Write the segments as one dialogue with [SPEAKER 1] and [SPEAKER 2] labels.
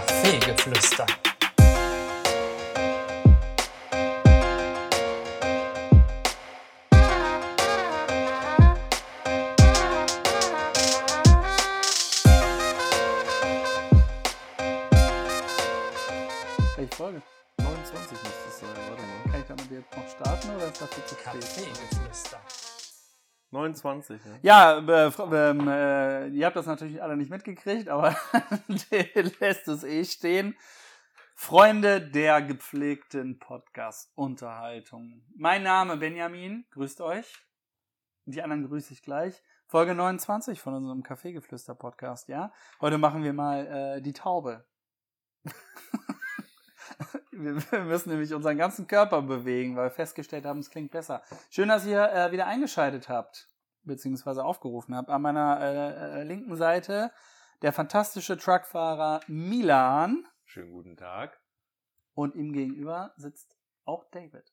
[SPEAKER 1] Kaffeegeflüster.
[SPEAKER 2] Welche Folge?
[SPEAKER 3] 29 müsste es sein, warte mal.
[SPEAKER 2] Kann ich damit jetzt noch starten oder ist dafür zu spät?
[SPEAKER 1] Kaffeegeflüster.
[SPEAKER 3] 29, ne?
[SPEAKER 2] Ja, äh, Fra- ähm, äh, ihr habt das natürlich alle nicht mitgekriegt, aber der lässt es eh stehen. Freunde der gepflegten Podcast-Unterhaltung. Mein Name Benjamin, grüßt euch. Die anderen grüße ich gleich. Folge 29 von unserem Kaffeegeflüster-Podcast, ja? Heute machen wir mal äh, die Taube. wir wir müssen nämlich unseren ganzen Körper bewegen, weil wir festgestellt haben, es klingt besser. Schön, dass ihr äh, wieder eingeschaltet habt, beziehungsweise aufgerufen habt. An meiner äh, äh, linken Seite der fantastische Truckfahrer Milan
[SPEAKER 3] Schönen guten Tag.
[SPEAKER 2] und ihm gegenüber sitzt auch David.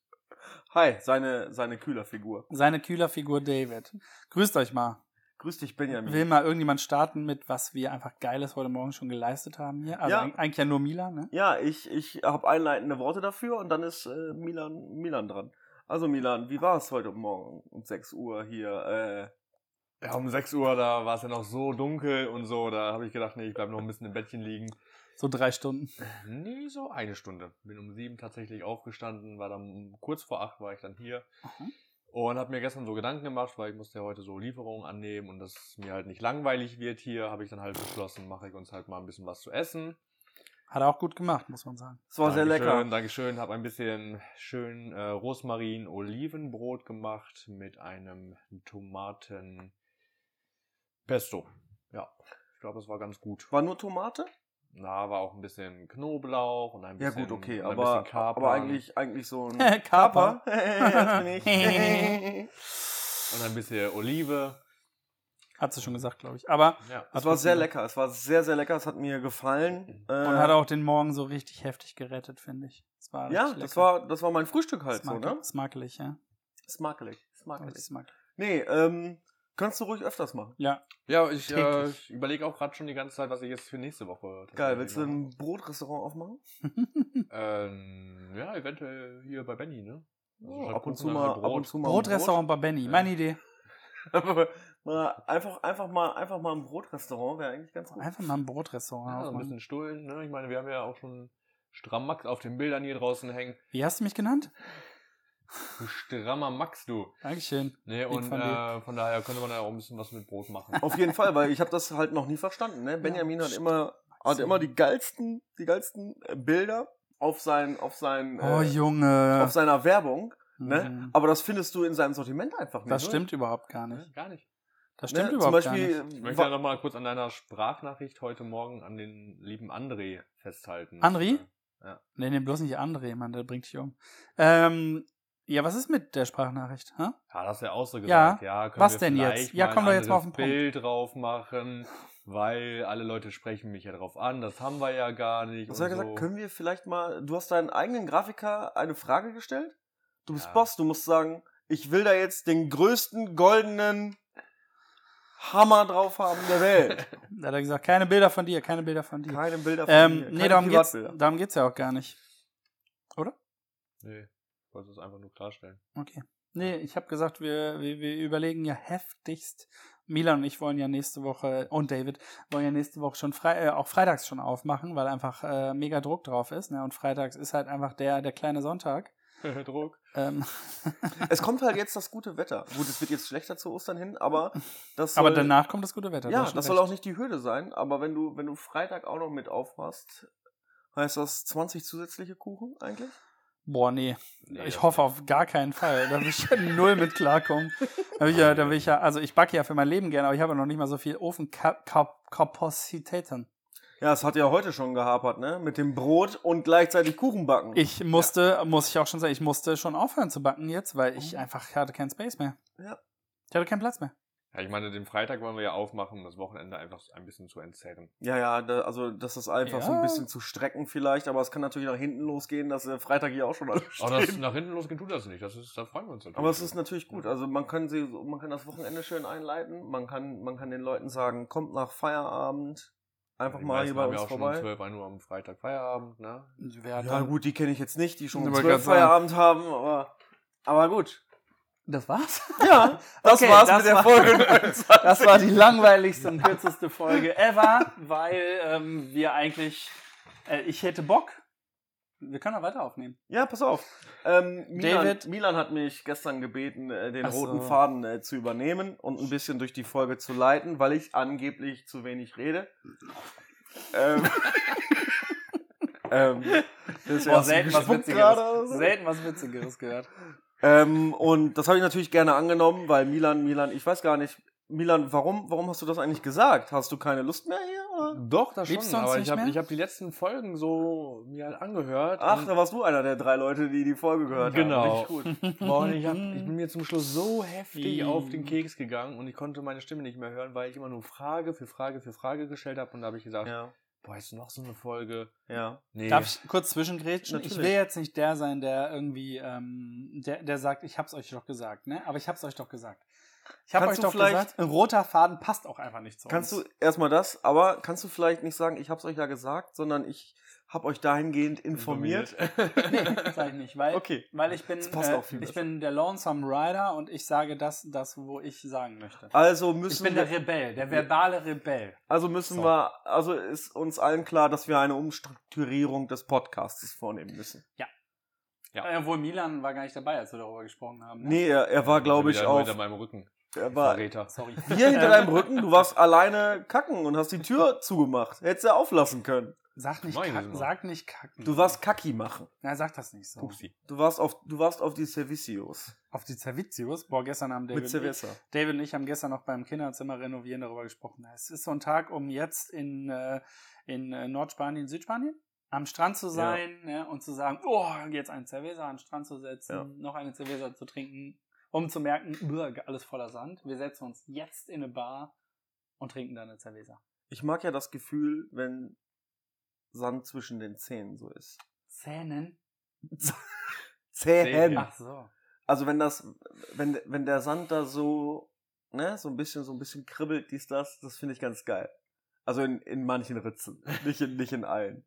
[SPEAKER 3] Hi, seine, seine Kühlerfigur.
[SPEAKER 2] Seine Kühlerfigur David. Grüßt euch mal.
[SPEAKER 3] Grüß dich, Benjamin.
[SPEAKER 2] Will mal irgendjemand starten mit, was wir einfach Geiles heute Morgen schon geleistet haben hier? Also
[SPEAKER 3] Ja.
[SPEAKER 2] eig- eigentlich ja nur Milan, ne?
[SPEAKER 3] Ja, ich, ich habe einleitende Worte dafür und dann ist äh, Milan, Milan dran. Also Milan, wie war es heute Morgen um 6 Uhr hier? Äh,
[SPEAKER 4] Ja, um 6 Uhr, da war es ja noch so dunkel und so, da habe ich gedacht, nee, ich bleib noch ein bisschen im Bettchen liegen.
[SPEAKER 2] So drei Stunden.
[SPEAKER 4] Nee, so eine Stunde. Bin um sieben tatsächlich aufgestanden, war dann um kurz vor acht war ich dann hier
[SPEAKER 2] Mhm.
[SPEAKER 4] und habe mir gestern so Gedanken gemacht, weil ich musste ja heute so Lieferungen annehmen und dass es mir halt nicht langweilig wird hier, habe ich dann halt beschlossen, mache ich uns halt mal ein bisschen was zu essen.
[SPEAKER 2] Hat er auch gut gemacht, muss man sagen.
[SPEAKER 3] Äh, es war sehr lecker.
[SPEAKER 4] Dankeschön, Dankeschön, habe ein bisschen schön äh, Rosmarin-Olivenbrot gemacht mit einem Tomatenpesto. Ja, ich glaube, es war ganz gut.
[SPEAKER 3] War nur Tomate?
[SPEAKER 4] Na, war auch ein bisschen Knoblauch und ein
[SPEAKER 3] Ja
[SPEAKER 4] bisschen
[SPEAKER 3] gut, okay,
[SPEAKER 4] und ein bisschen
[SPEAKER 3] aber,
[SPEAKER 4] Kapern.
[SPEAKER 3] aber eigentlich, eigentlich so ein
[SPEAKER 2] Kaper.
[SPEAKER 3] das bin ich.
[SPEAKER 4] und ein bisschen Olive.
[SPEAKER 2] Hat sie schon gesagt, glaube ich. Aber
[SPEAKER 4] Ja.
[SPEAKER 3] es war sehr lecker, es war sehr, sehr lecker, es hat mir gefallen. Äh,
[SPEAKER 2] und hat auch den Morgen so richtig heftig gerettet, finde ich. Es war
[SPEAKER 3] ja,
[SPEAKER 2] richtig
[SPEAKER 3] das
[SPEAKER 2] lecker.
[SPEAKER 3] war, das war mein Frühstück halt
[SPEAKER 2] Ist
[SPEAKER 3] so,
[SPEAKER 2] makel-
[SPEAKER 3] ne?
[SPEAKER 2] ist makelig, ja.
[SPEAKER 3] Smakelig. Smakelig.
[SPEAKER 2] Ist makelig.
[SPEAKER 3] Nee, ähm, kannst du ruhig öfters machen.
[SPEAKER 2] Ja,
[SPEAKER 4] Ja, ich, äh,
[SPEAKER 2] Täglich.
[SPEAKER 4] ich überlege auch gerade schon die ganze Zeit, was ich jetzt für nächste Woche.
[SPEAKER 3] Geil, willst du
[SPEAKER 4] tatsächlich
[SPEAKER 3] ein Brotrestaurant aufmachen?
[SPEAKER 4] mache. Ähm, ja, eventuell hier bei Benny, ne? Also statt
[SPEAKER 3] Oh, ab und zu
[SPEAKER 4] Kuchen dann
[SPEAKER 3] mal,
[SPEAKER 4] halt
[SPEAKER 3] ab und zu mal ein
[SPEAKER 2] Brotrestaurant bei Benny,
[SPEAKER 4] Ja.
[SPEAKER 2] meine Idee.
[SPEAKER 3] Brot. mal einfach, einfach mal, einfach mal ein Brotrestaurant wäre eigentlich ganz gut.
[SPEAKER 2] Einfach mal ein Brotrestaurant
[SPEAKER 4] Ja, so ein
[SPEAKER 2] aufmachen.
[SPEAKER 4] bisschen Stullen, ne? Ich meine, wir haben ja auch schon stramm Max auf den Bildern hier draußen hängen.
[SPEAKER 2] Wie hast du mich genannt?
[SPEAKER 4] Du strammer Max, du.
[SPEAKER 2] Dankeschön.
[SPEAKER 4] Nee,
[SPEAKER 2] Lieb
[SPEAKER 4] und
[SPEAKER 2] von dir.
[SPEAKER 4] äh, von daher könnte man ja auch ein bisschen was mit Brot machen.
[SPEAKER 3] Auf jeden Fall, weil ich habe das halt noch nie verstanden. Ne? Benjamin hat immer, hat immer die geilsten, die geilsten äh, Bilder auf sein, auf sein,
[SPEAKER 2] Oh
[SPEAKER 3] äh,
[SPEAKER 2] Junge.
[SPEAKER 3] auf seiner Werbung. Ne?
[SPEAKER 2] Mhm.
[SPEAKER 3] Aber das findest du in seinem Sortiment einfach nicht.
[SPEAKER 2] das stimmt überhaupt gar
[SPEAKER 4] Ne?
[SPEAKER 2] nicht.
[SPEAKER 4] Gar nicht.
[SPEAKER 2] Das
[SPEAKER 3] ne?
[SPEAKER 2] stimmt überhaupt
[SPEAKER 3] Zum
[SPEAKER 2] gar
[SPEAKER 3] Beispiel,
[SPEAKER 2] nicht.
[SPEAKER 4] Ich
[SPEAKER 3] äh,
[SPEAKER 4] möchte
[SPEAKER 3] wa-
[SPEAKER 4] ja nochmal kurz an deiner Sprachnachricht heute Morgen an den lieben André festhalten.
[SPEAKER 2] André?
[SPEAKER 4] Äh,
[SPEAKER 2] Nee, nee, bloß nicht André, Mann, der bringt dich um. Ähm, ja, was ist mit der Sprachnachricht? Hä?
[SPEAKER 4] Ja, das ist ja auch so gesagt. Ja, können
[SPEAKER 2] was
[SPEAKER 4] wir
[SPEAKER 2] denn
[SPEAKER 4] vielleicht
[SPEAKER 2] jetzt? Ja,
[SPEAKER 4] mal
[SPEAKER 2] komm
[SPEAKER 4] ein
[SPEAKER 2] doch jetzt mal auf
[SPEAKER 4] anderes
[SPEAKER 2] den Punkt.
[SPEAKER 4] Bild drauf machen, weil alle Leute sprechen mich ja drauf an. Das haben wir ja gar nicht.
[SPEAKER 3] Was hat er
[SPEAKER 4] und
[SPEAKER 3] gesagt?
[SPEAKER 4] so.
[SPEAKER 3] Können wir vielleicht mal, du hast deinen eigenen Grafiker eine Frage gestellt? Du bist
[SPEAKER 4] Ja.
[SPEAKER 3] Boss, du musst sagen, ich will da jetzt den größten goldenen Hammer drauf haben der Welt.
[SPEAKER 2] Da hat er gesagt, keine Bilder von dir, keine Bilder von dir.
[SPEAKER 3] Keine Bilder von
[SPEAKER 2] ähm,
[SPEAKER 3] mir,
[SPEAKER 2] nee,
[SPEAKER 3] keine
[SPEAKER 2] darum geht's,
[SPEAKER 3] Privatbilder.
[SPEAKER 2] darum geht's ja auch gar nicht.
[SPEAKER 4] Nee, ich wollte es einfach nur klarstellen.
[SPEAKER 2] Okay. Nee, ich habe gesagt, wir, wir, wir überlegen ja heftigst. Milan und ich wollen ja nächste Woche und David wollen ja nächste Woche schon frei, äh, auch freitags schon aufmachen, weil einfach äh, mega Druck drauf ist. Ne? Und freitags ist halt einfach der, der kleine Sonntag.
[SPEAKER 4] Druck.
[SPEAKER 2] Ähm,
[SPEAKER 3] Es kommt halt jetzt das gute Wetter. Gut, es wird jetzt schlechter zu Ostern hin, aber das soll,
[SPEAKER 2] aber danach kommt das gute Wetter. du
[SPEAKER 3] Ja,
[SPEAKER 2] hast schon
[SPEAKER 3] das soll
[SPEAKER 2] recht.
[SPEAKER 3] auch nicht die Hürde sein, aber wenn du, wenn du Freitag auch noch mit aufpasst, heißt das 20 zusätzliche Kuchen eigentlich?
[SPEAKER 2] Boah, nee.
[SPEAKER 4] Nee,
[SPEAKER 2] ich
[SPEAKER 4] das-
[SPEAKER 2] hoffe auf gar keinen Fall. Da will ich ja null mit klarkommen. Da will ich ja, da will ich ja, also ich backe ja für mein Leben gerne, aber ich habe ja noch nicht mal so viel Ofenkapazitäten.
[SPEAKER 3] Ja, es hat ja heute schon gehapert, ne? Mit dem Brot und gleichzeitig Kuchen backen.
[SPEAKER 2] Ich musste, muss ich auch schon sagen, ich musste schon aufhören zu backen jetzt, weil ich einfach ich hatte keinen Space mehr.
[SPEAKER 3] Oh. Ja.
[SPEAKER 2] Ich hatte keinen Platz mehr.
[SPEAKER 4] Ja, ich meine, den Freitag wollen wir ja aufmachen, um das Wochenende einfach ein bisschen zu entzerren.
[SPEAKER 3] Ja, ja, da, also das ist einfach so
[SPEAKER 2] Ja.
[SPEAKER 3] ein bisschen zu strecken vielleicht, aber es kann natürlich nach hinten losgehen, dass der Freitag hier auch schon alles
[SPEAKER 4] Aber das,
[SPEAKER 3] steht.
[SPEAKER 4] nach hinten losgehen tut das nicht. Das ist, da freuen wir uns natürlich.
[SPEAKER 3] Aber es ist
[SPEAKER 4] drüber.
[SPEAKER 3] natürlich gut. Also man kann sie, man kann das Wochenende schön einleiten. Man kann, man kann den Leuten sagen, kommt nach Feierabend Einfach
[SPEAKER 4] Die
[SPEAKER 3] mal hier
[SPEAKER 4] meisten
[SPEAKER 3] bei
[SPEAKER 4] haben ja
[SPEAKER 3] uns
[SPEAKER 4] auch schon um
[SPEAKER 3] vorbei.
[SPEAKER 4] 12, 1 Uhr am Freitag Feierabend, ne?
[SPEAKER 2] Wer
[SPEAKER 3] Ja
[SPEAKER 2] dann-
[SPEAKER 3] gut, die kenne ich jetzt nicht, die schon um
[SPEAKER 2] Wollte grad
[SPEAKER 3] 12
[SPEAKER 2] sagen.
[SPEAKER 3] Feierabend haben, aber, aber gut.
[SPEAKER 2] Das war's?
[SPEAKER 3] Ja, das
[SPEAKER 2] Okay,
[SPEAKER 3] war's
[SPEAKER 2] das
[SPEAKER 3] mit der
[SPEAKER 2] war-
[SPEAKER 3] Folge 29.
[SPEAKER 2] Das war die langweiligste und kürzeste Folge ever, weil ähm, wir eigentlich. Äh, ich hätte Bock. Wir können auch weiter aufnehmen.
[SPEAKER 3] Ja, pass auf. Ähm, Milan,
[SPEAKER 2] David?
[SPEAKER 3] Milan hat mich gestern gebeten, äh, den
[SPEAKER 2] Ach so.
[SPEAKER 3] roten Faden äh, zu übernehmen und ein bisschen durch die Folge zu leiten, weil ich angeblich zu wenig rede. ähm, ähm, das
[SPEAKER 2] Boah,
[SPEAKER 3] ist
[SPEAKER 2] selten was
[SPEAKER 3] gespuckt
[SPEAKER 2] Witzigeres.
[SPEAKER 3] gerade oder so.
[SPEAKER 2] Selten was Witzigeres gehört.
[SPEAKER 3] Ähm, und das habe ich natürlich gerne angenommen, weil Milan, Milan, ich weiß gar nicht, Milan, warum, warum hast du das eigentlich gesagt? Hast du keine Lust mehr hier? Oder?
[SPEAKER 4] Doch, das
[SPEAKER 2] Liebst du
[SPEAKER 4] schon,
[SPEAKER 2] uns
[SPEAKER 4] aber
[SPEAKER 2] nicht
[SPEAKER 4] ich habe
[SPEAKER 2] mehr?
[SPEAKER 4] hab die letzten Folgen so mir halt angehört.
[SPEAKER 3] Ach,
[SPEAKER 4] und-
[SPEAKER 3] da warst du einer der drei Leute, die die Folge gehört
[SPEAKER 4] Genau.
[SPEAKER 3] haben. Richtig gut.
[SPEAKER 4] Boah, und ich, hab, ich bin mir zum Schluss so heftig
[SPEAKER 2] Mm.
[SPEAKER 4] auf den Keks gegangen und ich konnte meine Stimme nicht mehr hören, weil ich immer nur Frage für Frage für Frage gestellt habe und da habe ich gesagt,
[SPEAKER 3] Ja,
[SPEAKER 4] boah, ist noch so eine Folge.
[SPEAKER 3] ja.
[SPEAKER 4] Nee.
[SPEAKER 2] Darf ich kurz zwischengrätschen? Ich
[SPEAKER 3] Natürlich.
[SPEAKER 2] will jetzt nicht der sein, der irgendwie, ähm, der, der sagt, ich hab's euch doch gesagt, ne? Aber ich hab's euch doch gesagt. Ich hab
[SPEAKER 3] Kannst
[SPEAKER 2] euch
[SPEAKER 3] du
[SPEAKER 2] doch
[SPEAKER 3] vielleicht-
[SPEAKER 2] gesagt, ein roter Faden passt auch einfach nicht zu
[SPEAKER 3] Kannst du
[SPEAKER 2] uns.
[SPEAKER 3] erstmal das, aber kannst du vielleicht nicht sagen, ich hab's euch ja gesagt, sondern ich hab euch dahingehend informiert.
[SPEAKER 2] Nee, sag ich nicht, weil,
[SPEAKER 3] Okay.
[SPEAKER 2] weil ich bin,
[SPEAKER 3] Das passt
[SPEAKER 2] äh,
[SPEAKER 3] auch viel
[SPEAKER 2] ich
[SPEAKER 3] besser.
[SPEAKER 2] bin der Lonesome Rider und ich sage das, das, wo ich sagen möchte.
[SPEAKER 3] Also
[SPEAKER 2] Ich
[SPEAKER 3] müssen
[SPEAKER 2] bin der
[SPEAKER 3] wir,
[SPEAKER 2] Rebell, der verbale Rebell.
[SPEAKER 3] also müssen
[SPEAKER 2] So.
[SPEAKER 3] wir, also ist uns allen klar, dass wir eine Umstrukturierung des Podcasts vornehmen müssen.
[SPEAKER 4] Ja.
[SPEAKER 2] Äh, wohl Milan war gar nicht dabei, als wir darüber gesprochen haben. Ne?
[SPEAKER 3] Nee, er, er war, glaube ich,
[SPEAKER 4] Also wieder nur
[SPEAKER 3] auf.
[SPEAKER 4] Hinter meinem Rücken.
[SPEAKER 3] Er war hier
[SPEAKER 4] Verräter.
[SPEAKER 2] Sorry. Ähm,
[SPEAKER 3] hinter deinem Rücken, du warst alleine kacken und hast die Tür zugemacht. Hättest du auflassen können.
[SPEAKER 2] Sag nicht,
[SPEAKER 4] Meine
[SPEAKER 2] kacken,
[SPEAKER 4] Nummer.
[SPEAKER 2] sag nicht kacken.
[SPEAKER 3] Du warst Kacki machen.
[SPEAKER 2] Na, sag das nicht so.
[SPEAKER 4] Pupsi.
[SPEAKER 3] Du warst auf, du warst auf die Servicios.
[SPEAKER 2] Auf die Zervitius. Boah, gestern haben David
[SPEAKER 3] mit
[SPEAKER 2] und ich-
[SPEAKER 3] Cerveza.
[SPEAKER 2] David und ich haben gestern noch beim Kinderzimmer renovieren darüber gesprochen. Es ist so ein Tag, um jetzt in, äh, in äh, Nordspanien, Südspanien am Strand zu sein ne, und zu sagen, oh, jetzt einen Cerveza an den Strand zu setzen,
[SPEAKER 3] Ja.
[SPEAKER 2] noch eine Cerveza zu trinken, um zu merken, uah, alles voller Sand. Wir setzen uns jetzt in eine Bar und trinken dann eine Cerveza.
[SPEAKER 3] Ich mag ja das Gefühl, wenn Sand zwischen den Zähnen so ist.
[SPEAKER 2] Zähnen?
[SPEAKER 3] Zähnen.
[SPEAKER 4] Ja.
[SPEAKER 2] Ach so.
[SPEAKER 3] Also wenn das, wenn, wenn der Sand da so, ne, so ein bisschen, so ein bisschen kribbelt, dies, das, das finde ich ganz geil. Also in, in manchen Ritzen, nicht in, nicht in allen.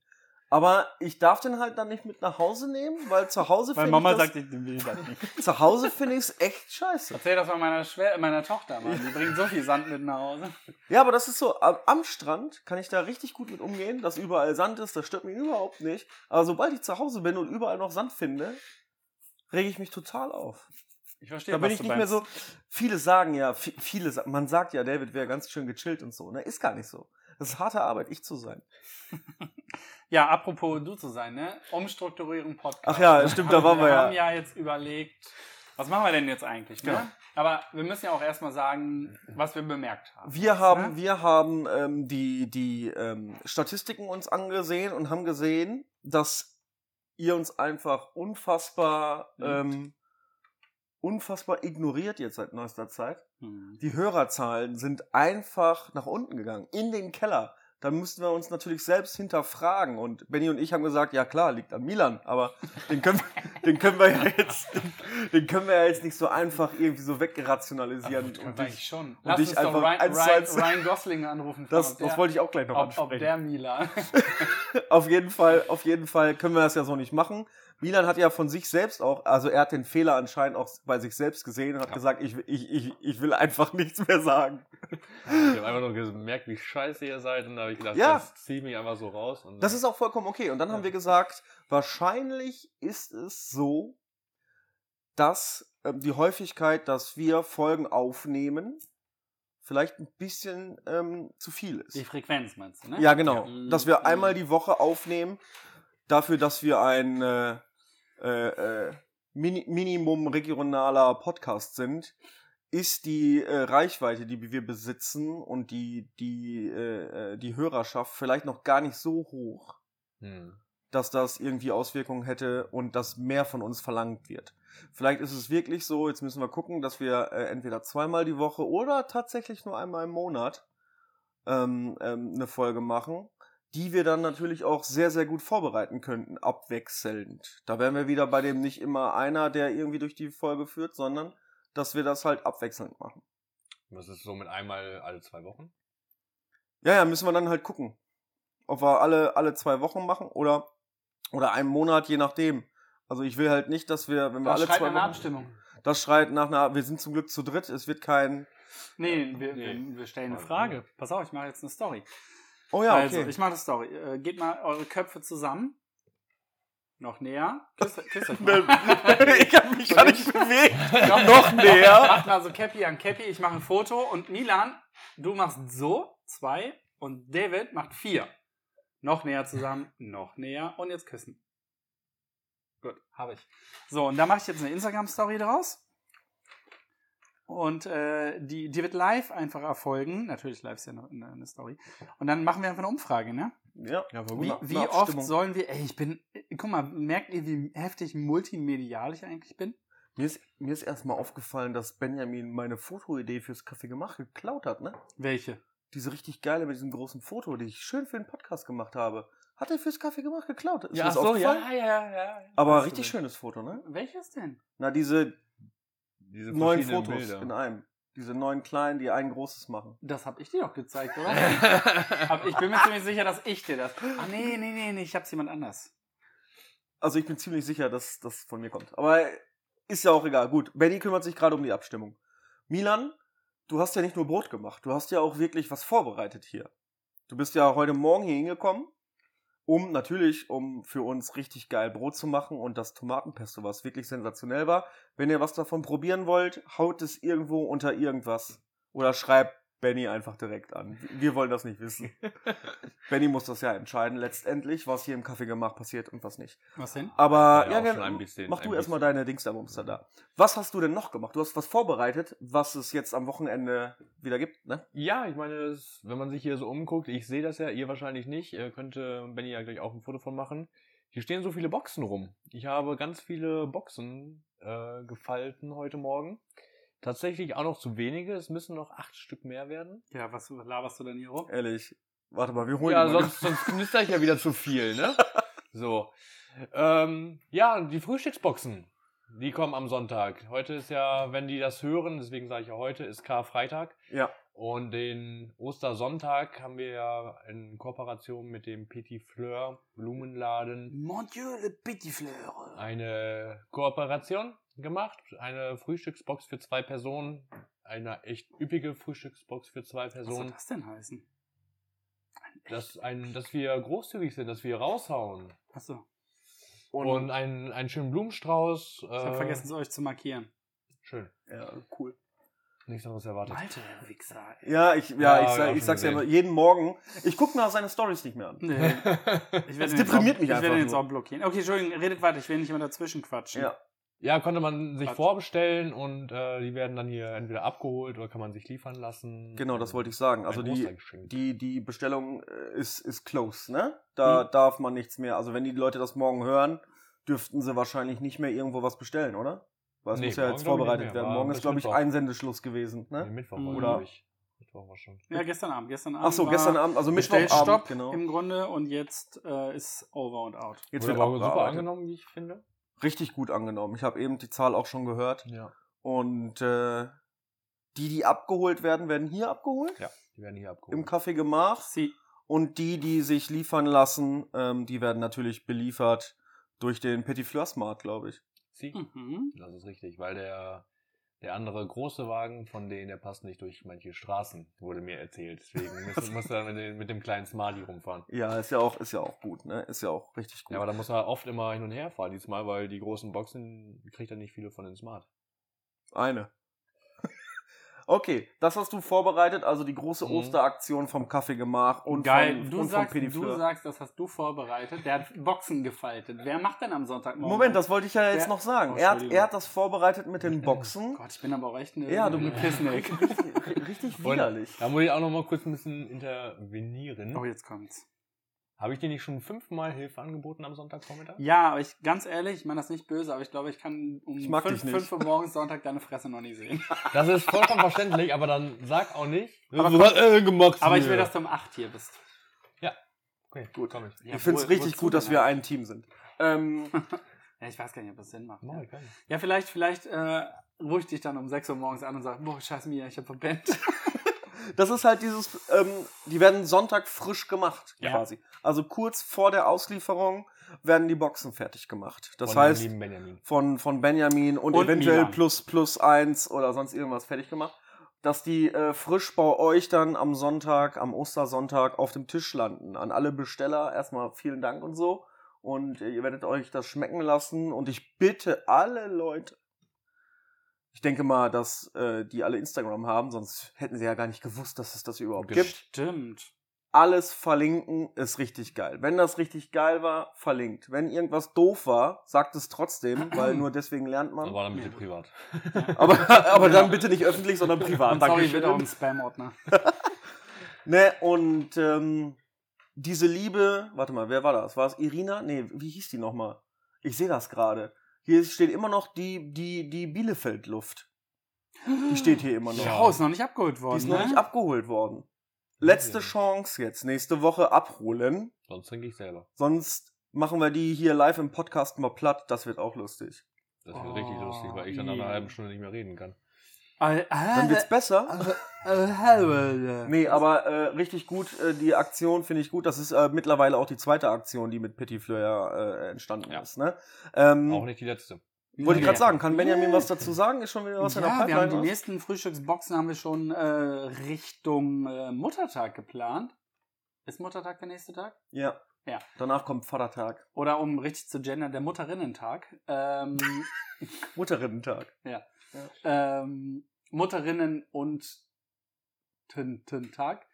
[SPEAKER 3] Aber ich darf den halt dann nicht mit nach Hause nehmen, weil zu Hause
[SPEAKER 2] Meine
[SPEAKER 3] finde
[SPEAKER 2] Mama
[SPEAKER 3] ich das,
[SPEAKER 2] sagt, ich will das nicht.
[SPEAKER 3] zu Hause finde ich es echt scheiße.
[SPEAKER 2] Erzähl das mal meiner, Schwer meiner Tochter, Mann. Die bringt so viel Sand mit nach Hause.
[SPEAKER 3] Ja, aber das ist so, am am Strand kann ich da richtig gut mit umgehen, dass überall Sand ist, das stört mich überhaupt nicht. Aber sobald ich zu Hause bin und überall noch Sand finde, rege ich mich total auf.
[SPEAKER 2] Ich verstehe,
[SPEAKER 3] Da bin
[SPEAKER 2] was
[SPEAKER 3] ich
[SPEAKER 2] du
[SPEAKER 3] nicht mehr
[SPEAKER 2] meinst.
[SPEAKER 3] so. Viele sagen ja, vi- viele, sa- man sagt ja, David wäre ganz schön gechillt und so. Ne, ist gar nicht so. Das ist harte Arbeit, ich zu sein.
[SPEAKER 2] Ja, apropos du zu sein, ne? Umstrukturierung Podcast.
[SPEAKER 3] Ach ja, stimmt, da waren wir
[SPEAKER 2] Wir
[SPEAKER 3] ja.
[SPEAKER 2] haben ja jetzt überlegt, was machen wir denn jetzt eigentlich, ne?
[SPEAKER 3] Ja.
[SPEAKER 2] Aber wir müssen ja auch erstmal sagen, was wir bemerkt haben.
[SPEAKER 3] Wir haben,
[SPEAKER 2] ne?
[SPEAKER 3] wir haben ähm, die, die ähm, Statistiken uns angesehen und haben gesehen, dass ihr uns einfach unfassbar,
[SPEAKER 2] Liebt.
[SPEAKER 3] ähm, unfassbar ignoriert jetzt seit neuester Zeit.
[SPEAKER 2] Hm.
[SPEAKER 3] Die Hörerzahlen sind einfach nach unten gegangen, in den Keller. Dann mussten wir uns natürlich selbst hinterfragen. Und Benny und ich haben gesagt, ja klar, liegt an Milan, aber den können, den können wir ja jetzt, den können wir ja jetzt nicht so einfach irgendwie so wegrationalisieren.
[SPEAKER 2] Und
[SPEAKER 3] Und
[SPEAKER 2] dich
[SPEAKER 3] dich,
[SPEAKER 2] schon. Lass
[SPEAKER 3] dich
[SPEAKER 2] uns doch
[SPEAKER 3] einfach
[SPEAKER 2] Ryan,
[SPEAKER 3] eins zu
[SPEAKER 2] Ryan,
[SPEAKER 3] eins-
[SPEAKER 2] Ryan Gosling anrufen.
[SPEAKER 3] das,
[SPEAKER 2] fragen,
[SPEAKER 3] das
[SPEAKER 2] ob
[SPEAKER 3] wollte ich auch gleich noch
[SPEAKER 2] der, ob, ob
[SPEAKER 3] ansprechen.
[SPEAKER 2] der Milan.
[SPEAKER 3] Auf jeden Fall, auf jeden Fall können wir das ja so nicht machen. Milan hat ja von sich selbst auch, also er hat den Fehler anscheinend auch bei sich selbst gesehen und hat
[SPEAKER 4] Ja.
[SPEAKER 3] gesagt, ich, ich, ich, ich will einfach nichts mehr sagen.
[SPEAKER 4] Ich habe einfach nur gemerkt, wie scheiße ihr seid und da habe ich gedacht,
[SPEAKER 3] Ja.
[SPEAKER 4] das ziehe mich einfach so raus. Und
[SPEAKER 3] Das ist auch vollkommen okay. Und dann haben wir gesagt, wahrscheinlich ist es so, dass ähm, die Häufigkeit, dass wir Folgen aufnehmen, vielleicht ein bisschen ähm, zu viel ist.
[SPEAKER 2] Die Frequenz meinst du, ne?
[SPEAKER 3] Ja,
[SPEAKER 2] Ja.
[SPEAKER 3] genau.
[SPEAKER 2] Mhm. Hm.
[SPEAKER 3] Dass wir einmal die Woche aufnehmen, dafür, dass wir ein äh, äh, äh, Mini Minimum regionaler Podcast sind, ist die äh, Reichweite, die wir besitzen und die, die, äh, äh, die Hörerschaft vielleicht noch gar nicht so hoch,
[SPEAKER 4] Hm.
[SPEAKER 3] dass das irgendwie Auswirkungen hätte und dass mehr von uns verlangt wird. Vielleicht ist es wirklich so, jetzt müssen wir gucken, dass wir äh, entweder zweimal die Woche oder tatsächlich nur einmal im Monat ähm, ähm, eine Folge machen, die wir dann natürlich auch sehr, sehr gut vorbereiten könnten, abwechselnd. Da wären wir wieder bei dem nicht immer einer, der irgendwie durch die Folge führt, sondern dass wir das halt abwechselnd machen.
[SPEAKER 4] Das ist so mit einmal alle zwei Wochen.
[SPEAKER 3] Ja, ja, müssen wir dann halt gucken. Ob wir alle, alle zwei Wochen machen oder, oder einen Monat, je nachdem. Also ich will halt nicht, dass wir, wenn wir
[SPEAKER 2] Da
[SPEAKER 3] alle
[SPEAKER 2] schreit
[SPEAKER 3] zwei
[SPEAKER 2] eine
[SPEAKER 3] Wochen.
[SPEAKER 2] Abstimmung.
[SPEAKER 3] Das schreit nach einer. Wir sind zum Glück zu dritt. Es wird kein.
[SPEAKER 2] Nee, wir,
[SPEAKER 4] Nee.
[SPEAKER 2] Wir, wir stellen eine Frage. Pass auf, ich mache jetzt eine Story.
[SPEAKER 3] Oh ja, okay.
[SPEAKER 2] Also, ich mache eine Story. Äh, geht mal eure Köpfe zusammen. Noch näher. Küsst, küsst euch mal.
[SPEAKER 3] ich habe mich gar nicht bewegt. Noch
[SPEAKER 2] Ich
[SPEAKER 3] näher.
[SPEAKER 2] mach mal so Cappy an Cappy. Ich mache ein Foto und Milan, du machst so, zwei und David macht vier. Noch näher zusammen, noch näher und jetzt küssen. Gut, habe ich. So, und da mache ich jetzt eine Instagram-Story draus. Und äh, die, die wird live einfach erfolgen. Natürlich live ist ja noch eine, eine Story. Und dann machen wir einfach eine Umfrage, ne?
[SPEAKER 3] Ja.
[SPEAKER 4] Ja,
[SPEAKER 3] voll
[SPEAKER 4] voll
[SPEAKER 3] gut.
[SPEAKER 4] gut.
[SPEAKER 2] Wie,
[SPEAKER 3] Eine-
[SPEAKER 2] wie
[SPEAKER 3] eine
[SPEAKER 2] oft
[SPEAKER 3] Abstimmung.
[SPEAKER 2] sollen wir. Ey, ich bin. Guck mal, merkt ihr, wie heftig multimedial ich eigentlich bin?
[SPEAKER 3] Mir ist, mir ist erstmal aufgefallen, dass Benjamin meine Fotoidee fürs Kaffee gemacht geklaut hat, ne?
[SPEAKER 2] Welche?
[SPEAKER 3] Diese richtig geile mit diesem großen Foto, die ich schön für den Podcast gemacht habe. Hat er fürs Kaffee gemacht geklaut? Ist
[SPEAKER 4] Ja,
[SPEAKER 3] mir
[SPEAKER 4] ach
[SPEAKER 3] das
[SPEAKER 4] so, ja,
[SPEAKER 3] aufgefallen?
[SPEAKER 4] ja, ja, ja.
[SPEAKER 3] Aber
[SPEAKER 4] Weißt du
[SPEAKER 3] richtig
[SPEAKER 4] nicht.
[SPEAKER 3] schönes Foto, ne?
[SPEAKER 2] Welches denn?
[SPEAKER 3] Na, diese
[SPEAKER 4] Diese
[SPEAKER 3] neuen
[SPEAKER 4] verschiedenen
[SPEAKER 3] Fotos genau.
[SPEAKER 4] Bilder.
[SPEAKER 3] in einem. Diese neuen kleinen, die ein großes machen.
[SPEAKER 2] Das habe ich dir doch gezeigt, oder? Aber ich bin mir ziemlich sicher, dass ich dir das. Ach nee, nee, nee, nee, ich hab's jemand anders.
[SPEAKER 3] Also ich bin ziemlich sicher, dass das von mir kommt. Aber ist ja auch egal. Gut, Benny kümmert sich gerade um die Abstimmung. Milan, du hast ja nicht nur Brot gemacht, du hast ja auch wirklich was vorbereitet hier. Du bist ja heute Morgen hier hingekommen, um natürlich, um für uns richtig geil Brot zu machen und das Tomatenpesto, was wirklich sensationell war. Wenn ihr was davon probieren wollt, haut es irgendwo unter irgendwas. Oder schreibt Benny einfach direkt an. Wir wollen das nicht wissen. Benny muss das ja entscheiden, letztendlich, was hier im Kaffee gemacht passiert und was nicht.
[SPEAKER 2] Was denn?
[SPEAKER 3] Aber
[SPEAKER 4] Ja,
[SPEAKER 3] ja,
[SPEAKER 4] auch
[SPEAKER 3] gerne.
[SPEAKER 4] schon ein bisschen,
[SPEAKER 3] mach
[SPEAKER 4] ein
[SPEAKER 3] du
[SPEAKER 4] bisschen.
[SPEAKER 3] erstmal deine Dings da, Bums da, da. Was hast du denn noch gemacht? Du hast was vorbereitet, was es jetzt am Wochenende wieder gibt, ne?
[SPEAKER 4] Ja, ich meine, das, wenn man sich hier so umguckt, ich sehe das ja, ihr wahrscheinlich nicht, äh, könnte Benny ja gleich auch ein Foto von machen. Hier stehen so viele Boxen rum. Ich habe ganz viele Boxen äh, gefalten heute Morgen. Tatsächlich auch noch zu wenige, es müssen noch acht Stück mehr werden.
[SPEAKER 2] Ja, was laberst du denn hier rum?
[SPEAKER 3] Ehrlich. Warte mal, wir holen
[SPEAKER 4] ja,
[SPEAKER 3] die mal.
[SPEAKER 4] sonst, sonst knister ich ja wieder zu viel, ne? So. Ähm, ja, die Frühstücksboxen, die kommen am Sonntag. Heute ist ja, wenn die das hören, deswegen sage ich ja heute, ist Karfreitag.
[SPEAKER 3] Ja.
[SPEAKER 4] Und den Ostersonntag haben wir ja in Kooperation mit dem Petit Fleur Blumenladen
[SPEAKER 2] Mon Dieu, le petit fleur.
[SPEAKER 4] eine Kooperation gemacht. Eine Frühstücksbox für zwei Personen. Eine echt üppige Frühstücksbox für zwei
[SPEAKER 3] Also
[SPEAKER 2] Was soll
[SPEAKER 4] Personen.
[SPEAKER 2] das denn heißen?
[SPEAKER 4] Dass, ein, dass wir großzügig sind, dass wir raushauen.
[SPEAKER 2] Achso,
[SPEAKER 4] Und, einen, einen schönen Blumenstrauß. äh,
[SPEAKER 2] ich
[SPEAKER 3] Äh.
[SPEAKER 2] habe vergessen, es euch zu markieren.
[SPEAKER 4] Schön.
[SPEAKER 3] Ja, cool.
[SPEAKER 4] Nichts anderes erwartet.
[SPEAKER 2] Alter, Wichser. ey.
[SPEAKER 3] Ja, ich, ja,
[SPEAKER 4] Ja,
[SPEAKER 3] ich,
[SPEAKER 4] wir
[SPEAKER 3] sag,
[SPEAKER 4] haben
[SPEAKER 3] ich
[SPEAKER 4] schon
[SPEAKER 3] sag's ja immer,
[SPEAKER 4] gesehen.
[SPEAKER 3] jeden Morgen. Ich guck nach seine Stories nicht mehr an.
[SPEAKER 2] Nee. Ich
[SPEAKER 3] Das
[SPEAKER 2] ihn
[SPEAKER 3] deprimiert
[SPEAKER 2] jetzt auch,
[SPEAKER 3] mich
[SPEAKER 2] Ich
[SPEAKER 3] einfach
[SPEAKER 2] werde ihn jetzt
[SPEAKER 3] nur.
[SPEAKER 2] auch blockieren. Okay, Entschuldigung, redet weiter, ich will nicht immer dazwischen quatschen.
[SPEAKER 3] Ja.
[SPEAKER 4] ja, konnte man sich
[SPEAKER 2] Quatsch.
[SPEAKER 4] vorbestellen und äh, die werden dann hier entweder abgeholt oder kann man sich liefern lassen.
[SPEAKER 3] Genau, das wollte ich sagen. Also die, die, die Bestellung äh, ist, ist close, ne?
[SPEAKER 4] Mhm.
[SPEAKER 3] Da darf man nichts mehr. Also wenn die Leute das morgen hören, dürften sie wahrscheinlich nicht mehr irgendwo was bestellen, oder? Weil es
[SPEAKER 4] Nee,
[SPEAKER 3] muss ja
[SPEAKER 4] morgen
[SPEAKER 3] jetzt
[SPEAKER 4] glaub ich nicht
[SPEAKER 3] vorbereitet
[SPEAKER 4] mehr,
[SPEAKER 3] werden.
[SPEAKER 4] aber
[SPEAKER 3] Morgen
[SPEAKER 4] bis
[SPEAKER 3] ist, glaube ich,
[SPEAKER 4] Mittwoch.
[SPEAKER 3] Einsendeschluss gewesen,
[SPEAKER 4] Ne?
[SPEAKER 3] ne?
[SPEAKER 4] Mittwoch
[SPEAKER 2] Mhm.
[SPEAKER 4] war,
[SPEAKER 3] Oder-
[SPEAKER 4] oder? Ich. Mittwoch war schon.
[SPEAKER 2] Ja, gestern Abend. Gestern Abend.
[SPEAKER 3] Ach so,
[SPEAKER 2] war
[SPEAKER 3] gestern Abend, also Mittwochabend,
[SPEAKER 2] Bestellstopp
[SPEAKER 3] genau.
[SPEAKER 2] im Grunde und jetzt äh, ist over und out.
[SPEAKER 3] Jetzt
[SPEAKER 4] Wurde
[SPEAKER 3] wird
[SPEAKER 4] aber auch
[SPEAKER 3] auch
[SPEAKER 4] super
[SPEAKER 3] angenommen.
[SPEAKER 4] angenommen, wie ich finde.
[SPEAKER 3] Richtig gut angenommen. Ich habe eben die Zahl auch schon gehört.
[SPEAKER 4] Ja.
[SPEAKER 3] Und äh, die, die abgeholt werden, werden hier abgeholt,
[SPEAKER 4] Ja, die werden hier
[SPEAKER 3] im
[SPEAKER 4] abgeholt.
[SPEAKER 3] Café gemacht.
[SPEAKER 2] Sie,
[SPEAKER 3] Und die, die sich liefern lassen, ähm, die werden natürlich beliefert durch den Petit Fleur Smart, glaube ich.
[SPEAKER 4] Sie?
[SPEAKER 3] Hm.
[SPEAKER 2] mhm.
[SPEAKER 4] Das ist richtig, weil der, der andere große Wagen von denen, der passt nicht durch manche Straßen, wurde mir erzählt. Deswegen muss, muss er mit, dem- mit dem kleinen Smarty rumfahren.
[SPEAKER 3] Ja, ist ja auch, ist ja auch gut, ne? Ist ja auch richtig gut.
[SPEAKER 4] Ja, aber da muss er oft immer hin und her fahren diesmal, weil die großen Boxen kriegt er nicht viele von den Smart.
[SPEAKER 3] Eine. okay, das hast du vorbereitet, also die große
[SPEAKER 4] Mhm.
[SPEAKER 3] Osteraktion vom Kaffeegemach und
[SPEAKER 2] Geil,
[SPEAKER 3] vom,
[SPEAKER 2] du,
[SPEAKER 3] und
[SPEAKER 2] sagst,
[SPEAKER 3] vom Petit
[SPEAKER 2] du
[SPEAKER 3] Fleur.
[SPEAKER 2] sagst, das hast du vorbereitet. Der hat Boxen gefaltet. Wer macht denn am Sonntagmorgen?
[SPEAKER 3] Moment, das wollte ich ja jetzt
[SPEAKER 2] Ja.
[SPEAKER 3] noch sagen.
[SPEAKER 2] Oh,
[SPEAKER 3] Er hat,
[SPEAKER 2] Entschuldigung.
[SPEAKER 3] er hat das vorbereitet mit den Boxen.
[SPEAKER 2] Gott, ich bin aber auch echt eine,
[SPEAKER 3] Ja, du-
[SPEAKER 2] eine Pissnick.
[SPEAKER 3] Richtig, richtig widerlich.
[SPEAKER 4] Da muss ich auch noch mal kurz ein bisschen intervenieren.
[SPEAKER 2] oh, jetzt kommt's.
[SPEAKER 4] Habe ich dir nicht schon fünfmal Hilfe angeboten am Sonntagvormittag?
[SPEAKER 2] Ja, aber ich, ganz ehrlich, ich meine das nicht böse, aber ich glaube, ich kann um
[SPEAKER 3] Ich mag
[SPEAKER 2] fünf,
[SPEAKER 3] dich nicht.
[SPEAKER 2] fünf Uhr morgens Sonntag deine Fresse noch nicht sehen.
[SPEAKER 4] Das ist vollkommen verständlich, aber dann sag auch nicht.
[SPEAKER 2] Aber
[SPEAKER 4] du hast äh, gemacht.
[SPEAKER 2] Aber ich will, dass du um acht hier bist.
[SPEAKER 4] Okay, gut, komm ich.
[SPEAKER 2] Ja,
[SPEAKER 3] ich finde
[SPEAKER 2] wo-
[SPEAKER 3] es richtig
[SPEAKER 2] wozu
[SPEAKER 3] gut,
[SPEAKER 2] denn
[SPEAKER 3] dass wir
[SPEAKER 2] eigentlich?
[SPEAKER 3] ein Team sind. Ähm,
[SPEAKER 2] Ja, ich weiß gar nicht, ob das Sinn macht.
[SPEAKER 4] Mach
[SPEAKER 2] Ja,
[SPEAKER 4] ich gar nicht.
[SPEAKER 2] ja vielleicht, vielleicht äh, rufe ich dich dann um sechs Uhr morgens an und sag, boah, scheiß Mia, ich hab verpennt.
[SPEAKER 3] das ist halt dieses, ähm, die werden Sonntag frisch gemacht,
[SPEAKER 4] Ja.
[SPEAKER 3] quasi. Also kurz vor der Auslieferung werden die Boxen fertig gemacht. Das
[SPEAKER 4] Von dem
[SPEAKER 3] heißt,
[SPEAKER 4] lieben Benjamin.
[SPEAKER 3] von, von Benjamin und,
[SPEAKER 2] Und
[SPEAKER 3] eventuell
[SPEAKER 2] Milan.
[SPEAKER 3] plus plus eins oder sonst irgendwas fertig gemacht, dass die äh, frisch bei euch dann am Sonntag, am Ostersonntag auf dem Tisch landen. An alle Besteller erstmal vielen Dank und so. Und äh, ihr werdet euch das schmecken lassen. Und ich bitte alle Leute, ich denke mal, dass äh, die alle Instagram haben, sonst hätten sie ja gar nicht gewusst, dass es das überhaupt
[SPEAKER 4] Genau.
[SPEAKER 3] gibt
[SPEAKER 2] Stimmt.
[SPEAKER 3] alles verlinken ist richtig geil. Wenn das richtig geil war, verlinkt. Wenn irgendwas doof war, sagt es trotzdem, weil nur deswegen lernt man.
[SPEAKER 4] Aber dann bitte privat.
[SPEAKER 3] Aber, aber dann bitte nicht öffentlich, sondern privat.
[SPEAKER 2] Und sorry,
[SPEAKER 3] Dankeschön.
[SPEAKER 2] bitte um- auch ein Spam-Ordner.
[SPEAKER 3] Ne, und ähm, diese Liebe, warte mal, wer war das? War es Irina? Nee, wie hieß die nochmal? Ich sehe das gerade. Hier steht immer noch die, die, die Bielefeld-Luft. Die steht hier immer noch.
[SPEAKER 4] Ja.
[SPEAKER 2] Oh, ist noch nicht abgeholt
[SPEAKER 3] Die
[SPEAKER 2] worden.
[SPEAKER 3] ist noch
[SPEAKER 2] ne?
[SPEAKER 3] nicht abgeholt worden. Letzte Chance jetzt. Nächste Woche abholen.
[SPEAKER 4] Sonst trinke ich selber.
[SPEAKER 3] Sonst machen wir die hier live im Podcast mal platt. Das wird auch lustig.
[SPEAKER 4] Das wird richtig
[SPEAKER 2] Oh,
[SPEAKER 4] lustig, weil ich dann nach einer
[SPEAKER 2] yeah.
[SPEAKER 4] halben Stunde nicht mehr reden kann.
[SPEAKER 2] Al-
[SPEAKER 3] Dann wird's besser.
[SPEAKER 2] Al- Al- Al-
[SPEAKER 3] Nee, aber äh, richtig gut. Äh, die Aktion finde ich gut. Das ist äh, mittlerweile auch die zweite Aktion, die mit Petit Fleur äh, entstanden
[SPEAKER 4] Ja.
[SPEAKER 3] ist. Ne? Ähm,
[SPEAKER 4] Auch nicht die letzte.
[SPEAKER 3] Wollte ich gerade
[SPEAKER 2] Nee.
[SPEAKER 3] sagen. Kann Benjamin
[SPEAKER 2] Nee.
[SPEAKER 3] was dazu sagen? Ist schon wieder was in der
[SPEAKER 2] Ja, wir haben
[SPEAKER 3] Pipeline?
[SPEAKER 2] die
[SPEAKER 3] oder was?
[SPEAKER 2] nächsten Frühstücksboxen haben wir schon äh, Richtung äh, Muttertag geplant. Ist Muttertag der nächste Tag?
[SPEAKER 3] ja.
[SPEAKER 2] Ja.
[SPEAKER 3] Danach kommt Vatertag.
[SPEAKER 2] Oder um richtig zu gendern, der Mutterinnentag. Ähm,
[SPEAKER 3] Mutterinnentag.
[SPEAKER 2] ähm, Mutterinnen und Tintag.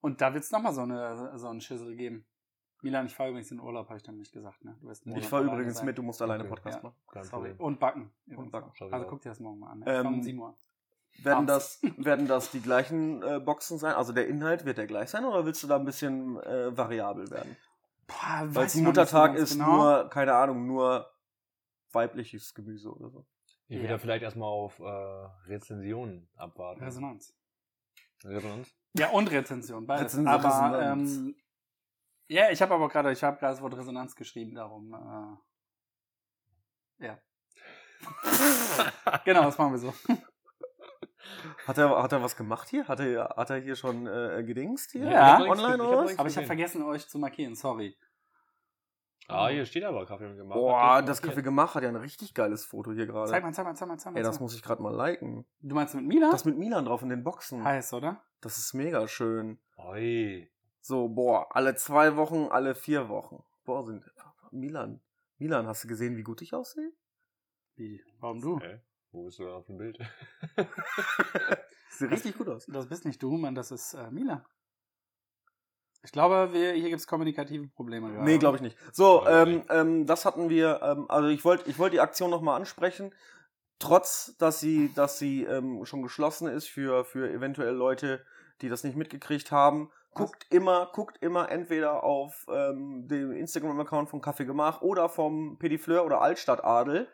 [SPEAKER 2] Und da wird es nochmal so, eine, so einen Schüssel geben. Milan, ich fahre übrigens in Urlaub, habe ich dann nicht gesagt. Ne? Du wirst im
[SPEAKER 3] Ich
[SPEAKER 2] Urlaub
[SPEAKER 3] fahre
[SPEAKER 2] alleine
[SPEAKER 3] übrigens
[SPEAKER 2] sein.
[SPEAKER 3] mit. Du musst alleine
[SPEAKER 4] Okay.
[SPEAKER 3] Podcast
[SPEAKER 2] Ja.
[SPEAKER 3] machen.
[SPEAKER 4] Kein
[SPEAKER 2] Sorry.
[SPEAKER 4] Problem.
[SPEAKER 2] Und backen. übrigens
[SPEAKER 3] backen.
[SPEAKER 2] auch. Also guck dir das morgen mal an. Ne?
[SPEAKER 3] Ähm,
[SPEAKER 2] um 7 Uhr.
[SPEAKER 3] Werden
[SPEAKER 2] Abends.
[SPEAKER 3] das, werden das die gleichen äh, Boxen sein? Also der Inhalt wird der gleich sein oder willst du da ein bisschen äh, variabel werden?
[SPEAKER 2] Boah,
[SPEAKER 3] Weil
[SPEAKER 2] weiß
[SPEAKER 3] es
[SPEAKER 2] ich noch
[SPEAKER 3] Muttertag
[SPEAKER 2] nicht so ganz genau.
[SPEAKER 3] ist nur, keine Ahnung, nur weibliches Gemüse oder so.
[SPEAKER 4] Ich will
[SPEAKER 2] Ja.
[SPEAKER 4] da vielleicht erstmal auf äh, Rezensionen abwarten.
[SPEAKER 2] Resonanz.
[SPEAKER 4] Resonanz?
[SPEAKER 2] Ja, und Rezension, beides.
[SPEAKER 3] Rezension,
[SPEAKER 2] aber,
[SPEAKER 3] Resonanz.
[SPEAKER 2] ähm, ja, ich habe aber gerade, ich habe gerade das Wort Resonanz geschrieben, darum, äh, ja. genau, das machen wir so.
[SPEAKER 3] Hat er, hat er was gemacht hier? Hat er, hat er hier schon äh, gedingst hier?
[SPEAKER 2] Ja.
[SPEAKER 4] ich hab
[SPEAKER 3] Online
[SPEAKER 4] nichts-
[SPEAKER 3] oder
[SPEAKER 4] hab
[SPEAKER 3] was?
[SPEAKER 4] nichts
[SPEAKER 2] Aber ich habe
[SPEAKER 4] gesehen.
[SPEAKER 2] vergessen, euch zu markieren, sorry.
[SPEAKER 4] Ah, hier steht aber Kaffee und gemacht.
[SPEAKER 3] Genau. Boah, das Kaffee gemacht hat ja ein richtig geiles Foto hier
[SPEAKER 2] Zeig
[SPEAKER 3] gerade.
[SPEAKER 2] mal, zeig mal, zeig mal, zeig mal.
[SPEAKER 3] Ey, das
[SPEAKER 2] zeig mal.
[SPEAKER 3] muss ich gerade mal liken.
[SPEAKER 2] du meinst mit Mila?
[SPEAKER 3] Das mit Milan drauf in den Boxen.
[SPEAKER 2] Heiß, oder?
[SPEAKER 3] Das ist mega schön.
[SPEAKER 4] Oi.
[SPEAKER 3] So, boah, alle zwei Wochen, alle vier Wochen. Boah, sind Milan. Milan, hast du gesehen, wie gut ich aussehe?
[SPEAKER 2] Wie? Warum
[SPEAKER 3] Äh.
[SPEAKER 2] du?
[SPEAKER 4] Hä? Wo bist du da auf dem Bild?
[SPEAKER 3] Sieht richtig gut aus.
[SPEAKER 2] Das bist nicht du, Mann, das ist äh, Mila. Ich glaube, wir, hier gibt es kommunikative Probleme gerade.
[SPEAKER 3] Nee, glaube ich nicht. So,
[SPEAKER 4] Ja,
[SPEAKER 3] ähm,
[SPEAKER 4] nee.
[SPEAKER 3] ähm, das hatten wir, ähm, also ich wollte ich wollt die Aktion nochmal ansprechen, trotz, dass sie, dass sie ähm, schon geschlossen ist für, für eventuell Leute, die das nicht mitgekriegt haben. Guckt immer, guckt immer entweder auf ähm, dem Instagram-Account von Kaffee Gemach oder vom Pedifleur oder Altstadtadel.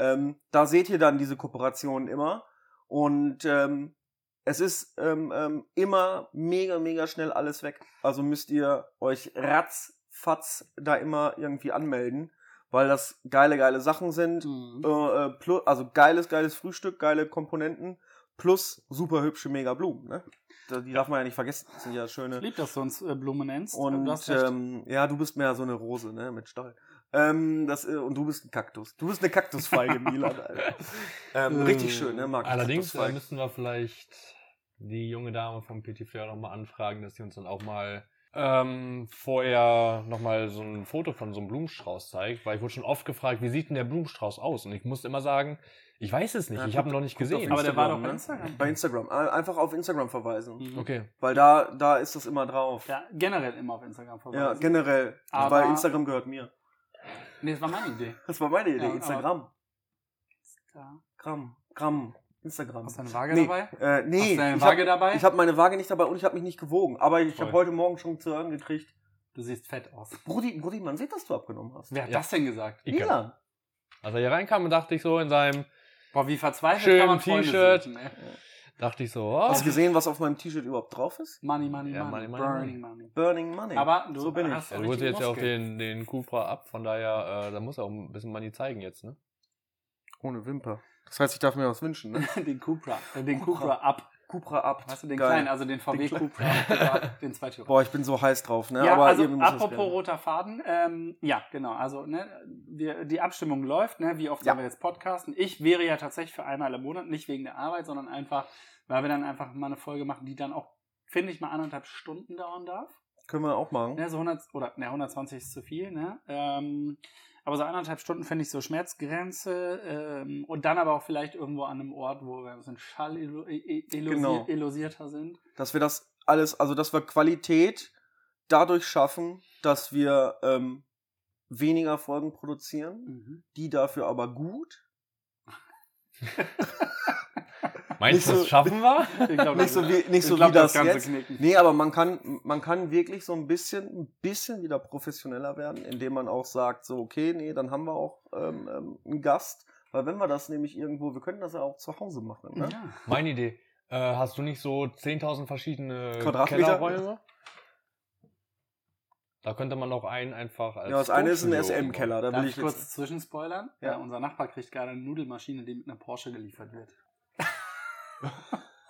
[SPEAKER 3] Ähm, da seht ihr dann diese Kooperationen immer. Und ähm, es ist ähm, ähm, immer mega, mega schnell alles weg. Also müsst ihr euch ratzfatz da immer irgendwie anmelden, weil das geile, geile Sachen sind.
[SPEAKER 2] Mhm.
[SPEAKER 3] Äh, äh, plus, also geiles, geiles Frühstück, geile Komponenten plus super hübsche, mega Blumen. Ne? Da- Die darf man ja nicht vergessen. Das sind ja
[SPEAKER 2] Ich
[SPEAKER 3] schöne.
[SPEAKER 2] lieb, dass du uns äh, Blumen nennst. du
[SPEAKER 3] Und
[SPEAKER 2] hast recht.
[SPEAKER 3] ähm, ja, du bist mehr so eine Rose, ne, mit Stachel. Ähm, das, äh, und du bist ein Kaktus. Du bist eine Kaktusfeige, Milan. Alter. Ähm,
[SPEAKER 2] Äh,
[SPEAKER 3] richtig schön, ne, Marc?
[SPEAKER 4] Allerdings äh,
[SPEAKER 3] Kaktusfeige.
[SPEAKER 4] müssen wir vielleicht die junge Dame vom Petit Flair nochmal anfragen, dass sie uns dann auch mal ähm, vorher nochmal so ein Foto von so einem Blumenstrauß zeigt, weil ich wurde schon oft gefragt, wie sieht denn der Blumenstrauß aus? Und ich musste immer sagen, ich weiß es nicht,
[SPEAKER 3] Ja,
[SPEAKER 4] ich
[SPEAKER 3] guck-
[SPEAKER 4] habe ihn noch nicht
[SPEAKER 3] guckt
[SPEAKER 4] gesehen.
[SPEAKER 3] auf
[SPEAKER 2] Aber der war doch
[SPEAKER 3] ne?
[SPEAKER 2] bei Instagram.
[SPEAKER 3] Bei Instagram. Ein- Einfach auf Instagram verweisen.
[SPEAKER 2] Mhm.
[SPEAKER 4] okay.
[SPEAKER 3] Weil da, da ist das immer drauf. Ja,
[SPEAKER 2] Ja, generell immer auf Instagram verweisen.
[SPEAKER 3] generell.
[SPEAKER 2] Aber-
[SPEAKER 3] weil Instagram gehört mir.
[SPEAKER 2] nee, das war meine Idee.
[SPEAKER 3] Das war meine Idee.
[SPEAKER 2] Ja, aber-
[SPEAKER 3] Instagram.
[SPEAKER 2] Ja.
[SPEAKER 3] Gramm. Gramm. Instagram.
[SPEAKER 2] Hast du eine Waage
[SPEAKER 3] nee,
[SPEAKER 2] dabei?
[SPEAKER 3] Äh, nee.
[SPEAKER 2] Hast du deine
[SPEAKER 3] ich
[SPEAKER 2] Waage
[SPEAKER 3] hab,
[SPEAKER 2] dabei?
[SPEAKER 3] Ich habe meine Waage nicht dabei und ich habe mich nicht gewogen. Aber ich
[SPEAKER 4] Voll.
[SPEAKER 3] habe heute Morgen schon zu hören gekriegt,
[SPEAKER 2] Du siehst fett aus.
[SPEAKER 3] Brudi, Brudi, man sieht, dass du abgenommen hast.
[SPEAKER 2] Wer hat
[SPEAKER 4] Ja.
[SPEAKER 2] das denn gesagt?
[SPEAKER 4] Ika.
[SPEAKER 3] Milan.
[SPEAKER 4] Als er hier reinkam, dachte ich so in seinem,
[SPEAKER 2] Boah, wie verzweifelt
[SPEAKER 4] Schön
[SPEAKER 2] kann man Freunde
[SPEAKER 4] T-Shirt.
[SPEAKER 2] suchen, ey.
[SPEAKER 4] dachte ich so, oh,
[SPEAKER 3] Hast du gesehen, was auf meinem T-Shirt überhaupt drauf ist?
[SPEAKER 2] Money, money,
[SPEAKER 4] Ja,
[SPEAKER 2] money,
[SPEAKER 4] money, money,
[SPEAKER 2] burning money.
[SPEAKER 3] Burning Money.
[SPEAKER 2] Aber du
[SPEAKER 3] So bin ich.
[SPEAKER 2] hast
[SPEAKER 4] er
[SPEAKER 2] richtig
[SPEAKER 4] holt jetzt ja auch
[SPEAKER 2] Muskeln.
[SPEAKER 4] den, den Kufra ab, von daher, äh, da muss er auch ein bisschen Money zeigen jetzt, ne?
[SPEAKER 3] Ohne Wimper. Das heißt, ich darf mir was wünschen, ne?
[SPEAKER 2] den Cupra, äh, den Cupra ab.
[SPEAKER 3] Cupra Abt.
[SPEAKER 2] Hast du den
[SPEAKER 3] Geil.
[SPEAKER 2] kleinen, also den VW
[SPEAKER 4] kleinen.
[SPEAKER 2] Cupra, den Zweitürer.
[SPEAKER 3] Boah, ich bin so heiß drauf, ne?
[SPEAKER 2] Ja, also
[SPEAKER 3] ihr müsst das
[SPEAKER 2] apropos
[SPEAKER 3] werden.
[SPEAKER 2] roter Faden, ähm, ja, genau. Also ne, wir, die Abstimmung läuft, ne, wie oft
[SPEAKER 3] Ja.
[SPEAKER 2] sollen wir jetzt podcasten? Ich wäre ja tatsächlich für einmal im Monat, nicht wegen der Arbeit, sondern einfach, weil wir dann einfach mal eine Folge machen, die dann auch, finde ich, mal anderthalb Stunden dauern darf.
[SPEAKER 3] Können wir auch machen.
[SPEAKER 2] Ne, so 100, oder ne, 120 ist zu viel, ne? Ähm, aber so anderthalb Stunden fände ich so Schmerzgrenze ähm, und dann aber auch vielleicht irgendwo an einem Ort, wo wir ein bisschen e,
[SPEAKER 3] Genau.
[SPEAKER 2] schallelusierter sind.
[SPEAKER 3] Dass wir das alles, also dass wir Qualität dadurch schaffen, dass wir ähm, weniger Folgen produzieren,
[SPEAKER 2] Mhm.
[SPEAKER 3] die dafür aber gut.
[SPEAKER 4] Meinst
[SPEAKER 3] Nicht
[SPEAKER 4] du, das
[SPEAKER 3] so-
[SPEAKER 4] schaffen wir?
[SPEAKER 2] Ich glaub,
[SPEAKER 3] Nicht so wie, nicht
[SPEAKER 2] ich
[SPEAKER 3] so
[SPEAKER 2] glaub,
[SPEAKER 3] wie das,
[SPEAKER 2] Ganze
[SPEAKER 3] jetzt.
[SPEAKER 2] Knicken.
[SPEAKER 3] Nee, aber man kann, man kann wirklich so ein bisschen, ein bisschen wieder professioneller werden, indem man auch sagt, so, okay, nee, dann haben wir auch ähm, ähm, einen Gast. Weil wenn wir das nämlich irgendwo, wir können das ja auch zu Hause machen, ne?
[SPEAKER 2] Ja.
[SPEAKER 4] Meine Idee. Äh, hast du nicht so 10.000 verschiedene
[SPEAKER 3] Quadratmeter?
[SPEAKER 4] Kellerräume? Da könnte man auch einen einfach als.
[SPEAKER 3] Ja, das eine ist ein
[SPEAKER 4] Tonstudio
[SPEAKER 3] SM-Keller, da
[SPEAKER 2] Darf
[SPEAKER 3] will
[SPEAKER 2] ich
[SPEAKER 3] ich
[SPEAKER 2] kurz
[SPEAKER 3] jetzt.
[SPEAKER 2] zwischenspoilern?
[SPEAKER 3] Ja.
[SPEAKER 2] Ja. unser Nachbar kriegt gerade eine Nudelmaschine, die mit einer Porsche geliefert wird.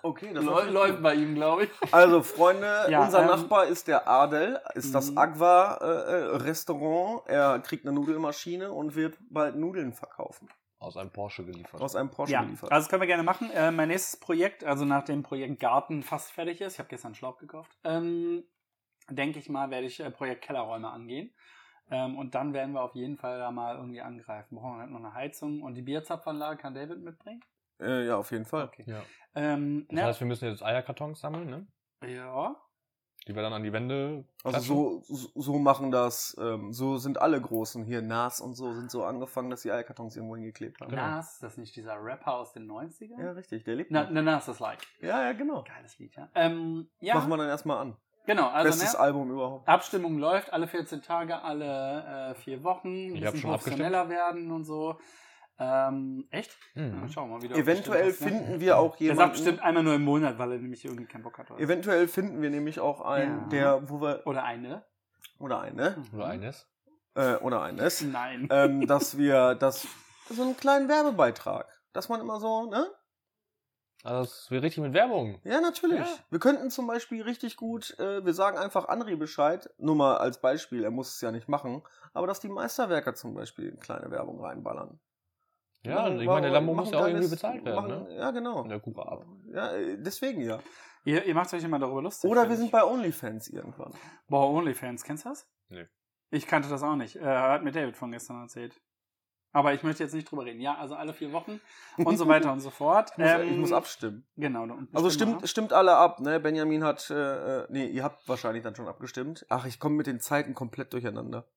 [SPEAKER 3] Okay, das
[SPEAKER 2] Läu- läuft bei ihm, glaube ich.
[SPEAKER 3] Also, Freunde,
[SPEAKER 2] Ja,
[SPEAKER 3] unser
[SPEAKER 2] ähm,
[SPEAKER 3] Nachbar ist der Adel, ist das
[SPEAKER 2] Mhm.
[SPEAKER 3] Agua-Restaurant. er kriegt eine Nudelmaschine und wird bald Nudeln verkaufen.
[SPEAKER 4] Aus einem Porsche geliefert.
[SPEAKER 3] Aus einem Porsche
[SPEAKER 2] Ja, also
[SPEAKER 3] geliefert.
[SPEAKER 2] das können wir gerne machen. Äh, mein nächstes Projekt, also nachdem Projekt Garten fast fertig ist, ich habe gestern einen Schlauch gekauft, ähm, denke ich mal, werde ich äh, Projekt Kellerräume angehen. Ähm, und dann werden wir auf jeden Fall da mal irgendwie angreifen. Brauchen wir halt noch eine Heizung und die Bierzapfanlage kann David mitbringen.
[SPEAKER 3] äh, ja, auf jeden Fall.
[SPEAKER 4] ja.
[SPEAKER 2] Ähm,
[SPEAKER 4] Das heißt, wir müssen jetzt Eierkartons sammeln, ne?
[SPEAKER 2] ne? Ja.
[SPEAKER 4] Die wir dann an die Wände.
[SPEAKER 3] Also
[SPEAKER 4] klatschen.
[SPEAKER 3] so, so so machen das, ähm, so sind alle Großen hier, Nas und so, sind so angefangen, dass die Eierkartons irgendwo hingeklebt haben.
[SPEAKER 4] Genau.
[SPEAKER 2] Nas, ist das nicht dieser Rapper aus den 90ern?
[SPEAKER 3] Ja, richtig, der lebt
[SPEAKER 2] Na,
[SPEAKER 3] noch.
[SPEAKER 2] na, Nas, das Like.
[SPEAKER 3] Ja, ja, genau.
[SPEAKER 2] Geiles Lied, ja. Ähm, ja,
[SPEAKER 3] Machen wir dann erstmal an.
[SPEAKER 2] genau. Also,
[SPEAKER 3] Bestes
[SPEAKER 2] ne,
[SPEAKER 3] Album überhaupt.
[SPEAKER 2] Abstimmung läuft alle 14 Tage, alle äh, vier Wochen.
[SPEAKER 4] Ich
[SPEAKER 2] Ein
[SPEAKER 4] hab
[SPEAKER 2] bisschen
[SPEAKER 4] schon abgestimmt.
[SPEAKER 2] professioneller werden und so. Ähm, echt?
[SPEAKER 4] Mhm.
[SPEAKER 2] Ja, schauen wir mal, wie du
[SPEAKER 3] Eventuell
[SPEAKER 2] abgestimmt hast, ne?
[SPEAKER 3] finden wir auch
[SPEAKER 2] Der
[SPEAKER 3] jemanden.
[SPEAKER 2] sagt bestimmt einmal nur im Monat, weil er nämlich irgendwie keinen Bock hat. Oder, so.
[SPEAKER 3] Eventuell finden wir nämlich auch einen,
[SPEAKER 2] Ja.
[SPEAKER 3] der, wo wir,
[SPEAKER 2] oder eine.
[SPEAKER 3] oder eine,
[SPEAKER 2] Mhm.
[SPEAKER 4] Oder eines.
[SPEAKER 3] äh, oder eines,
[SPEAKER 2] Nein.
[SPEAKER 3] ähm, dass wir, dass, so einen kleinen Werbebeitrag, dass man immer so, ne?
[SPEAKER 4] Also das wäre richtig mit Werbung.
[SPEAKER 3] Ja, natürlich.
[SPEAKER 4] Ja.
[SPEAKER 3] Wir könnten zum Beispiel richtig gut, äh, wir sagen einfach André Bescheid, nur mal als Beispiel, er muss es ja nicht machen, aber dass die Meisterwerker zum Beispiel kleine Werbung reinballern.
[SPEAKER 4] Ja,
[SPEAKER 3] Machen-
[SPEAKER 4] ich meine, der Lambo
[SPEAKER 3] machen
[SPEAKER 4] muss ja auch
[SPEAKER 3] geiles-
[SPEAKER 4] irgendwie bezahlt werden,
[SPEAKER 3] machen-
[SPEAKER 4] ne?
[SPEAKER 3] Ja, genau.
[SPEAKER 4] In der Kuba ab.
[SPEAKER 3] Ja, äh, deswegen ja.
[SPEAKER 2] ihr, ihr macht euch immer darüber lustig.
[SPEAKER 3] Oder
[SPEAKER 2] finde
[SPEAKER 3] wir
[SPEAKER 2] ich.
[SPEAKER 3] sind bei OnlyFans irgendwann.
[SPEAKER 2] Boah, OnlyFans, kennst du das?
[SPEAKER 4] Nee.
[SPEAKER 2] Ich kannte das auch nicht. Äh, hat mir David von gestern erzählt. Aber ich möchte jetzt nicht drüber reden. Ja, also alle vier Wochen und so weiter und so fort.
[SPEAKER 3] Ich muss, ich
[SPEAKER 2] Ähm,
[SPEAKER 3] muss abstimmen.
[SPEAKER 2] Genau. du- du
[SPEAKER 3] Also
[SPEAKER 2] stimmst
[SPEAKER 3] stimmt, stimmt alle ab, ne? Benjamin hat, äh, äh, nee, ihr habt wahrscheinlich dann schon abgestimmt. Ach, ich komme mit den Zeiten komplett durcheinander.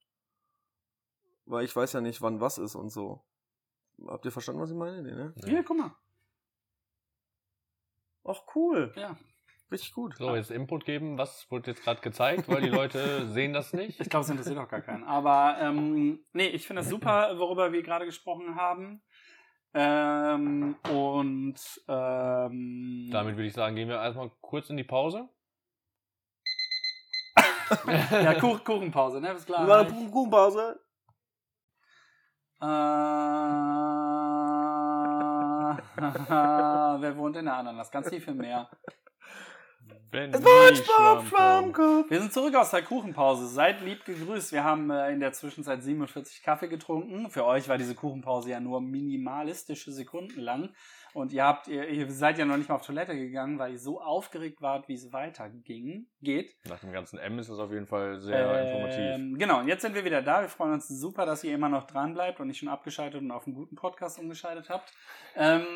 [SPEAKER 3] Weil ich weiß ja nicht, wann was ist und so. Habt ihr verstanden, was ich meine? Nee, ne?
[SPEAKER 2] mal. Hier, guck mal.
[SPEAKER 3] Ach, cool.
[SPEAKER 2] Ja.
[SPEAKER 3] Richtig gut.
[SPEAKER 4] So, jetzt Input geben. Was wurde jetzt gerade gezeigt? Weil die Leute sehen das nicht.
[SPEAKER 2] Ich glaube, es interessiert auch gar keinen. Aber ähm, nee, ich finde es super, worüber wir gerade gesprochen haben. Ähm, und ähm,
[SPEAKER 4] Damit würde ich sagen, gehen wir erstmal kurz in die Pause.
[SPEAKER 2] ja, Kuchen, Kuchenpause, ne? Bis
[SPEAKER 3] Wir waren
[SPEAKER 2] gleich.
[SPEAKER 3] in der Kuchenpause.
[SPEAKER 2] Äh, Äh, wer wohnt in der Ananas? Ganz tief im Meer.
[SPEAKER 4] Wenn
[SPEAKER 3] Es
[SPEAKER 4] die
[SPEAKER 3] war ein
[SPEAKER 4] Schwamm
[SPEAKER 3] Schwarm,
[SPEAKER 4] kommt.
[SPEAKER 3] Schwarmkopf.
[SPEAKER 2] Wir sind zurück aus der Kuchenpause. Seid lieb gegrüßt. Wir haben äh, in der Zwischenzeit 47 Kaffee getrunken. Für euch war diese Kuchenpause ja nur minimalistische Sekunden lang. Und ihr habt, ihr, ihr seid ja noch nicht mal auf Toilette gegangen, weil ihr so aufgeregt wart, wie es weiterging, geht.
[SPEAKER 4] Nach dem ganzen M ist das auf jeden Fall sehr informativ.
[SPEAKER 2] Ähm, genau. Und jetzt sind wir wieder da. Wir freuen uns super, dass ihr immer noch dran bleibt und nicht schon abgeschaltet und auf einen guten Podcast umgeschaltet habt. Ähm,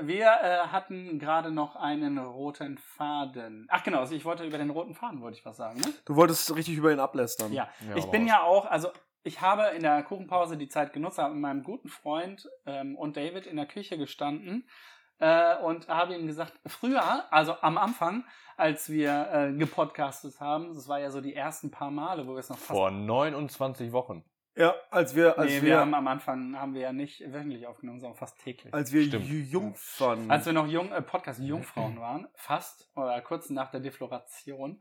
[SPEAKER 2] wir äh, hatten gerade noch einen roten Faden. Ach genau. Ich wollte über den roten Faden wollte ich was sagen. Ne?
[SPEAKER 3] Du wolltest richtig über ihn ablästern.
[SPEAKER 2] Ja,
[SPEAKER 4] Ja,
[SPEAKER 2] ich
[SPEAKER 4] aber
[SPEAKER 2] bin
[SPEAKER 4] was-
[SPEAKER 2] ja auch, also ich habe in der Kuchenpause die Zeit genutzt, habe mit meinem guten Freund ähm, und David in der Küche gestanden äh, und habe ihm gesagt, früher, also am Anfang, als wir äh, gepodcastet haben, das war ja so die ersten paar Male, wo wir es noch fast...
[SPEAKER 4] Vor 29 Wochen.
[SPEAKER 3] Ja, als wir, als
[SPEAKER 4] also
[SPEAKER 2] nee, wir,
[SPEAKER 3] wir,
[SPEAKER 2] haben am Anfang, haben wir ja nicht wöchentlich aufgenommen, sondern fast
[SPEAKER 4] Also
[SPEAKER 2] täglich.
[SPEAKER 3] als wir
[SPEAKER 4] Stimmt.
[SPEAKER 3] ju- jung waren.
[SPEAKER 2] Als wir noch jung, äh, Podcast-Jungfrauen waren, fast, oder kurz nach der Defloration,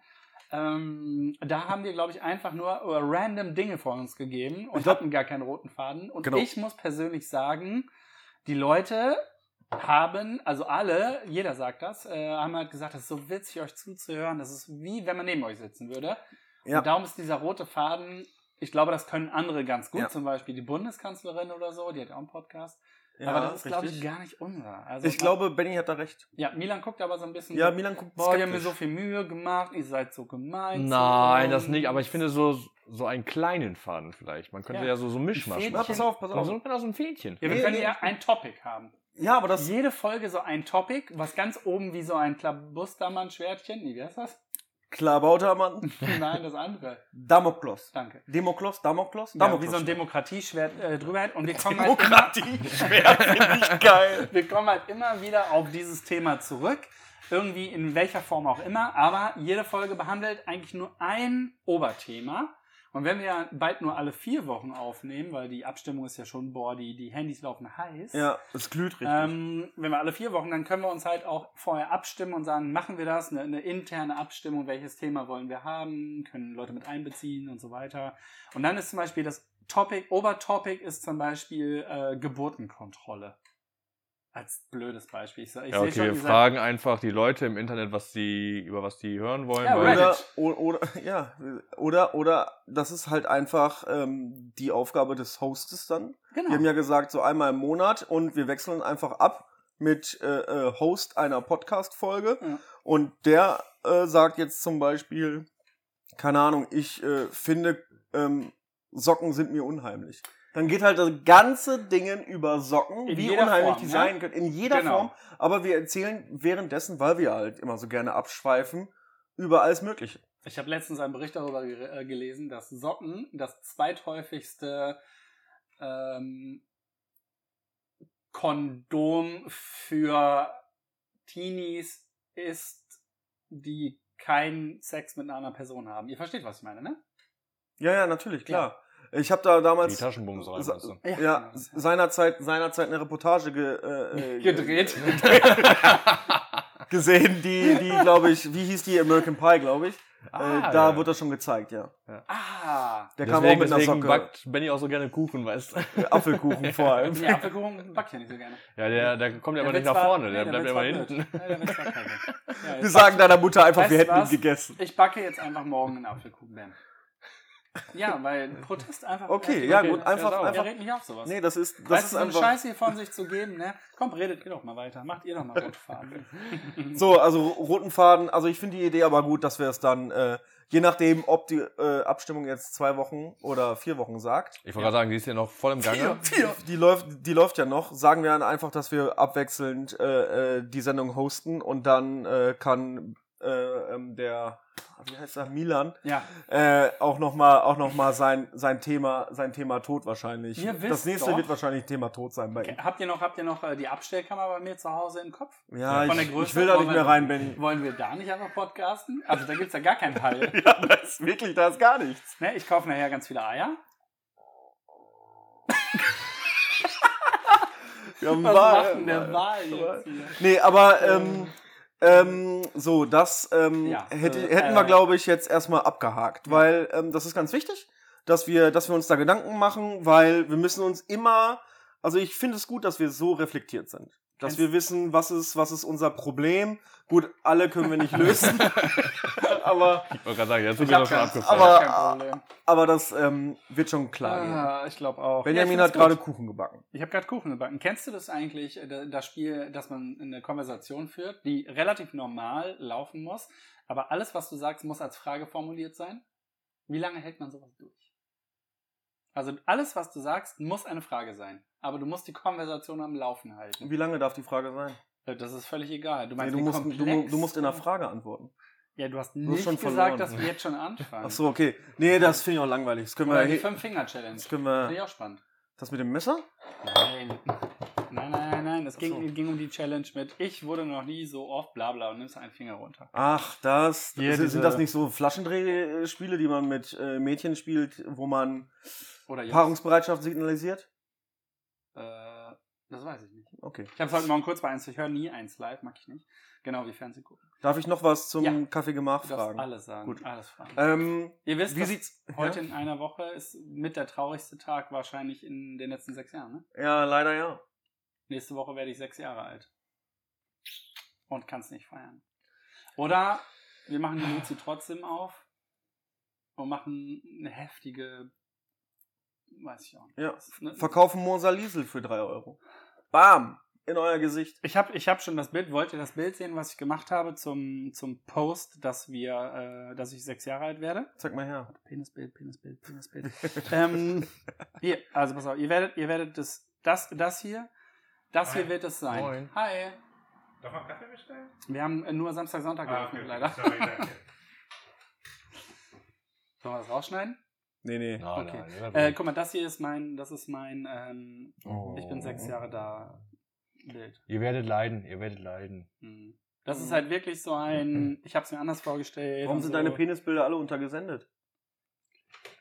[SPEAKER 2] ähm, da haben wir, glaube ich, einfach nur äh, random Dinge von uns gegeben und
[SPEAKER 3] Ich glaub-
[SPEAKER 2] hatten gar keinen roten Faden. Und
[SPEAKER 3] Genau.
[SPEAKER 2] ich muss persönlich sagen, die Leute haben, also alle, jeder sagt das, äh, haben halt gesagt, das ist so witzig, euch zuzuhören. Das ist wie, wenn man neben euch sitzen würde.
[SPEAKER 3] Ja.
[SPEAKER 2] Und darum ist dieser rote Faden, ich glaube, das können andere ganz gut.
[SPEAKER 3] Ja.
[SPEAKER 2] Zum Beispiel die Bundeskanzlerin oder so, die hat ja auch einen Podcast.
[SPEAKER 3] Ja,
[SPEAKER 2] aber das ist, glaube ich,
[SPEAKER 3] richtig.
[SPEAKER 2] gar nicht unser. Also,
[SPEAKER 3] Ich glaube, Benny hat da recht.
[SPEAKER 2] Ja, Milan guckt aber so ein bisschen.
[SPEAKER 3] Ja,
[SPEAKER 2] so,
[SPEAKER 3] Milan guckt
[SPEAKER 2] Boah, ihr habt mir
[SPEAKER 3] skeptisch.
[SPEAKER 2] so viel Mühe gemacht, ihr seid so gemein.
[SPEAKER 4] Nein,
[SPEAKER 2] zu
[SPEAKER 4] das
[SPEAKER 2] uns.
[SPEAKER 4] nicht, aber ich finde so, so einen kleinen Faden vielleicht. Man könnte
[SPEAKER 2] Ja.
[SPEAKER 4] ja, so, so einen Mischmasch
[SPEAKER 2] Fädchen.
[SPEAKER 3] Na,
[SPEAKER 4] machen.
[SPEAKER 3] pass auf, pass
[SPEAKER 4] So,
[SPEAKER 3] auf.
[SPEAKER 4] so genau so ein Fädchen.
[SPEAKER 2] Ja, wir
[SPEAKER 3] Nee,
[SPEAKER 2] können
[SPEAKER 3] nee,
[SPEAKER 2] ja
[SPEAKER 3] ich-
[SPEAKER 2] ein Topic haben.
[SPEAKER 3] Ja, aber das.
[SPEAKER 2] Jede Folge so ein Topic, was ganz oben wie so ein Klabustermann-Schwertchen. Nee, wie heißt das?
[SPEAKER 3] Klar, Bautermann.
[SPEAKER 2] Nein, das andere.
[SPEAKER 3] Damoklos.
[SPEAKER 2] Danke.
[SPEAKER 3] Demoklos, Damoklos,
[SPEAKER 2] Ja, wie so ein
[SPEAKER 3] Damoklos.
[SPEAKER 2] Demokratieschwert äh, drüber hält. Und wir kommen, halt immer,
[SPEAKER 3] Demokratie-Schwert finde ich geil.
[SPEAKER 2] wir kommen halt immer wieder auf dieses Thema zurück. Irgendwie in welcher Form auch immer. Aber jede Folge behandelt eigentlich nur ein Oberthema. Und wenn wir ja bald nur alle vier Wochen aufnehmen, weil die Abstimmung ist ja schon, boah, die, die Handys laufen heiß.
[SPEAKER 3] Ja, es glüht richtig.
[SPEAKER 2] Ähm, wenn wir alle vier Wochen, dann können wir uns halt auch vorher abstimmen und sagen, machen wir das, eine, eine interne Abstimmung, welches Thema wollen wir haben, können Leute mit einbeziehen und so weiter. Und dann ist zum Beispiel das Topic, Obertopic ist zum Beispiel äh, Geburtenkontrolle. Als blödes Beispiel. Ich, sag- ich
[SPEAKER 4] Ja,
[SPEAKER 2] sehe
[SPEAKER 4] okay,
[SPEAKER 2] schon,
[SPEAKER 4] wir
[SPEAKER 2] ihr seid-
[SPEAKER 4] fragen einfach die Leute im Internet, was sie, über was die hören wollen.
[SPEAKER 2] Ja,
[SPEAKER 4] weil-
[SPEAKER 2] Reddit.
[SPEAKER 3] oder, oder, oder, ja, oder, oder, das ist halt einfach ähm, die Aufgabe des Hostes dann.
[SPEAKER 2] genau.
[SPEAKER 3] Wir haben ja gesagt, so einmal im Monat und wir wechseln einfach ab mit äh, äh, Host einer Podcast-Folge.
[SPEAKER 2] Ja.
[SPEAKER 3] Und der äh, sagt jetzt zum Beispiel, keine Ahnung, ich äh, finde, ähm, Socken sind mir unheimlich. Dann geht halt das ganze Dingen über Socken,
[SPEAKER 2] In
[SPEAKER 3] wie
[SPEAKER 2] jeder
[SPEAKER 3] unheimlich
[SPEAKER 2] Form,
[SPEAKER 3] die
[SPEAKER 2] ne?
[SPEAKER 3] sein können, in jeder
[SPEAKER 2] Genau.
[SPEAKER 3] Form. Aber wir erzählen währenddessen, weil wir halt immer so gerne abschweifen, über alles Mögliche.
[SPEAKER 2] Ich habe letztens einen Bericht darüber ge- äh, gelesen, dass Socken das zweithäufigste ähm, Kondom für Teenies ist, die keinen Sex mit einer anderen Person haben. Ihr versteht, was ich meine, ne?
[SPEAKER 3] Ja, ja, natürlich, klar. Ich habe da damals...
[SPEAKER 4] Die Taschenbums rein.
[SPEAKER 3] Sa-
[SPEAKER 4] meinst du?
[SPEAKER 2] Ja.
[SPEAKER 3] Ja, seinerzeit, seinerzeit eine Reportage ge, äh, äh,
[SPEAKER 2] Gedreht.
[SPEAKER 3] gesehen, die, die glaube ich, wie hieß die American Pie, glaube ich.
[SPEAKER 4] Ah,
[SPEAKER 3] äh, da
[SPEAKER 4] ja.
[SPEAKER 3] wird das schon gezeigt, ja.
[SPEAKER 2] ah!
[SPEAKER 3] Der
[SPEAKER 4] deswegen,
[SPEAKER 3] kam auch mit einer
[SPEAKER 4] deswegen
[SPEAKER 3] Socke. äh,
[SPEAKER 4] backt Benny auch so gerne Kuchen, weißt du?
[SPEAKER 3] Apfelkuchen vor allem.
[SPEAKER 2] Ja, Apfelkuchen backt ja nicht so gerne.
[SPEAKER 4] Ja, der, der kommt ja immer
[SPEAKER 2] Der
[SPEAKER 4] nicht
[SPEAKER 2] Witz
[SPEAKER 4] nach
[SPEAKER 2] war-
[SPEAKER 4] vorne,
[SPEAKER 2] nee,
[SPEAKER 4] der bleibt
[SPEAKER 2] Witz
[SPEAKER 4] ja immer
[SPEAKER 2] war blöd.
[SPEAKER 4] hinten.
[SPEAKER 2] Ja, der Witz war kacke. Ja,
[SPEAKER 3] Wir
[SPEAKER 2] jetzt
[SPEAKER 3] sagen deiner Mutter einfach,
[SPEAKER 2] Weißt
[SPEAKER 3] wir
[SPEAKER 2] du
[SPEAKER 3] hätten ihn
[SPEAKER 2] was?
[SPEAKER 3] gegessen.
[SPEAKER 2] Ich backe jetzt einfach morgen einen Apfelkuchen. Bam. Ja, weil Protest einfach.
[SPEAKER 3] Okay,
[SPEAKER 2] Äh,
[SPEAKER 3] ja
[SPEAKER 2] okay,
[SPEAKER 3] gut,
[SPEAKER 2] das-
[SPEAKER 3] einfach,
[SPEAKER 4] sauer.
[SPEAKER 2] Der
[SPEAKER 3] einfach.
[SPEAKER 2] regt mich auf sowas.
[SPEAKER 3] Nee, das ist, das
[SPEAKER 2] weißt du,
[SPEAKER 3] ist
[SPEAKER 2] so eine
[SPEAKER 3] einfach.
[SPEAKER 2] Scheiße hier von sich zu geben, ne? Komm, redet ihr doch mal weiter. Macht ihr doch mal rote Farben.
[SPEAKER 3] So, also roten Faden. Also ich finde die Idee aber gut, dass wir es dann, äh, je nachdem, ob die äh, Abstimmung jetzt zwei Wochen oder vier Wochen sagt.
[SPEAKER 4] Ich wollte gerade sagen, die ist ja noch voll im Gange.
[SPEAKER 3] Die läuft, die läuft ja noch. Sagen wir dann einfach, dass wir abwechselnd äh, äh, die Sendung hosten und dann äh, kann äh, ähm, der, wie heißt er, Milan,
[SPEAKER 2] Ja,
[SPEAKER 3] äh, auch nochmal auch noch mal sein, sein, Thema, sein Thema Tod wahrscheinlich.
[SPEAKER 2] Ihr wisst
[SPEAKER 3] das nächste
[SPEAKER 2] doch-
[SPEAKER 3] wird wahrscheinlich Thema Tod sein bei ihm.
[SPEAKER 2] habt ihr noch, habt ihr noch äh, die Abstellkammer bei mir zu Hause im Kopf?
[SPEAKER 3] Ja,
[SPEAKER 2] Von der
[SPEAKER 3] ich,
[SPEAKER 2] Größe
[SPEAKER 3] ich will da nicht
[SPEAKER 2] wollen
[SPEAKER 3] mehr
[SPEAKER 2] wir-
[SPEAKER 3] rein, Benny.
[SPEAKER 2] Wollen wir da nicht einfach podcasten? Also da gibt's ja gar keinen Teil.
[SPEAKER 3] Ja, das ist wirklich, da ist gar nichts.
[SPEAKER 2] Ne? Ich kaufe nachher ganz viele Eier.
[SPEAKER 3] Wir haben
[SPEAKER 2] Was
[SPEAKER 3] Wahl-
[SPEAKER 2] macht denn der
[SPEAKER 3] Wahl-
[SPEAKER 2] Wahl jetzt hier?
[SPEAKER 3] Nee, aber ähm, ähm, so, das ähm,
[SPEAKER 2] Ja,
[SPEAKER 3] hätte,
[SPEAKER 2] äh,
[SPEAKER 3] hätten wir,
[SPEAKER 2] äh,
[SPEAKER 3] glaube ich, jetzt erstmal abgehakt, weil ähm, das ist ganz wichtig, dass wir, dass wir uns da Gedanken machen, weil wir müssen uns immer, also ich finde es gut, dass wir so reflektiert sind. Dass
[SPEAKER 2] Eins-
[SPEAKER 3] wir wissen, was ist, was ist unser Problem. Gut, alle können wir nicht lösen. aber,
[SPEAKER 4] Ich wollte gerade sagen, der ist
[SPEAKER 2] Ich
[SPEAKER 4] sowieso
[SPEAKER 2] hab
[SPEAKER 4] schon
[SPEAKER 2] keins,
[SPEAKER 4] abgefallen.
[SPEAKER 3] aber-
[SPEAKER 2] Kein Problem.
[SPEAKER 3] aber das ähm, wird schon klar. gehen.
[SPEAKER 2] Ah, ich glaube auch.
[SPEAKER 3] Benjamin
[SPEAKER 2] Ja, ich
[SPEAKER 3] hat
[SPEAKER 2] find's gut.
[SPEAKER 3] gerade Kuchen gebacken.
[SPEAKER 2] Ich habe gerade Kuchen gebacken. Kennst du das eigentlich, äh, da- das Spiel, dass man eine Konversation führt, die relativ normal laufen muss, aber alles, was du sagst, muss als Frage formuliert sein? Wie lange hält man sowas durch? Also alles, was du sagst, muss eine Frage sein. Aber du musst die Konversation am Laufen halten.
[SPEAKER 3] Wie lange darf die Frage sein?
[SPEAKER 2] Äh, Das ist völlig egal. Du meinst,
[SPEAKER 3] nee, du,
[SPEAKER 2] wie
[SPEAKER 3] musst, du, mu-
[SPEAKER 2] komplex-
[SPEAKER 3] du musst in der Frage antworten.
[SPEAKER 2] Ja, du hast
[SPEAKER 3] Du hast
[SPEAKER 2] nicht
[SPEAKER 3] schon
[SPEAKER 2] gesagt,
[SPEAKER 3] verloren.
[SPEAKER 2] dass wir jetzt schon anfangen.
[SPEAKER 3] Ach so, okay. Nee, das finde ich auch langweilig. Das können wir,
[SPEAKER 2] Oder die
[SPEAKER 3] he-
[SPEAKER 2] Fünf-Finger-Challenge.
[SPEAKER 3] das können
[SPEAKER 2] Finde ich
[SPEAKER 3] wir.
[SPEAKER 2] auch spannend.
[SPEAKER 3] Das mit dem Messer?
[SPEAKER 2] Nein. Nein, nein, nein, nein. Es
[SPEAKER 4] Ach
[SPEAKER 2] ging,
[SPEAKER 4] so.
[SPEAKER 2] es ging um die Challenge mit Ich wurde noch nie so oft, bla bla, und nimmst einen Finger runter.
[SPEAKER 3] Ach, das.
[SPEAKER 2] Hier
[SPEAKER 3] sind,
[SPEAKER 2] diese-
[SPEAKER 3] sind das nicht so Flaschendrehspiele, die man mit äh, Mädchen spielt, wo man
[SPEAKER 2] Oder Jungs.
[SPEAKER 3] Paarungsbereitschaft signalisiert?
[SPEAKER 2] Äh, das weiß ich nicht.
[SPEAKER 3] Okay.
[SPEAKER 2] Ich habe heute Morgen kurz bei eins. Ich höre nie eins live, mag ich nicht. Genau wie Fernseh gucken.
[SPEAKER 3] Darf ich noch was zum
[SPEAKER 2] Ja.
[SPEAKER 3] Kaffee gemacht
[SPEAKER 2] Du darfst
[SPEAKER 3] fragen?
[SPEAKER 2] alles sagen.
[SPEAKER 3] Gut.
[SPEAKER 2] Alles fragen.
[SPEAKER 3] Ähm,
[SPEAKER 2] Ihr wisst,
[SPEAKER 3] wie
[SPEAKER 2] dass
[SPEAKER 3] sieht's-
[SPEAKER 2] heute
[SPEAKER 3] ja?
[SPEAKER 2] in einer Woche ist mit der traurigste Tag wahrscheinlich in den letzten sechs Jahren, ne?
[SPEAKER 3] ja, leider ja.
[SPEAKER 2] Nächste Woche werde ich sechs Jahre alt. Und kann es nicht feiern. Oder wir machen die Luzi trotzdem auf und machen eine heftige, weiß ich auch nicht.
[SPEAKER 3] Ja.
[SPEAKER 2] was, ne?
[SPEAKER 3] Verkaufen Moser Liesel für 3 Euro. Bam! In euer Gesicht.
[SPEAKER 2] Ich habe ich hab schon das Bild, wollt ihr das Bild sehen, was ich gemacht habe zum, zum Post, dass wir, äh, dass ich sechs Jahre alt werde?
[SPEAKER 3] Zeig mal her.
[SPEAKER 2] Penisbild, Penisbild, Penisbild. ähm, hier, also pass auf, ihr werdet, ihr werdet das, das, das hier, das hier
[SPEAKER 1] Hi.
[SPEAKER 2] wird es sein.
[SPEAKER 4] Moin.
[SPEAKER 2] Hi.
[SPEAKER 1] Darf man Kaffee bestellen? Ah,
[SPEAKER 2] Wir haben äh, nur Samstag, Sonntag geöffnet, leider.
[SPEAKER 1] Sorry, danke.
[SPEAKER 2] Sollen wir das rausschneiden?
[SPEAKER 3] Nee, nee.
[SPEAKER 4] Nein,
[SPEAKER 2] Okay.
[SPEAKER 4] nein, nein.
[SPEAKER 2] Äh, guck mal, das hier ist mein, das ist mein, ähm,
[SPEAKER 4] Oh.
[SPEAKER 2] ich bin sechs Jahre da Bild.
[SPEAKER 4] Ihr werdet leiden, ihr werdet leiden.
[SPEAKER 2] Mhm. Das ist halt wirklich so ein, ich habe es mir anders vorgestellt.
[SPEAKER 3] Warum
[SPEAKER 2] und
[SPEAKER 3] sind
[SPEAKER 2] so.
[SPEAKER 3] deine Penisbilder alle untergesendet?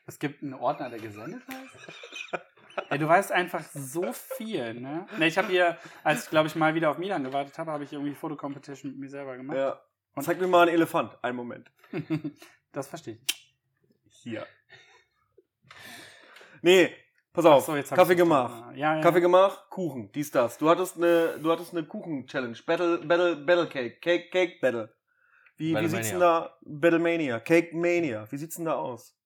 [SPEAKER 2] Es gibt einen Ordner, der gesendet heißt. Ey, du weißt einfach so viel, ne? Ne, ich habe hier, als ich glaube ich mal wieder auf Milan gewartet habe, habe ich irgendwie Fotocompetition mit mir selber gemacht.
[SPEAKER 3] Ja. Zeig mir mal einen Elefant. Einen Moment.
[SPEAKER 2] Das verstehe ich.
[SPEAKER 3] Hier. Nee, pass auf.
[SPEAKER 2] Achso, jetzt hab
[SPEAKER 3] Kaffee
[SPEAKER 2] ich das
[SPEAKER 3] gemacht.
[SPEAKER 2] doch- Ja, ja.
[SPEAKER 3] Kaffee gemacht, Kuchen, dies, das. Du hattest eine, du hattest eine Kuchen-Challenge. Battle, Battle, Battle Cake. Cake, Cake Battle. Wie, wie
[SPEAKER 4] Battlemania.
[SPEAKER 3] sieht's denn da, Battlemania, Cake Mania, wie sieht's denn da aus?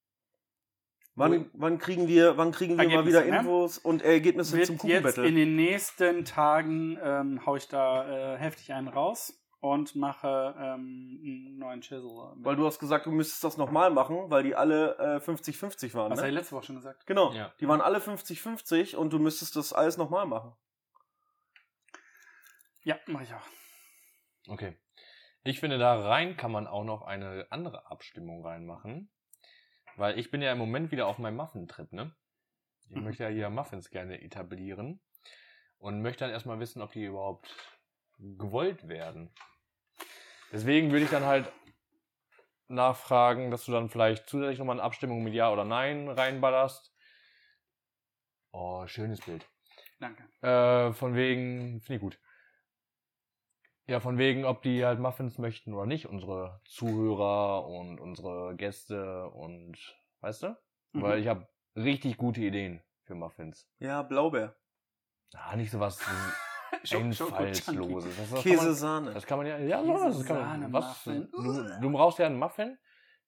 [SPEAKER 3] Wann, wann kriegen wir, wann kriegen wir mal
[SPEAKER 2] Ergebnisse,
[SPEAKER 3] wieder
[SPEAKER 2] ne?
[SPEAKER 3] Infos und Ergebnisse
[SPEAKER 2] wird
[SPEAKER 3] zum
[SPEAKER 2] jetzt
[SPEAKER 3] Kuchen-Battle?
[SPEAKER 2] in den nächsten Tagen ähm, hau ich da äh, heftig einen raus und mache ähm, einen neuen Chisel.
[SPEAKER 3] Weil du hast gesagt, du müsstest das nochmal machen, weil die alle äh, 50-50 waren,
[SPEAKER 2] Was habe
[SPEAKER 3] ne?
[SPEAKER 2] ich letzte Woche schon gesagt?
[SPEAKER 3] Genau,
[SPEAKER 4] Ja.
[SPEAKER 3] die waren alle 50-50 und du müsstest das alles nochmal machen.
[SPEAKER 2] Ja, mache ich auch.
[SPEAKER 4] Okay. Ich finde, da rein kann man auch noch eine andere Abstimmung reinmachen. Weil ich bin ja im Moment wieder auf meinem Muffin-Trip, ne? Ich
[SPEAKER 2] Mhm.
[SPEAKER 4] möchte ja hier Muffins gerne etablieren. Und möchte dann erstmal wissen, ob die überhaupt gewollt werden. Deswegen würde ich dann halt nachfragen, dass du dann vielleicht zusätzlich nochmal eine Abstimmung mit Ja oder Nein reinballerst. Oh, schönes Bild.
[SPEAKER 2] Danke.
[SPEAKER 4] Äh, von wegen, finde ich gut. Ja, von wegen, ob die halt Muffins möchten oder nicht, unsere Zuhörer und unsere Gäste und, weißt du?
[SPEAKER 2] Mhm.
[SPEAKER 4] Weil ich habe richtig gute Ideen für Muffins.
[SPEAKER 3] Ja, Blaubeer,
[SPEAKER 4] Ah, nicht sowas
[SPEAKER 2] Schoko- Schoko-Junkie.
[SPEAKER 4] Einfallsloses. Das, das
[SPEAKER 3] Käse,
[SPEAKER 4] Kann man,
[SPEAKER 3] Sahne.
[SPEAKER 4] das kann man ja, ja,
[SPEAKER 2] Käse,
[SPEAKER 4] das kann man,
[SPEAKER 2] Sahne,
[SPEAKER 4] was,
[SPEAKER 2] Muffin. Uh.
[SPEAKER 4] du, du brauchst ja einen Muffin,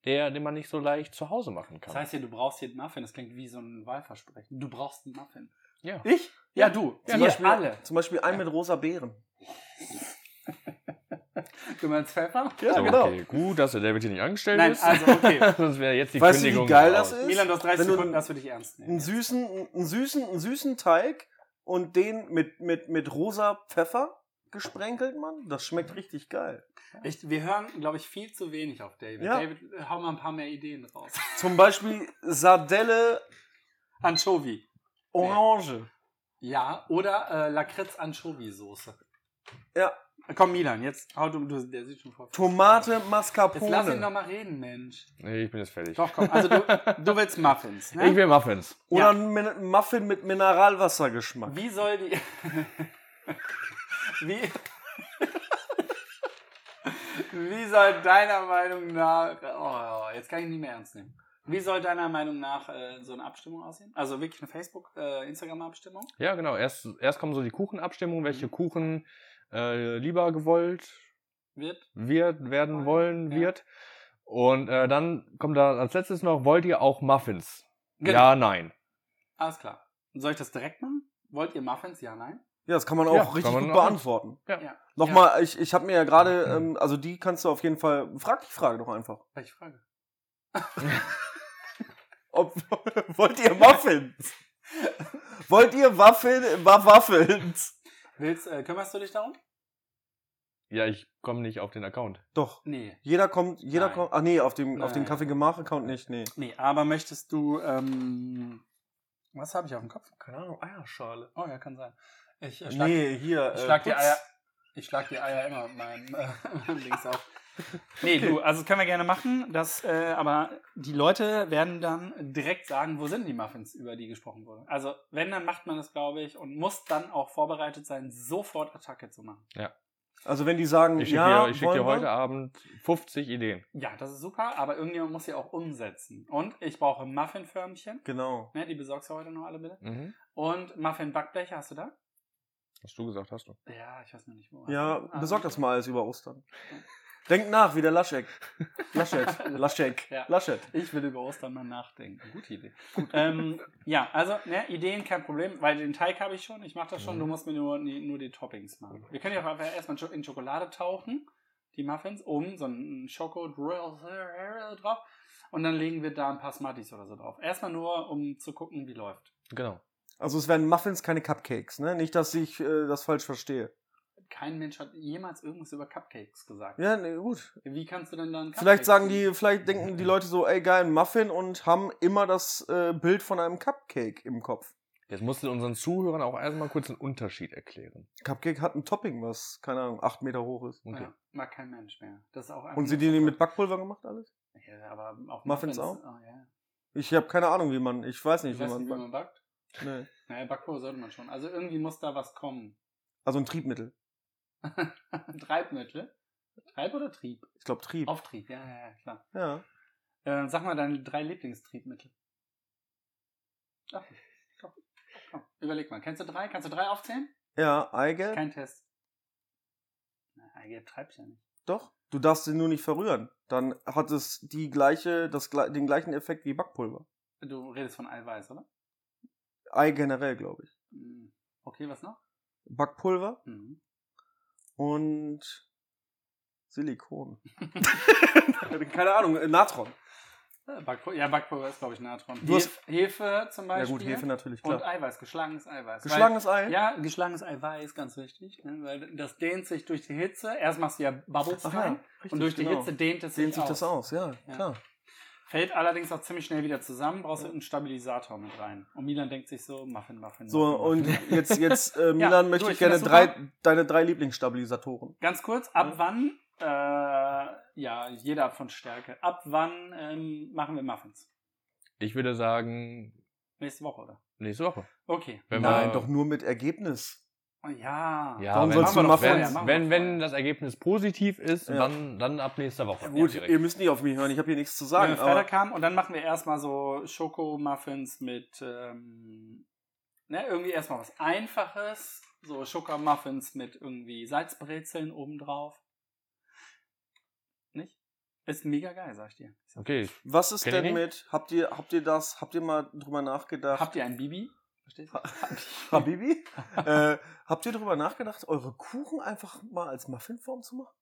[SPEAKER 4] der, den man nicht so leicht zu Hause machen kann.
[SPEAKER 2] Das heißt ja, du brauchst hier einen Muffin. Das klingt wie so ein Wahlversprechen. Du brauchst einen Muffin.
[SPEAKER 4] ja.
[SPEAKER 2] Ich? Ja, du.
[SPEAKER 3] Zum
[SPEAKER 2] wir
[SPEAKER 3] Beispiel-
[SPEAKER 2] alle.
[SPEAKER 3] Zum Beispiel einen mit rosa Beeren.
[SPEAKER 2] Du meinst Pfeffer?
[SPEAKER 3] Ja,
[SPEAKER 4] so,
[SPEAKER 3] genau.
[SPEAKER 4] okay. Gut, dass der David hier nicht angestellt
[SPEAKER 2] Nein,
[SPEAKER 4] ist.
[SPEAKER 2] also okay.
[SPEAKER 4] Sonst wäre jetzt die
[SPEAKER 3] Weißt du,
[SPEAKER 4] Kündigung
[SPEAKER 3] wie geil das
[SPEAKER 4] raus.
[SPEAKER 3] ist?
[SPEAKER 2] Milan, du hast 30
[SPEAKER 3] Wenn du-
[SPEAKER 2] Sekunden, dass wir dich ernst nehmen.
[SPEAKER 3] einen süßen, einen süßen, einen süßen Teig und den mit, mit, mit rosa Pfeffer gesprenkelt, Mann. Das schmeckt richtig geil.
[SPEAKER 2] Ich, wir hören, glaube ich, viel zu wenig auf David.
[SPEAKER 3] Ja.
[SPEAKER 2] David, äh, hau mal ein paar mehr Ideen raus.
[SPEAKER 3] Zum Beispiel Sardelle
[SPEAKER 2] Anchovy.
[SPEAKER 3] Orange.
[SPEAKER 2] Ja, oder äh, Lakritz-Anchovy-Soße.
[SPEAKER 3] Ja.
[SPEAKER 2] Komm, Milan, jetzt hau du, du der sieht schon vor. Jetzt
[SPEAKER 3] Tomate
[SPEAKER 2] lass ihn doch
[SPEAKER 3] Mascarpone.
[SPEAKER 2] mal reden, Mensch.
[SPEAKER 4] Nee, ich bin jetzt fertig.
[SPEAKER 2] Doch, komm, also du, du willst Muffins, ne?
[SPEAKER 4] Ich will Muffins.
[SPEAKER 3] Oder ein Min- Muffin mit Mineralwassergeschmack.
[SPEAKER 2] Wie soll die... Wie... Wie soll deiner Meinung nach... Oh, jetzt kann ich ihn nicht mehr ernst nehmen. Wie soll deiner Meinung nach äh, so eine Abstimmung aussehen? Also wirklich eine Facebook-, äh, Instagram-Abstimmung?
[SPEAKER 4] Ja, genau. Erst, erst kommen so die Kuchenabstimmungen, welche Kuchen äh, lieber gewollt
[SPEAKER 2] Wird?
[SPEAKER 4] wird,
[SPEAKER 2] Wollen,
[SPEAKER 4] werden wollen
[SPEAKER 2] ja.
[SPEAKER 4] wird. Und äh, dann kommt da als letztes noch, wollt ihr auch Muffins?
[SPEAKER 2] Genau.
[SPEAKER 4] Ja, nein.
[SPEAKER 2] Alles klar. Soll ich das direkt machen? Wollt ihr Muffins? Ja, nein?
[SPEAKER 3] Ja, das kann man auch
[SPEAKER 4] Ja,
[SPEAKER 3] richtig
[SPEAKER 4] kann man
[SPEAKER 3] gut
[SPEAKER 4] auch-
[SPEAKER 3] beantworten.
[SPEAKER 4] Ja.
[SPEAKER 2] Ja.
[SPEAKER 3] Nochmal, ich, ich habe mir ja gerade, ähm, also die kannst du auf jeden Fall, frag die Frage doch einfach.
[SPEAKER 2] Welche Frage?
[SPEAKER 3] Ob, wollt ihr Muffins? wollt ihr Waffeln, Wa- Waffels?
[SPEAKER 2] Willst, äh, kümmerst du dich darum?
[SPEAKER 4] Ja, ich komme nicht auf den Account.
[SPEAKER 3] Doch.
[SPEAKER 2] Nee.
[SPEAKER 3] Jeder kommt, jeder
[SPEAKER 2] Nein.
[SPEAKER 3] kommt. Ach nee, auf dem, auf dem
[SPEAKER 2] Nein.
[SPEAKER 3] Kaffee gemacht Account nicht, nee.
[SPEAKER 2] Nee, aber möchtest du, ähm, was habe ich auf dem Kopf?
[SPEAKER 3] Keine Ahnung, Eierschale.
[SPEAKER 2] Oh ja, kann sein. Ich äh, schlag,
[SPEAKER 3] Nee, hier.
[SPEAKER 2] ich schlag die
[SPEAKER 3] Putz.
[SPEAKER 2] Eier, ich schlag die Eier immer mit meinem, äh, mit meinem Dings auf. Nee, du, also das können wir gerne machen, das, äh, aber die Leute werden dann direkt sagen, wo sind die Muffins, über die gesprochen wurde. Also wenn, dann macht man das, glaube ich, und muss dann auch vorbereitet sein, sofort Attacke zu machen.
[SPEAKER 3] Also wenn die sagen,
[SPEAKER 4] Ich schicke
[SPEAKER 3] ja,
[SPEAKER 4] dir, ich schick dir
[SPEAKER 3] wollen wir?
[SPEAKER 4] heute Abend 50 Ideen.
[SPEAKER 2] Ja, das ist super, aber irgendjemand muss sie auch umsetzen. Und ich brauche Muffinförmchen.
[SPEAKER 3] Genau.
[SPEAKER 2] Ne, die besorgst du heute noch alle bitte.
[SPEAKER 4] Mhm.
[SPEAKER 2] Und Muffin-Backbleche hast du da?
[SPEAKER 4] Hast du gesagt, hast du.
[SPEAKER 2] Ja, ich weiß noch nicht wo.
[SPEAKER 3] Ja,
[SPEAKER 2] Ah,
[SPEAKER 3] besorg
[SPEAKER 2] okay.
[SPEAKER 3] das mal alles über Ostern. Denkt nach, wie der Laschek. Laschek, Laschek,
[SPEAKER 2] Ja.
[SPEAKER 3] Laschek.
[SPEAKER 2] Ich will über Ostern mal nachdenken. Gute Idee. ähm, ja, also ne, Ideen kein Problem, weil den Teig habe ich schon. Ich mache
[SPEAKER 3] Mhm.
[SPEAKER 2] das schon. Du musst mir nur, nur die Toppings machen. Wir können ja auch einfach erstmal in Schokolade tauchen, die Muffins, oben so einen Schoko drauf. Und dann legen wir da ein paar Smarties oder so drauf. Erstmal nur, um zu gucken, wie läuft.
[SPEAKER 4] Genau.
[SPEAKER 3] Also es werden Muffins, keine Cupcakes, ne? Nicht, dass ich äh, das falsch verstehe.
[SPEAKER 2] Kein Mensch hat jemals irgendwas über Cupcakes gesagt.
[SPEAKER 3] Ja, nee, gut.
[SPEAKER 2] Wie kannst du denn dann
[SPEAKER 3] Vielleicht sagen die, vielleicht denken die Leute so, ey geil, ein Muffin und haben immer das äh, Bild von einem Cupcake im Kopf.
[SPEAKER 4] Jetzt musst du unseren Zuhörern auch erstmal kurz den Unterschied erklären.
[SPEAKER 3] Cupcake hat ein Topping, was, keine Ahnung, acht Meter hoch ist.
[SPEAKER 4] Okay.
[SPEAKER 2] Ah, Ja, mag kein Mensch mehr. Das ist auch einfach
[SPEAKER 3] Und sind
[SPEAKER 2] nur
[SPEAKER 3] die mit
[SPEAKER 2] Schokolade.
[SPEAKER 3] Backpulver gemacht alles?
[SPEAKER 2] Ja, aber auch
[SPEAKER 3] Muffins auch?
[SPEAKER 2] Oh, ja.
[SPEAKER 3] Ich habe keine Ahnung, wie man, ich weiß
[SPEAKER 2] Ich
[SPEAKER 3] nicht, wie
[SPEAKER 2] weiß
[SPEAKER 3] man
[SPEAKER 2] nicht, wie
[SPEAKER 3] backt.
[SPEAKER 2] man backt.
[SPEAKER 3] Nee.
[SPEAKER 2] Naja, Backpulver sollte man schon. Also irgendwie muss da was kommen.
[SPEAKER 3] Also ein Triebmittel.
[SPEAKER 2] Treibmittel? Treib oder Trieb?
[SPEAKER 3] Ich glaube Trieb.
[SPEAKER 2] Auftrieb, ja, ja, ja, klar.
[SPEAKER 3] Ja.
[SPEAKER 2] Äh, sag mal deine drei Lieblingstriebmittel. Ach, komm, komm, überleg mal. Kennst du drei? Kannst du drei aufzählen?
[SPEAKER 3] Ja, Eigelb.
[SPEAKER 2] Kein Test. Na, Eigelb treibt's ja nicht.
[SPEAKER 3] Doch. Du darfst sie nur nicht verrühren. Dann hat es die gleiche, das, gle- den gleichen Effekt wie Backpulver.
[SPEAKER 2] Du redest von Eiweiß, oder?
[SPEAKER 3] Ei generell, glaube ich.
[SPEAKER 2] Hm. Okay, was noch?
[SPEAKER 3] Backpulver
[SPEAKER 2] Hm.
[SPEAKER 3] und Silikon. keine Ahnung, äh, Natron.
[SPEAKER 2] Äh, Backpul- Ja, Backpulver ist, glaube ich, Natron.
[SPEAKER 3] Du hast-
[SPEAKER 2] Hef- Hefe zum
[SPEAKER 3] Ja
[SPEAKER 2] Beispiel.
[SPEAKER 3] gut, Hefe natürlich,
[SPEAKER 2] Und
[SPEAKER 3] klar.
[SPEAKER 2] Eiweiß, geschlagenes Eiweiß. Weil-
[SPEAKER 3] Geschlagenes Ei?
[SPEAKER 2] Ja, geschlagenes Eiweiß, ganz wichtig, ne? weil das dehnt sich durch die Hitze. Erst machst du ja Bubbles
[SPEAKER 3] Ach ja,
[SPEAKER 2] rein
[SPEAKER 3] richtig,
[SPEAKER 2] und durch die
[SPEAKER 3] genau.
[SPEAKER 2] Hitze dehnt es
[SPEAKER 3] Sehen
[SPEAKER 2] sich
[SPEAKER 3] sich
[SPEAKER 2] aus.
[SPEAKER 3] das aus, ja,
[SPEAKER 2] Ja.
[SPEAKER 3] klar.
[SPEAKER 2] Fällt allerdings auch ziemlich schnell wieder zusammen, brauchst du einen Stabilisator mit rein. Und Milan denkt sich so, Muffin, Muffin,
[SPEAKER 3] So,
[SPEAKER 2] Muffin,
[SPEAKER 3] und
[SPEAKER 2] Muffin.
[SPEAKER 3] jetzt, jetzt äh, Milan,
[SPEAKER 2] du,
[SPEAKER 3] möchte
[SPEAKER 2] ich
[SPEAKER 3] ich gerne
[SPEAKER 2] find das
[SPEAKER 3] drei, deine drei Lieblingsstabilisatoren.
[SPEAKER 2] Ganz kurz, ab
[SPEAKER 3] Ja.
[SPEAKER 2] wann, äh, ja, jede Art von Stärke, ab wann ähm, machen wir Muffins?
[SPEAKER 4] Ich würde sagen,
[SPEAKER 2] Nächste Woche, oder?
[SPEAKER 4] nächste Woche.
[SPEAKER 2] Okay.
[SPEAKER 4] Wenn
[SPEAKER 3] Nein,
[SPEAKER 4] wir-
[SPEAKER 3] doch nur mit Ergebnis.
[SPEAKER 2] Oh, ja.
[SPEAKER 4] Ja,
[SPEAKER 3] Warum
[SPEAKER 4] wenn,
[SPEAKER 3] sollst du
[SPEAKER 4] machen wir doch
[SPEAKER 3] Muffins-
[SPEAKER 4] vorher,
[SPEAKER 2] machen wir
[SPEAKER 4] wenn,
[SPEAKER 2] vorher.
[SPEAKER 4] wenn das Ergebnis positiv ist,
[SPEAKER 3] Ja.
[SPEAKER 4] dann, dann ab nächster Woche.
[SPEAKER 3] Ja, gut,
[SPEAKER 4] direkt.
[SPEAKER 3] ihr müsst nicht auf mich hören, ich habe hier nichts zu
[SPEAKER 2] Wenn
[SPEAKER 3] sagen.
[SPEAKER 2] wir Freitag
[SPEAKER 3] Aber
[SPEAKER 2] kamen und dann machen wir erstmal so Schokomuffins mit, ähm, ne, irgendwie erstmal was Einfaches. So Schokomuffins mit irgendwie Salzbrezeln obendrauf. Nicht? Ist mega geil, sag ich dir.
[SPEAKER 4] Okay,
[SPEAKER 3] was ist
[SPEAKER 4] Kenn ich
[SPEAKER 3] denn
[SPEAKER 4] nicht.
[SPEAKER 3] mit, habt ihr, habt ihr das, habt ihr mal drüber nachgedacht?
[SPEAKER 2] Habt ihr ein Bibi? Verstehst du?
[SPEAKER 3] Habibi? äh, habt ihr darüber nachgedacht, eure Kuchen einfach mal als Muffinform zu machen?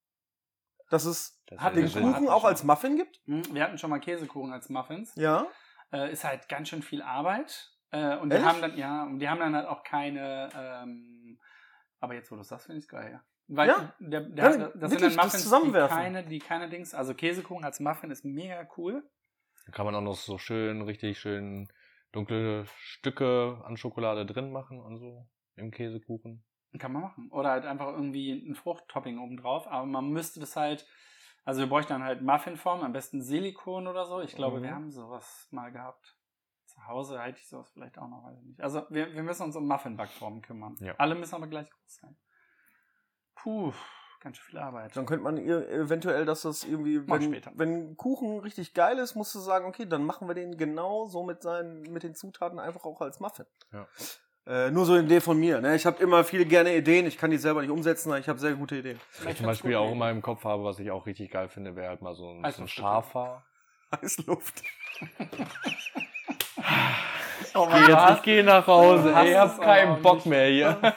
[SPEAKER 3] Dass es
[SPEAKER 4] Das
[SPEAKER 2] Hat
[SPEAKER 3] den
[SPEAKER 4] wäre
[SPEAKER 2] wir
[SPEAKER 4] Sinn.
[SPEAKER 2] hatten
[SPEAKER 3] Kuchen auch
[SPEAKER 2] schon.
[SPEAKER 3] als Muffin gibt?
[SPEAKER 2] Hm, Wir hatten schon mal Käsekuchen als Muffins.
[SPEAKER 3] Ja.
[SPEAKER 2] Äh, ist halt ganz schön viel Arbeit. Äh, und die
[SPEAKER 3] Echt?
[SPEAKER 2] haben dann, ja, und die haben dann halt auch keine, ähm, aber jetzt, wo du es sagst, finde ich es geil, ja. Weil
[SPEAKER 3] Ja,
[SPEAKER 2] der, der,
[SPEAKER 3] dann
[SPEAKER 2] das sind
[SPEAKER 3] wirklich
[SPEAKER 2] dann
[SPEAKER 3] das
[SPEAKER 2] Muffins, die
[SPEAKER 3] zusammenwerfen.
[SPEAKER 2] keine, die keine Dings, also Käsekuchen als Muffin ist mega cool.
[SPEAKER 4] Da kann man auch noch so schön, richtig schön dunkle Stücke an Schokolade drin machen und so im Käsekuchen.
[SPEAKER 2] Kann man machen. Oder halt einfach irgendwie ein Fruchttopping obendrauf, aber man müsste das halt, also wir bräuchten dann halt Muffinform, am besten Silikon oder so. Ich glaube,
[SPEAKER 3] Mhm.
[SPEAKER 2] wir haben sowas mal gehabt. Zu Hause halte ich sowas vielleicht auch noch, weiß ich nicht. Also wir, wir müssen uns um Muffinbackformen kümmern.
[SPEAKER 4] Ja.
[SPEAKER 2] Alle müssen aber gleich groß sein. Puh, ganz schön viel Arbeit.
[SPEAKER 3] Dann könnte man ihr eventuell, dass das irgendwie,
[SPEAKER 2] Mal
[SPEAKER 3] wenn,
[SPEAKER 2] später.
[SPEAKER 3] wenn Kuchen richtig geil ist, musst du sagen, okay, dann machen wir den genau so mit seinen, mit den Zutaten einfach auch als Muffin.
[SPEAKER 4] Ja.
[SPEAKER 3] Äh, nur so eine Idee von mir. Ne? Ich habe immer viele gerne Ideen. Ich kann die selber nicht umsetzen, aber ich habe sehr gute Ideen.
[SPEAKER 4] Was ich zum Beispiel auch immer im Kopf habe, was ich auch richtig geil finde, wäre halt mal so ein, so ein
[SPEAKER 2] Eiswürfel.
[SPEAKER 4] scharfer.
[SPEAKER 3] Heißluft.
[SPEAKER 2] Oh
[SPEAKER 4] Geh jetzt, ich gehe nach Hause.
[SPEAKER 2] Hast
[SPEAKER 4] Ey, ich hab
[SPEAKER 2] es aber
[SPEAKER 4] keinen Bock
[SPEAKER 2] nicht.
[SPEAKER 4] mehr hier.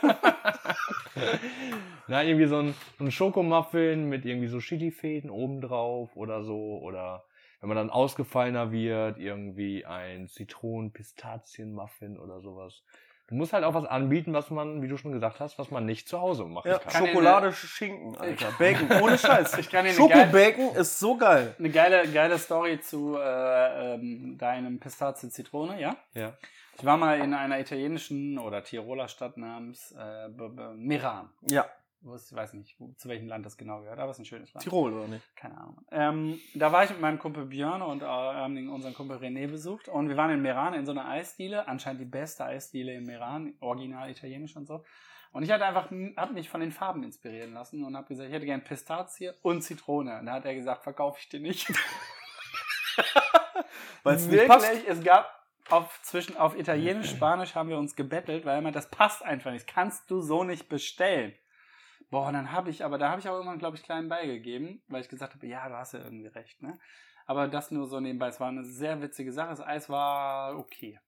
[SPEAKER 4] Nein, irgendwie so ein, so ein Schokomuffin mit irgendwie so Chilifäden obendrauf oder so. Oder wenn man dann ausgefallener wird, irgendwie ein Zitronen-Pistazien-Muffin oder sowas. Du musst halt auch was anbieten, was man, wie du schon gesagt hast, was man nicht zu Hause machen
[SPEAKER 3] Ja,
[SPEAKER 4] kann.
[SPEAKER 2] Kann ich
[SPEAKER 3] Schokolade, Schinken, Alter. Bacon, ohne Scheiß.
[SPEAKER 2] Ich kann dir eine
[SPEAKER 3] Schoko-Bacon ist so geil.
[SPEAKER 2] Eine geile, geile Story zu äh, ähm, deinem Pistazie-Zitrone, ja?
[SPEAKER 4] Ja.
[SPEAKER 2] Ich war mal in einer italienischen oder Tiroler Stadt namens äh, B- B- Meran.
[SPEAKER 3] Ja,
[SPEAKER 2] Wo es- Ich weiß nicht, wo, zu welchem Land das genau gehört, aber es ist ein schönes Land.
[SPEAKER 3] Tirol oder nicht?
[SPEAKER 2] Keine Ahnung. Ähm, da war ich mit meinem Kumpel Björn und äh, haben den- unseren Kumpel René besucht und wir waren in Meran in so einer Eisdiele, anscheinend die beste Eisdiele in Meran, original italienisch und so. Und ich hatte einfach, hab mich von den Farben inspirieren lassen und habe gesagt, ich hätte gern Pistazie und Zitrone. Und da hat er gesagt, verkaufe ich dir nicht.
[SPEAKER 3] Weil es nicht passt.
[SPEAKER 2] Wirklich, es gab auf, zwischen, auf Italienisch, Spanisch haben wir uns gebettelt, weil immer das passt einfach nicht. Das Kannst du so nicht bestellen. Boah, und dann habe ich, aber da habe ich auch irgendwann, glaube ich, kleinen beigegeben, weil ich gesagt habe, ja, du hast ja irgendwie recht, ne? Aber das nur so nebenbei. Es war eine sehr witzige Sache. Das Eis war okay.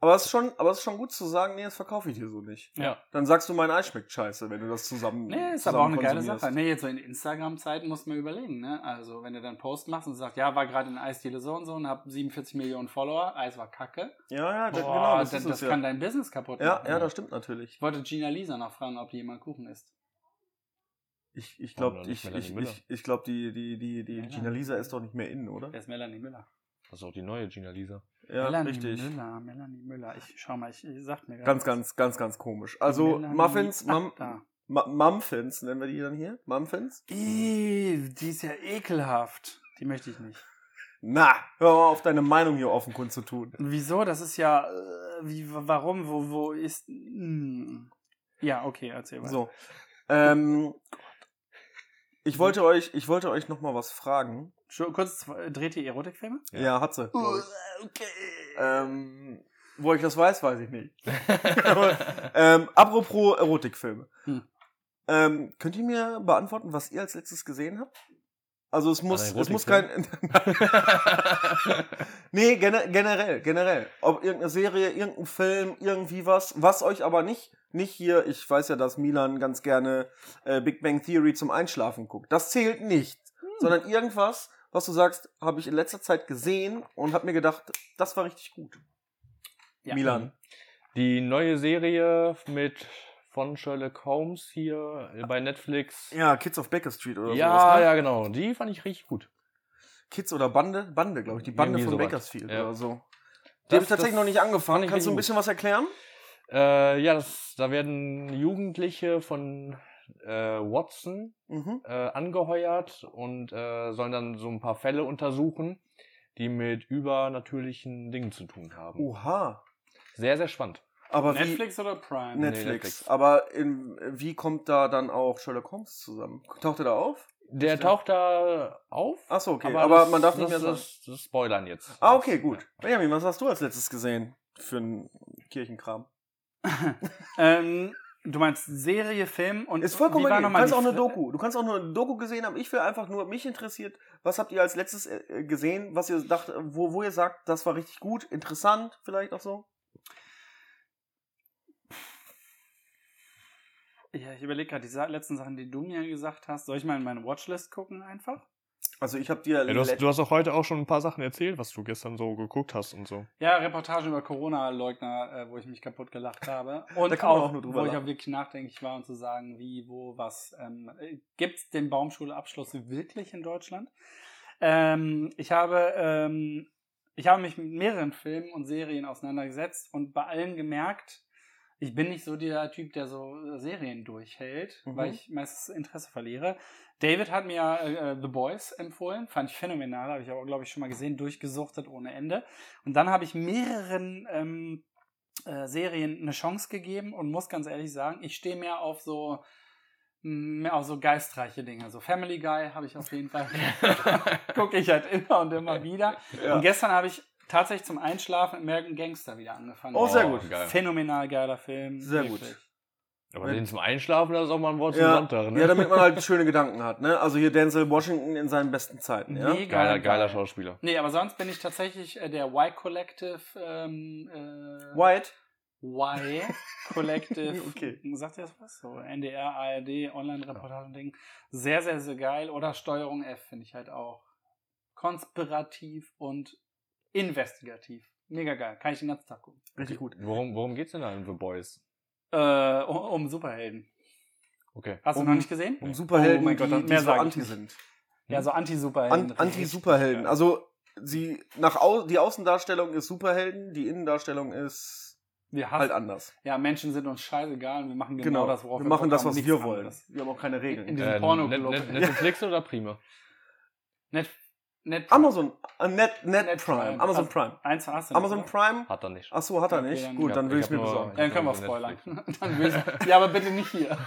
[SPEAKER 3] Aber es ist schon, aber es ist schon gut zu sagen, nee, das verkaufe ich dir so nicht.
[SPEAKER 2] Ja.
[SPEAKER 3] Dann sagst du, mein Ei schmeckt scheiße, wenn du das zusammen.
[SPEAKER 2] Nee, ist aber auch eine geile
[SPEAKER 3] konsumierst.
[SPEAKER 2] Sache. ne? Nee, jetzt so in Instagram-Zeiten musst du mal überlegen, ne? Also, wenn du dann einen Post machst und sagst, ja, war gerade in Eisdiele so und so und hab 47 Millionen Follower, Eis war kacke.
[SPEAKER 3] Ja, ja, da-
[SPEAKER 2] Boah,
[SPEAKER 3] genau, das,
[SPEAKER 2] das, das,
[SPEAKER 3] ist es ja.
[SPEAKER 2] kann dein Business kaputt
[SPEAKER 3] ja,
[SPEAKER 2] machen.
[SPEAKER 3] ja, das stimmt natürlich.
[SPEAKER 2] Ich wollte Gina Lisa noch fragen, ob die jemand Kuchen isst.
[SPEAKER 3] Ich, ich
[SPEAKER 4] Oder
[SPEAKER 3] glaube, ich,
[SPEAKER 4] nicht Melanie
[SPEAKER 3] ich,
[SPEAKER 4] Müller.
[SPEAKER 3] ich, ich glaub, die, die, die, die
[SPEAKER 2] Ja.
[SPEAKER 3] Gina Lisa ist doch nicht mehr in, oder?
[SPEAKER 2] Wer ist Melanie Müller?
[SPEAKER 4] Das ist auch die neue Gina Lisa.
[SPEAKER 3] Ja,
[SPEAKER 2] Melanie
[SPEAKER 3] richtig.
[SPEAKER 2] Müller, Melanie Müller. Ich schau mal, ich, ich sag mir grad
[SPEAKER 3] Ganz,
[SPEAKER 2] was.
[SPEAKER 3] ganz, ganz, ganz komisch. Also
[SPEAKER 2] Melanie-
[SPEAKER 3] Muffins,
[SPEAKER 2] Ah,
[SPEAKER 3] Mum,
[SPEAKER 2] da.
[SPEAKER 3] Mu- Mumfins nennen wir die dann hier? Mumfins?
[SPEAKER 2] Ih, die ist ja ekelhaft. Die möchte ich nicht.
[SPEAKER 3] Na, hör mal auf, deine Meinung hier offen kundzutun.
[SPEAKER 2] Wieso? Das ist ja. äh, Wie, w- warum? Wo, wo ist. Mm. Ja, okay, erzähl mal.
[SPEAKER 3] So. Ähm,
[SPEAKER 4] Mhm.
[SPEAKER 3] ich wollte euch, ich wollte euch noch mal was fragen.
[SPEAKER 2] Schu- Kurz, äh, dreht ihr Erotikfilme?
[SPEAKER 4] Ja.
[SPEAKER 3] Ja, hat sie. glaub ich.
[SPEAKER 2] okay.
[SPEAKER 3] Ähm, wo ich das weiß, weiß ich nicht. ähm, apropos Erotikfilme.
[SPEAKER 2] Hm.
[SPEAKER 3] Ähm, könnt ihr mir beantworten, was ihr als letztes gesehen habt? Also es muss,
[SPEAKER 4] Ein
[SPEAKER 3] es muss kein. nee, gene- generell, generell. Ob irgendeine Serie, irgendein Film, irgendwie was, was euch aber nicht, nicht hier, ich weiß ja, dass Milan ganz gerne äh, Big Bang Theory zum Einschlafen guckt. Das zählt nicht.
[SPEAKER 4] Hm.
[SPEAKER 3] Sondern irgendwas, was du sagst, habe ich in letzter Zeit gesehen und habe mir gedacht, das war richtig gut.
[SPEAKER 2] Ja.
[SPEAKER 3] Milan.
[SPEAKER 4] Die neue Serie mit von Sherlock Holmes hier bei Netflix.
[SPEAKER 3] Ja, Kids of Baker Street oder
[SPEAKER 4] Mhm. ja,
[SPEAKER 3] sowas. ne?
[SPEAKER 4] ja, genau. Die fand ich richtig gut.
[SPEAKER 3] Kids oder Bande? Bande, glaube ich. Die Bande
[SPEAKER 4] Irgendwie
[SPEAKER 3] von
[SPEAKER 4] sowas.
[SPEAKER 3] Bakersfield
[SPEAKER 4] Ja.
[SPEAKER 3] oder so. Die
[SPEAKER 4] Das-
[SPEAKER 3] habe ich tatsächlich
[SPEAKER 4] das
[SPEAKER 3] noch nicht angefangen.
[SPEAKER 4] fand ich
[SPEAKER 3] Kannst du ein bisschen
[SPEAKER 4] richtig
[SPEAKER 3] was erklären?
[SPEAKER 4] Äh, ja, das, da werden Jugendliche von äh, Watson
[SPEAKER 3] Mhm.
[SPEAKER 4] äh, angeheuert und äh, sollen dann so ein paar Fälle untersuchen, die mit übernatürlichen Dingen zu tun haben.
[SPEAKER 3] Oh. Oha.
[SPEAKER 4] Sehr, sehr spannend.
[SPEAKER 3] Aber
[SPEAKER 2] Netflix oder Prime?
[SPEAKER 3] wie Netflix.
[SPEAKER 4] Nee, Netflix.
[SPEAKER 3] Aber in, wie kommt da dann auch Sherlock Holmes zusammen? Taucht er da auf?
[SPEAKER 4] Der
[SPEAKER 3] Ist der-
[SPEAKER 4] taucht da auf.
[SPEAKER 3] Ach so, okay. Aber man darf nicht
[SPEAKER 4] das,
[SPEAKER 3] mehr
[SPEAKER 4] das, das spoilern jetzt.
[SPEAKER 3] Ah, okay, gut.
[SPEAKER 4] Ja.
[SPEAKER 3] Benjamin, was hast du als letztes gesehen für einen Kirchenkram?
[SPEAKER 2] Ähm, du meinst Serie, Film und.
[SPEAKER 3] Ist vollkommen
[SPEAKER 2] wie war
[SPEAKER 3] okay. Du
[SPEAKER 2] nochmal
[SPEAKER 3] kannst
[SPEAKER 2] die
[SPEAKER 3] auch eine
[SPEAKER 2] Fr-
[SPEAKER 3] Doku. Du kannst auch eine Doku gesehen haben. Ich will einfach nur, mich interessiert, was habt ihr als letztes äh, gesehen, was ihr dacht, wo, wo ihr sagt, das war richtig gut, interessant, vielleicht auch so?
[SPEAKER 2] Ja, ich überlege gerade die Sa letzten Sachen, die du mir gesagt hast. Soll ich mal in meine Watchlist gucken einfach?
[SPEAKER 3] Also ich habe dir
[SPEAKER 5] Ja, du, hast,
[SPEAKER 3] let-
[SPEAKER 5] du hast auch heute auch schon ein paar Sachen erzählt, was du gestern so geguckt hast und so.
[SPEAKER 2] Ja, Reportagen über Corona-Leugner, äh, wo ich mich kaputt gelacht habe. Und
[SPEAKER 3] Da kann man
[SPEAKER 2] auch,
[SPEAKER 3] auch nur
[SPEAKER 2] wo
[SPEAKER 3] drüber
[SPEAKER 2] ich
[SPEAKER 3] lachen.
[SPEAKER 2] auch wirklich nachdenklich war und zu sagen, wie, wo, was. Ähm, Gibt es den Baumschulabschluss wirklich in Deutschland? Ähm, ich habe ähm, ich habe mich mit mehreren Filmen und Serien auseinandergesetzt und bei allen gemerkt, ich bin nicht so der Typ, der so äh, Serien durchhält,
[SPEAKER 3] Mhm.
[SPEAKER 2] weil ich meistens Interesse verliere. David hat mir äh, äh, The Boys empfohlen, fand ich phänomenal, habe ich aber, glaube ich, schon mal gesehen, durchgesuchtet ohne Ende. Und dann habe ich mehreren ähm, äh, Serien eine Chance gegeben und muss ganz ehrlich sagen, ich stehe mehr auf so mm, mehr auf so geistreiche Dinge. So Family Guy habe ich auf jeden Fall. Gucke ich halt immer und immer wieder. Und gestern habe ich tatsächlich zum Einschlafen American Gangster wieder angefangen.
[SPEAKER 3] Oh, sehr gut.
[SPEAKER 4] Geil.
[SPEAKER 2] Phänomenal geiler Film.
[SPEAKER 3] Sehr gut.
[SPEAKER 4] Aber den zum Einschlafen, das ist auch mal ein Wort zum
[SPEAKER 3] Ja.
[SPEAKER 4] Sonntag, ne?
[SPEAKER 3] Ja, damit man halt schöne Gedanken hat, ne? Also hier Denzel Washington in seinen besten Zeiten, ja?
[SPEAKER 2] Mega
[SPEAKER 4] geiler, geiler
[SPEAKER 2] geil.
[SPEAKER 4] Schauspieler.
[SPEAKER 2] Nee, aber sonst bin ich tatsächlich äh, der Y Collective. Ähm, äh,
[SPEAKER 3] White.
[SPEAKER 2] Y Collective.
[SPEAKER 3] Okay.
[SPEAKER 2] Sagt ihr das was? So NDR, ARD, Online-Reportagen-Ding. Sehr, sehr, sehr geil. Oder Steuerung F finde ich halt auch konspirativ und investigativ. Mega geil. Kann ich den ganzen Tag gucken.
[SPEAKER 3] Richtig gut.
[SPEAKER 4] Worum, worum geht's denn da in The Boys?
[SPEAKER 2] Äh, um, um Superhelden.
[SPEAKER 4] Okay.
[SPEAKER 2] Hast
[SPEAKER 3] Um-
[SPEAKER 2] du noch nicht gesehen?
[SPEAKER 3] Und Superhelden,
[SPEAKER 2] Oh mein Gott,
[SPEAKER 3] die,
[SPEAKER 2] dann
[SPEAKER 3] die
[SPEAKER 2] mehr
[SPEAKER 3] so
[SPEAKER 2] sag ich
[SPEAKER 3] anti
[SPEAKER 2] nicht.
[SPEAKER 3] sind.
[SPEAKER 2] Ja, so Anti-Superhelden.
[SPEAKER 3] An, Anti-Superhelden.
[SPEAKER 2] Ja.
[SPEAKER 3] Also sie nach au die Außendarstellung ist Superhelden, die Innendarstellung ist
[SPEAKER 2] wir
[SPEAKER 3] halt
[SPEAKER 2] hassen,
[SPEAKER 3] anders.
[SPEAKER 2] ja, Menschen sind uns scheißegal und wir machen genau, das, worauf
[SPEAKER 3] wir machen
[SPEAKER 2] Bock
[SPEAKER 3] das,
[SPEAKER 2] haben,
[SPEAKER 3] was
[SPEAKER 2] nichts
[SPEAKER 3] wir wollen.
[SPEAKER 2] anderes.
[SPEAKER 3] Wir haben auch keine
[SPEAKER 2] In
[SPEAKER 3] Regeln.
[SPEAKER 2] diesem
[SPEAKER 4] Äh, Net,
[SPEAKER 2] Porno-Club.
[SPEAKER 4] Net, Netflix oder Prima?
[SPEAKER 2] Net, Net,
[SPEAKER 3] Amazon, äh, Net, Net,
[SPEAKER 2] Net
[SPEAKER 3] Prime.
[SPEAKER 2] Prime.
[SPEAKER 3] Amazon
[SPEAKER 2] Hast-
[SPEAKER 3] Prime.
[SPEAKER 2] Eins hast du noch,
[SPEAKER 3] Amazon
[SPEAKER 2] oder?
[SPEAKER 3] Prime.
[SPEAKER 4] Hat er nicht.
[SPEAKER 3] Ach so, hat er
[SPEAKER 2] Okay,
[SPEAKER 3] nicht.
[SPEAKER 2] dann-
[SPEAKER 3] Gut,
[SPEAKER 4] Ich
[SPEAKER 3] dann
[SPEAKER 4] hab-
[SPEAKER 3] will
[SPEAKER 4] ich
[SPEAKER 3] ich mir
[SPEAKER 4] hab nur-
[SPEAKER 3] besorgen.
[SPEAKER 2] Ja, dann können wir auch spoilern. Dann will ich, ja, aber bitte nicht hier.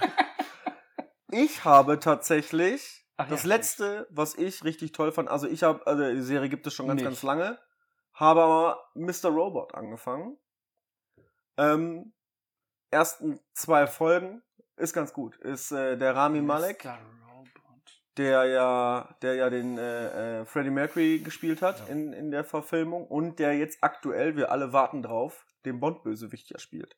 [SPEAKER 3] Ich habe tatsächlich
[SPEAKER 2] Ach Ah ja,
[SPEAKER 3] das
[SPEAKER 2] stimmt.
[SPEAKER 3] letzte, was ich richtig toll fand, also ich habe, also die Serie gibt es schon ganz,
[SPEAKER 2] Nicht.
[SPEAKER 3] ganz lange. habe aber Mr. Robot angefangen. Ähm, ersten zwei Folgen ist ganz gut. Ist äh, der Rami Malek,
[SPEAKER 2] Mr. Robot.
[SPEAKER 3] der ja, der ja den äh, äh, Freddie Mercury gespielt hat in, in der Verfilmung und der jetzt aktuell, wir alle warten drauf, den Bond-Bösewicht ja spielt.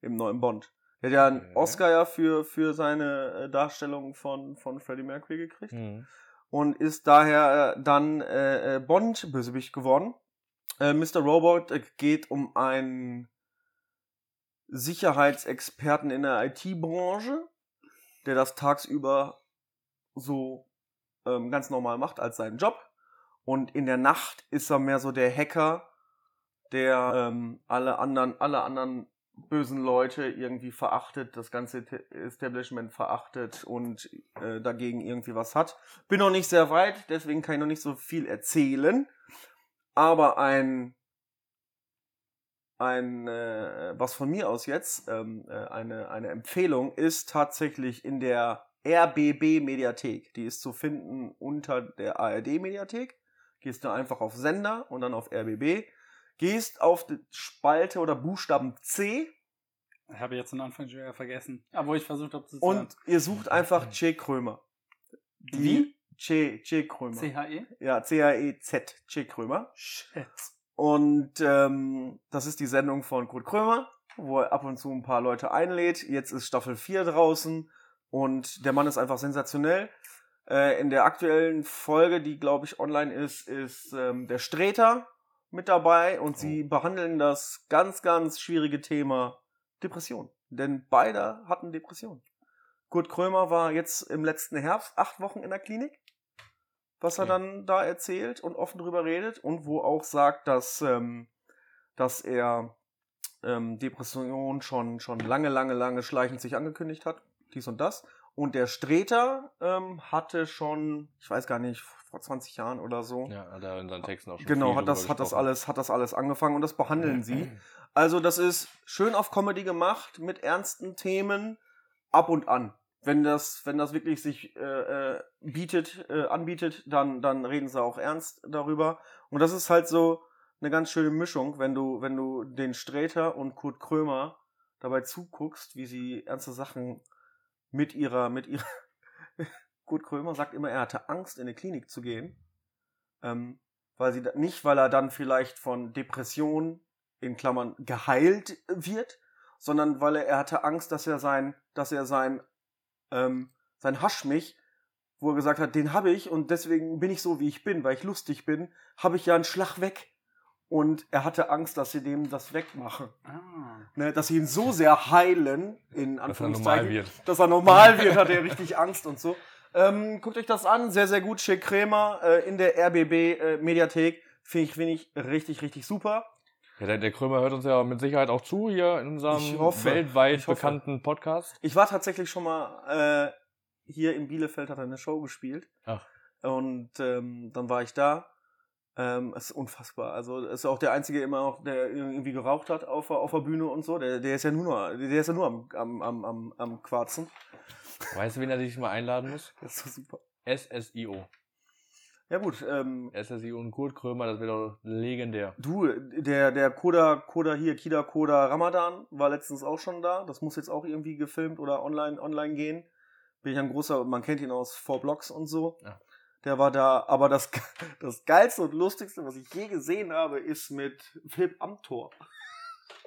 [SPEAKER 3] Im neuen Bond. Der hat ja einen
[SPEAKER 4] Okay.
[SPEAKER 3] Oscar ja für, für seine äh, Darstellung von, von Freddie Mercury gekriegt
[SPEAKER 4] Mhm.
[SPEAKER 3] und ist daher äh, dann äh, äh, Bond-Bösewicht geworden. Äh, Mr. Robot äh, geht um einen Sicherheitsexperten in der IT-Branche, der das tagsüber so ähm, ganz normal macht als seinen Job. Und in der Nacht ist er mehr so der Hacker, der ähm, alle anderen, alle anderen bösen Leute irgendwie verachtet, das ganze Te- Establishment verachtet und äh, dagegen irgendwie was hat. Bin noch nicht sehr weit, deswegen kann ich noch nicht so viel erzählen. Aber ein, ein äh, was von mir aus jetzt, ähm, äh, eine, eine Empfehlung ist tatsächlich in der RBB-Mediathek. Die ist zu finden unter der ARD-Mediathek. Gehst du einfach auf Sender und dann auf RBB. Gehst auf die Spalte oder Buchstaben C
[SPEAKER 2] Ich habe jetzt den Anfang schon wieder vergessen. Aber ich versucht habe zu sagen.
[SPEAKER 3] und ihr sucht einfach C. Krömer.
[SPEAKER 2] Wie?
[SPEAKER 3] C. C. Krömer.
[SPEAKER 2] CHE?
[SPEAKER 3] Ja, E C-A-E-Z, C. Krömer.
[SPEAKER 2] Shit.
[SPEAKER 3] Und ähm, das ist die Sendung von Kurt Krömer, wo er ab und zu ein paar Leute einlädt. Jetzt ist Staffel 4 draußen und der Mann ist einfach sensationell. Äh, in der aktuellen Folge, die glaube ich online ist, ist ähm, der Streter mit dabei und sie behandeln das ganz, ganz schwierige Thema Depression. Denn beide hatten Depression. Kurt Krömer war jetzt im letzten Herbst acht Wochen in der Klinik was er
[SPEAKER 4] Okay.
[SPEAKER 3] dann da erzählt und offen drüber redet und wo auch sagt, dass, ähm, dass er ähm, Depression schon, schon lange, lange, lange schleichend sich angekündigt hat, dies und das. Und der Streter ähm, hatte schon, ich weiß gar nicht, vor 20 Jahren oder so,
[SPEAKER 4] Ja, hat er in seinen Texten auch schon
[SPEAKER 3] oh. genau,
[SPEAKER 4] viel
[SPEAKER 3] hat das,
[SPEAKER 4] drüber
[SPEAKER 3] hat das
[SPEAKER 4] gesprochen.
[SPEAKER 3] alles, hat das alles angefangen und das behandeln sie. Also das ist schön auf Comedy gemacht, mit ernsten Themen, ab und an. Wenn das, wenn das wirklich sich äh, äh, bietet, äh, anbietet, dann, dann reden sie auch ernst darüber. Und das ist halt so eine ganz schöne Mischung, wenn du, wenn du den Sträter und Kurt Krömer dabei zuguckst, wie sie ernste Sachen mit ihrer, mit ihrer. Kurt Krömer sagt immer, er hatte Angst, in eine Klinik zu gehen. Ähm, weil sie da, nicht, weil er dann vielleicht von Depressionen in Klammern geheilt wird, sondern weil er, er hatte Angst, dass er sein, dass er sein, ähm, sein Haschmich, wo er gesagt hat, den habe ich und deswegen bin ich so, wie ich bin, weil ich lustig bin, habe ich ja einen Schlag weg. Und er hatte Angst, dass sie dem das wegmachen.
[SPEAKER 2] Ah.
[SPEAKER 3] Ne, dass sie ihn so sehr heilen, in
[SPEAKER 4] Dass er
[SPEAKER 3] Anführungszeichen,
[SPEAKER 4] normal wird.
[SPEAKER 3] dass er normal wird, hat er richtig Angst und so. Ähm, guckt euch das an, sehr, sehr gut. Che Krämer äh, in der RBB äh, Mediathek. Finde ich, finde ich richtig, richtig super.
[SPEAKER 4] Ja, der, der Krömer hört uns ja mit Sicherheit auch zu hier in
[SPEAKER 3] Ich
[SPEAKER 4] unserem
[SPEAKER 3] hoffe.
[SPEAKER 4] weltweit
[SPEAKER 3] Ich hoffe.
[SPEAKER 4] bekannten Podcast.
[SPEAKER 3] Ich war tatsächlich schon mal äh, hier in Bielefeld, hat er eine Show gespielt.
[SPEAKER 4] Ach.
[SPEAKER 3] Und ähm, dann war ich da. Ähm, es ist unfassbar. Also es ist auch der einzige immer noch, der irgendwie geraucht hat auf, der- auf der Bühne und so. Der, der ist ja nur, noch- der ist ja nur am, am, am, am, am Quarzen.
[SPEAKER 4] Weißt du, wen er sich mal einladen muss?
[SPEAKER 3] Das ist so super.
[SPEAKER 4] SSIO.
[SPEAKER 3] Ja gut, ähm,
[SPEAKER 4] SSIO und Kurt Krömer, das wird doch legendär.
[SPEAKER 3] Du, der, der Koda, Koda hier, Kida Koda Ramadan war letztens auch schon da. Das muss jetzt auch irgendwie gefilmt oder online, online gehen. Bin ich ein großer, man kennt ihn aus Four Blocks und so.
[SPEAKER 4] Ja.
[SPEAKER 3] Der war da, aber das, das geilste und lustigste, was ich je gesehen habe, ist mit Philipp Amthor.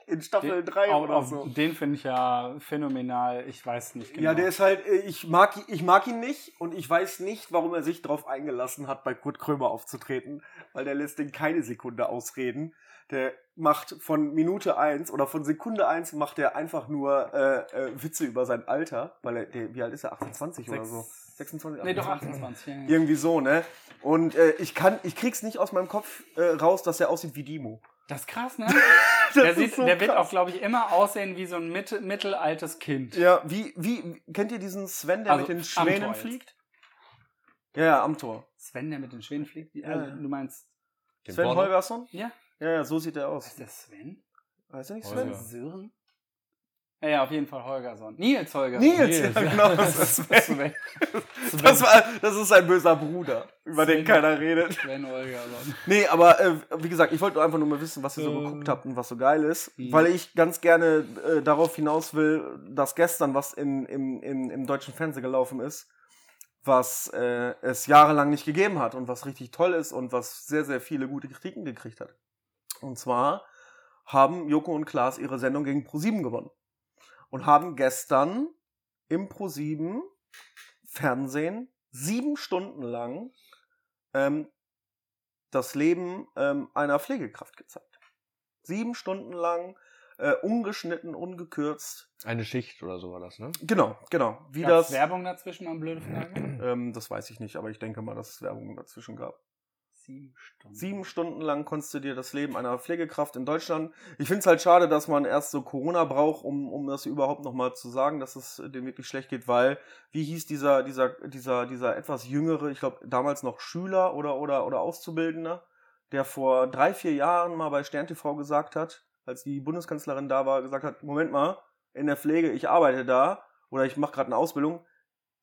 [SPEAKER 3] In Staffel
[SPEAKER 2] Den,
[SPEAKER 3] 3
[SPEAKER 2] out
[SPEAKER 3] oder
[SPEAKER 2] of,
[SPEAKER 3] so.
[SPEAKER 2] den finde ich ja phänomenal. Ich weiß nicht genau.
[SPEAKER 3] Ja, der ist halt, äh, ich mag, ihn- ich mag ihn nicht und ich weiß nicht, warum er sich darauf eingelassen hat, bei Kurt Krömer aufzutreten, weil der lässt den keine Sekunde ausreden. Der macht von Minute eins oder von Sekunde eins macht er einfach nur äh, äh, Witze über sein Alter, weil er, der, wie alt ist er? 28 oder
[SPEAKER 2] Sechs-
[SPEAKER 3] so? 26?
[SPEAKER 2] Nee, doch 28. Ja, ja.
[SPEAKER 3] Irgendwie so, ne? Und äh, ich kann, ich krieg's nicht aus meinem Kopf äh, raus, dass er aussieht wie Dimo.
[SPEAKER 2] Das ist krass, ne?
[SPEAKER 3] Das
[SPEAKER 2] Der,
[SPEAKER 3] ist
[SPEAKER 2] sieht,
[SPEAKER 3] so
[SPEAKER 2] der wird
[SPEAKER 3] krass.
[SPEAKER 2] auch, glaube ich, immer aussehen wie so ein mit, mittelaltes Kind.
[SPEAKER 3] Ja, wie, wie, kennt ihr diesen Sven, der
[SPEAKER 2] Also,
[SPEAKER 3] mit den
[SPEAKER 2] am Tor
[SPEAKER 3] Schwänen
[SPEAKER 2] jetzt.
[SPEAKER 3] fliegt? Ja, ja, am Tor.
[SPEAKER 2] Sven, der mit den Schwänen fliegt. Ja.
[SPEAKER 3] Ja.
[SPEAKER 2] Also, du meinst,
[SPEAKER 4] Den
[SPEAKER 3] Sven
[SPEAKER 4] Porno?
[SPEAKER 3] Holgersson?
[SPEAKER 2] Ja.
[SPEAKER 3] Ja, ja, so sieht er aus.
[SPEAKER 2] ist das Sven?
[SPEAKER 3] Weiß er nicht,
[SPEAKER 4] Holger.
[SPEAKER 3] Sven?
[SPEAKER 4] Ja.
[SPEAKER 2] Sören? Also Ja, ja, auf jeden Fall Holgersson. Nils Holgersson.
[SPEAKER 3] Nils, ja, genau. Das ist Sven.
[SPEAKER 2] Sven.
[SPEAKER 3] Das, war, das ist ein böser Bruder, über den
[SPEAKER 2] Sven.
[SPEAKER 3] keiner redet.
[SPEAKER 2] Sven Holgersson.
[SPEAKER 3] Nee, aber äh, wie gesagt, ich wollte einfach nur mal wissen, was ihr so
[SPEAKER 4] Ähm.
[SPEAKER 3] geguckt habt und was so geil ist,
[SPEAKER 2] Mhm.
[SPEAKER 3] weil ich ganz gerne äh, darauf hinaus will, dass gestern was in, im, im, im deutschen Fernsehen gelaufen ist, was äh, es jahrelang nicht gegeben hat und was richtig toll ist und was sehr, sehr viele gute Kritiken gekriegt hat. Und zwar haben Joko und Klaas ihre Sendung gegen ProSieben gewonnen und haben gestern im ProSieben Fernsehen sieben Stunden lang ähm, das Leben ähm, einer Pflegekraft gezeigt. Sieben Stunden lang, äh, ungeschnitten, ungekürzt.
[SPEAKER 4] Eine Schicht oder so war das, ne?
[SPEAKER 3] Genau, genau. Wie
[SPEAKER 2] Gab's
[SPEAKER 3] das.
[SPEAKER 2] Werbung dazwischen an blöde Frage?
[SPEAKER 3] Ähm, das weiß ich nicht, aber ich denke mal, dass es Werbung dazwischen gab.
[SPEAKER 2] Sieben Stunden.
[SPEAKER 3] Sieben Stunden lang konntest du dir das Leben einer Pflegekraft in Deutschland. Ich finde es halt schade, dass man erst so Corona braucht, um, um das überhaupt nochmal zu sagen, dass es dem wirklich schlecht geht, weil, wie hieß dieser, dieser, dieser, dieser etwas jüngere, ich glaube damals noch Schüler oder, oder, oder Auszubildender, der vor drei, vier Jahren mal bei Stern TV gesagt hat, als die Bundeskanzlerin da war, gesagt hat, Moment mal, in der Pflege, ich arbeite da oder ich mache gerade eine Ausbildung,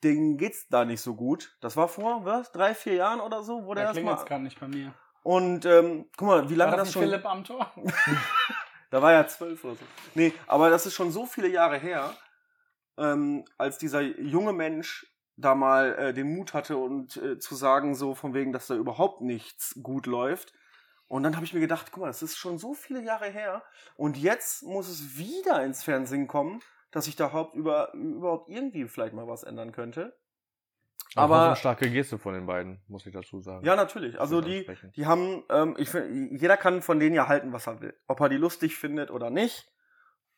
[SPEAKER 3] denen geht's da nicht so gut. Das war vor, was, drei, vier Jahren oder so, wo der
[SPEAKER 2] Da
[SPEAKER 3] erst mal
[SPEAKER 2] klingelt's gerade nicht bei mir.
[SPEAKER 3] und ähm, guck mal, wie lange
[SPEAKER 2] war
[SPEAKER 3] das,
[SPEAKER 2] nicht
[SPEAKER 3] schon.
[SPEAKER 2] Philipp am Tor?
[SPEAKER 3] Da war ja zwölf oder so. Nee, aber das ist schon so viele Jahre her, ähm, als dieser junge Mensch da mal äh, den Mut hatte und äh, zu sagen, so von wegen, dass da überhaupt nichts gut läuft. Und dann habe ich mir gedacht, guck mal, das ist schon so viele Jahre her. Und jetzt muss es wieder ins Fernsehen kommen, dass sich da haupt über, überhaupt irgendwie vielleicht mal was ändern könnte.
[SPEAKER 4] Aber
[SPEAKER 3] Aber-
[SPEAKER 4] eine starke Geste von den beiden, muss ich dazu sagen.
[SPEAKER 3] Ja, natürlich. Also
[SPEAKER 4] Das
[SPEAKER 3] die,
[SPEAKER 4] ansprechen.
[SPEAKER 3] Die haben, ähm, ich find, jeder kann von denen ja halten, was er will. Ob er die lustig findet oder nicht.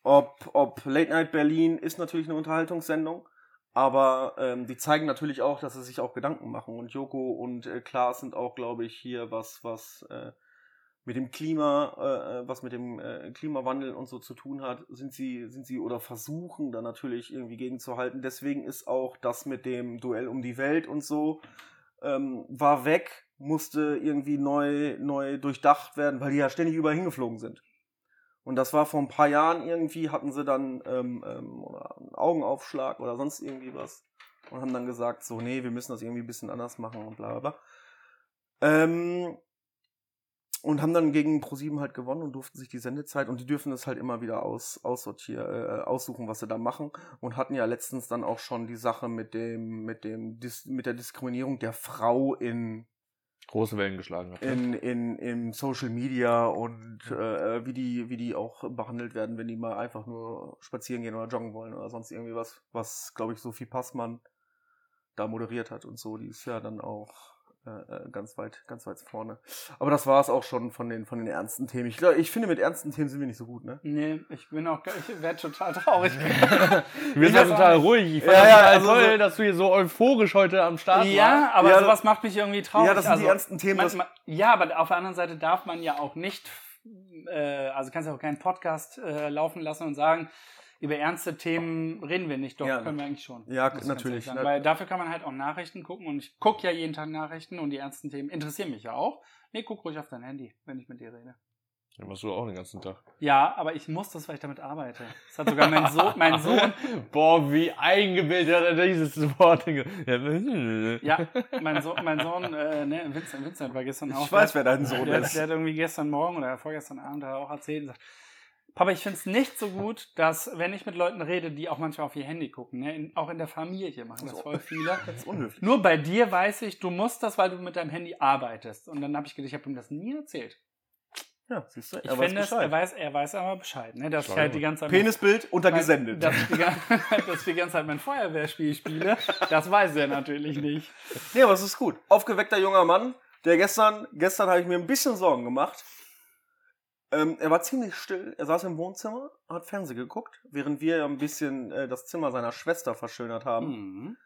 [SPEAKER 3] Ob, ob Late Night Berlin ist natürlich eine Unterhaltungssendung. Aber ähm, die zeigen natürlich auch, dass sie sich auch Gedanken machen. Und Joko und äh, Klaas sind auch, glaube ich, hier was, was äh, mit dem Klima, äh, was mit dem äh, Klimawandel und so zu tun hat, sind sie, sind sie oder versuchen da natürlich irgendwie gegenzuhalten. Deswegen ist auch das mit dem Duell um die Welt und so, ähm, war weg, musste irgendwie neu, neu durchdacht werden, weil die ja ständig überall hingeflogen sind. Und das war vor ein paar Jahren irgendwie, hatten sie dann ähm, ähm, oder einen Augenaufschlag oder sonst irgendwie was und haben dann gesagt, so, nee, wir müssen das irgendwie ein bisschen anders machen und bla bla bla. Ähm, und haben dann gegen ProSieben halt gewonnen und durften sich die Sendezeit und die dürfen das halt immer wieder aus, aussortieren, äh, aussuchen, was sie da machen und hatten ja letztens dann auch schon die Sache mit dem, mit dem, Dis, mit der Diskriminierung der Frau in,
[SPEAKER 4] Große Wellen geschlagen hat. ne?
[SPEAKER 3] in, in, im Social Media und äh, wie die, wie die auch behandelt werden, wenn die mal einfach nur spazieren gehen oder joggen wollen oder sonst irgendwie was, was, glaube ich, Sophie Passmann da moderiert hat und so, die ist ja dann auch äh, äh, ganz weit, ganz weit vorne. Aber das war es auch schon von den, von den ernsten Themen. Ich, glaub, ich finde, mit ernsten Themen sind wir nicht so gut, ne?
[SPEAKER 2] Nee, ich bin auch, ich werde total traurig.
[SPEAKER 4] Du bist ja total ruhig. Ich fand
[SPEAKER 3] Ja,
[SPEAKER 4] das
[SPEAKER 3] ja,
[SPEAKER 4] total
[SPEAKER 3] also
[SPEAKER 4] toll,
[SPEAKER 3] so-
[SPEAKER 4] dass du hier so euphorisch heute am Start warst.
[SPEAKER 2] ja, aber
[SPEAKER 3] Ja,
[SPEAKER 2] sowas macht mich irgendwie traurig. Also
[SPEAKER 3] Ja, das sind die ernsten Themen.
[SPEAKER 2] Man,
[SPEAKER 3] das-
[SPEAKER 2] man, ja, aber auf der anderen Seite darf man ja auch nicht, äh, also kannst ja auch keinen Podcast äh, laufen lassen und sagen, über ernste Themen reden wir nicht, doch
[SPEAKER 3] Ja,
[SPEAKER 2] können wir eigentlich schon.
[SPEAKER 3] ja,
[SPEAKER 2] muss ich ganz ehrlich
[SPEAKER 3] natürlich,
[SPEAKER 2] Sagen.
[SPEAKER 3] ne.
[SPEAKER 2] Weil dafür kann man halt auch Nachrichten gucken und ich gucke ja jeden Tag Nachrichten und die ernsten Themen interessieren mich ja auch. Nee, guck ruhig auf dein Handy, wenn ich mit dir rede.
[SPEAKER 4] Ja, machst du auch den ganzen Tag.
[SPEAKER 2] Ja, aber ich muss das, weil ich damit arbeite. Das hat sogar mein, so mein Sohn,
[SPEAKER 4] Boah, wie eingebildet hat er dieses Wort. ge- Ja,
[SPEAKER 2] ja, mein, so mein Sohn, äh, ne, Vincent, Vincent war gestern auch.
[SPEAKER 3] ich weiß, wer dein Sohn
[SPEAKER 2] der,
[SPEAKER 3] ist.
[SPEAKER 2] der hat irgendwie gestern Morgen oder vorgestern Abend hat er auch erzählt und sagt, Papa, ich finde es nicht so gut, dass, wenn ich mit Leuten rede, die auch manchmal auf ihr Handy gucken, ne? in, auch in der Familie machen das
[SPEAKER 3] So.
[SPEAKER 2] voll viele.
[SPEAKER 3] Das ist unhöflich.
[SPEAKER 2] Nur bei dir weiß ich, du musst das, weil du mit deinem Handy arbeitest. Und dann habe ich gedacht, ich habe ihm das nie erzählt.
[SPEAKER 3] Ja, siehst du,
[SPEAKER 2] Ich
[SPEAKER 3] er weiß
[SPEAKER 2] finde es,
[SPEAKER 3] Bescheid.
[SPEAKER 2] er weiß, er weiß aber Bescheid, ne? dass ich
[SPEAKER 4] Schlau.
[SPEAKER 2] halt die ganze Zeit
[SPEAKER 3] Penisbild
[SPEAKER 2] mein,
[SPEAKER 3] untergesendet.
[SPEAKER 2] Dass ich, die ganze, dass ich die ganze Zeit mein Feuerwehrspiel spiele, das weiß er natürlich nicht.
[SPEAKER 3] Nee, aber es ist gut. Aufgeweckter junger Mann, der gestern, gestern habe ich mir ein bisschen Sorgen gemacht. Ähm, er war ziemlich still, er saß im Wohnzimmer, hat Fernsehen geguckt, während wir ja ein bisschen äh, das Zimmer seiner Schwester verschönert haben.
[SPEAKER 2] Mhm.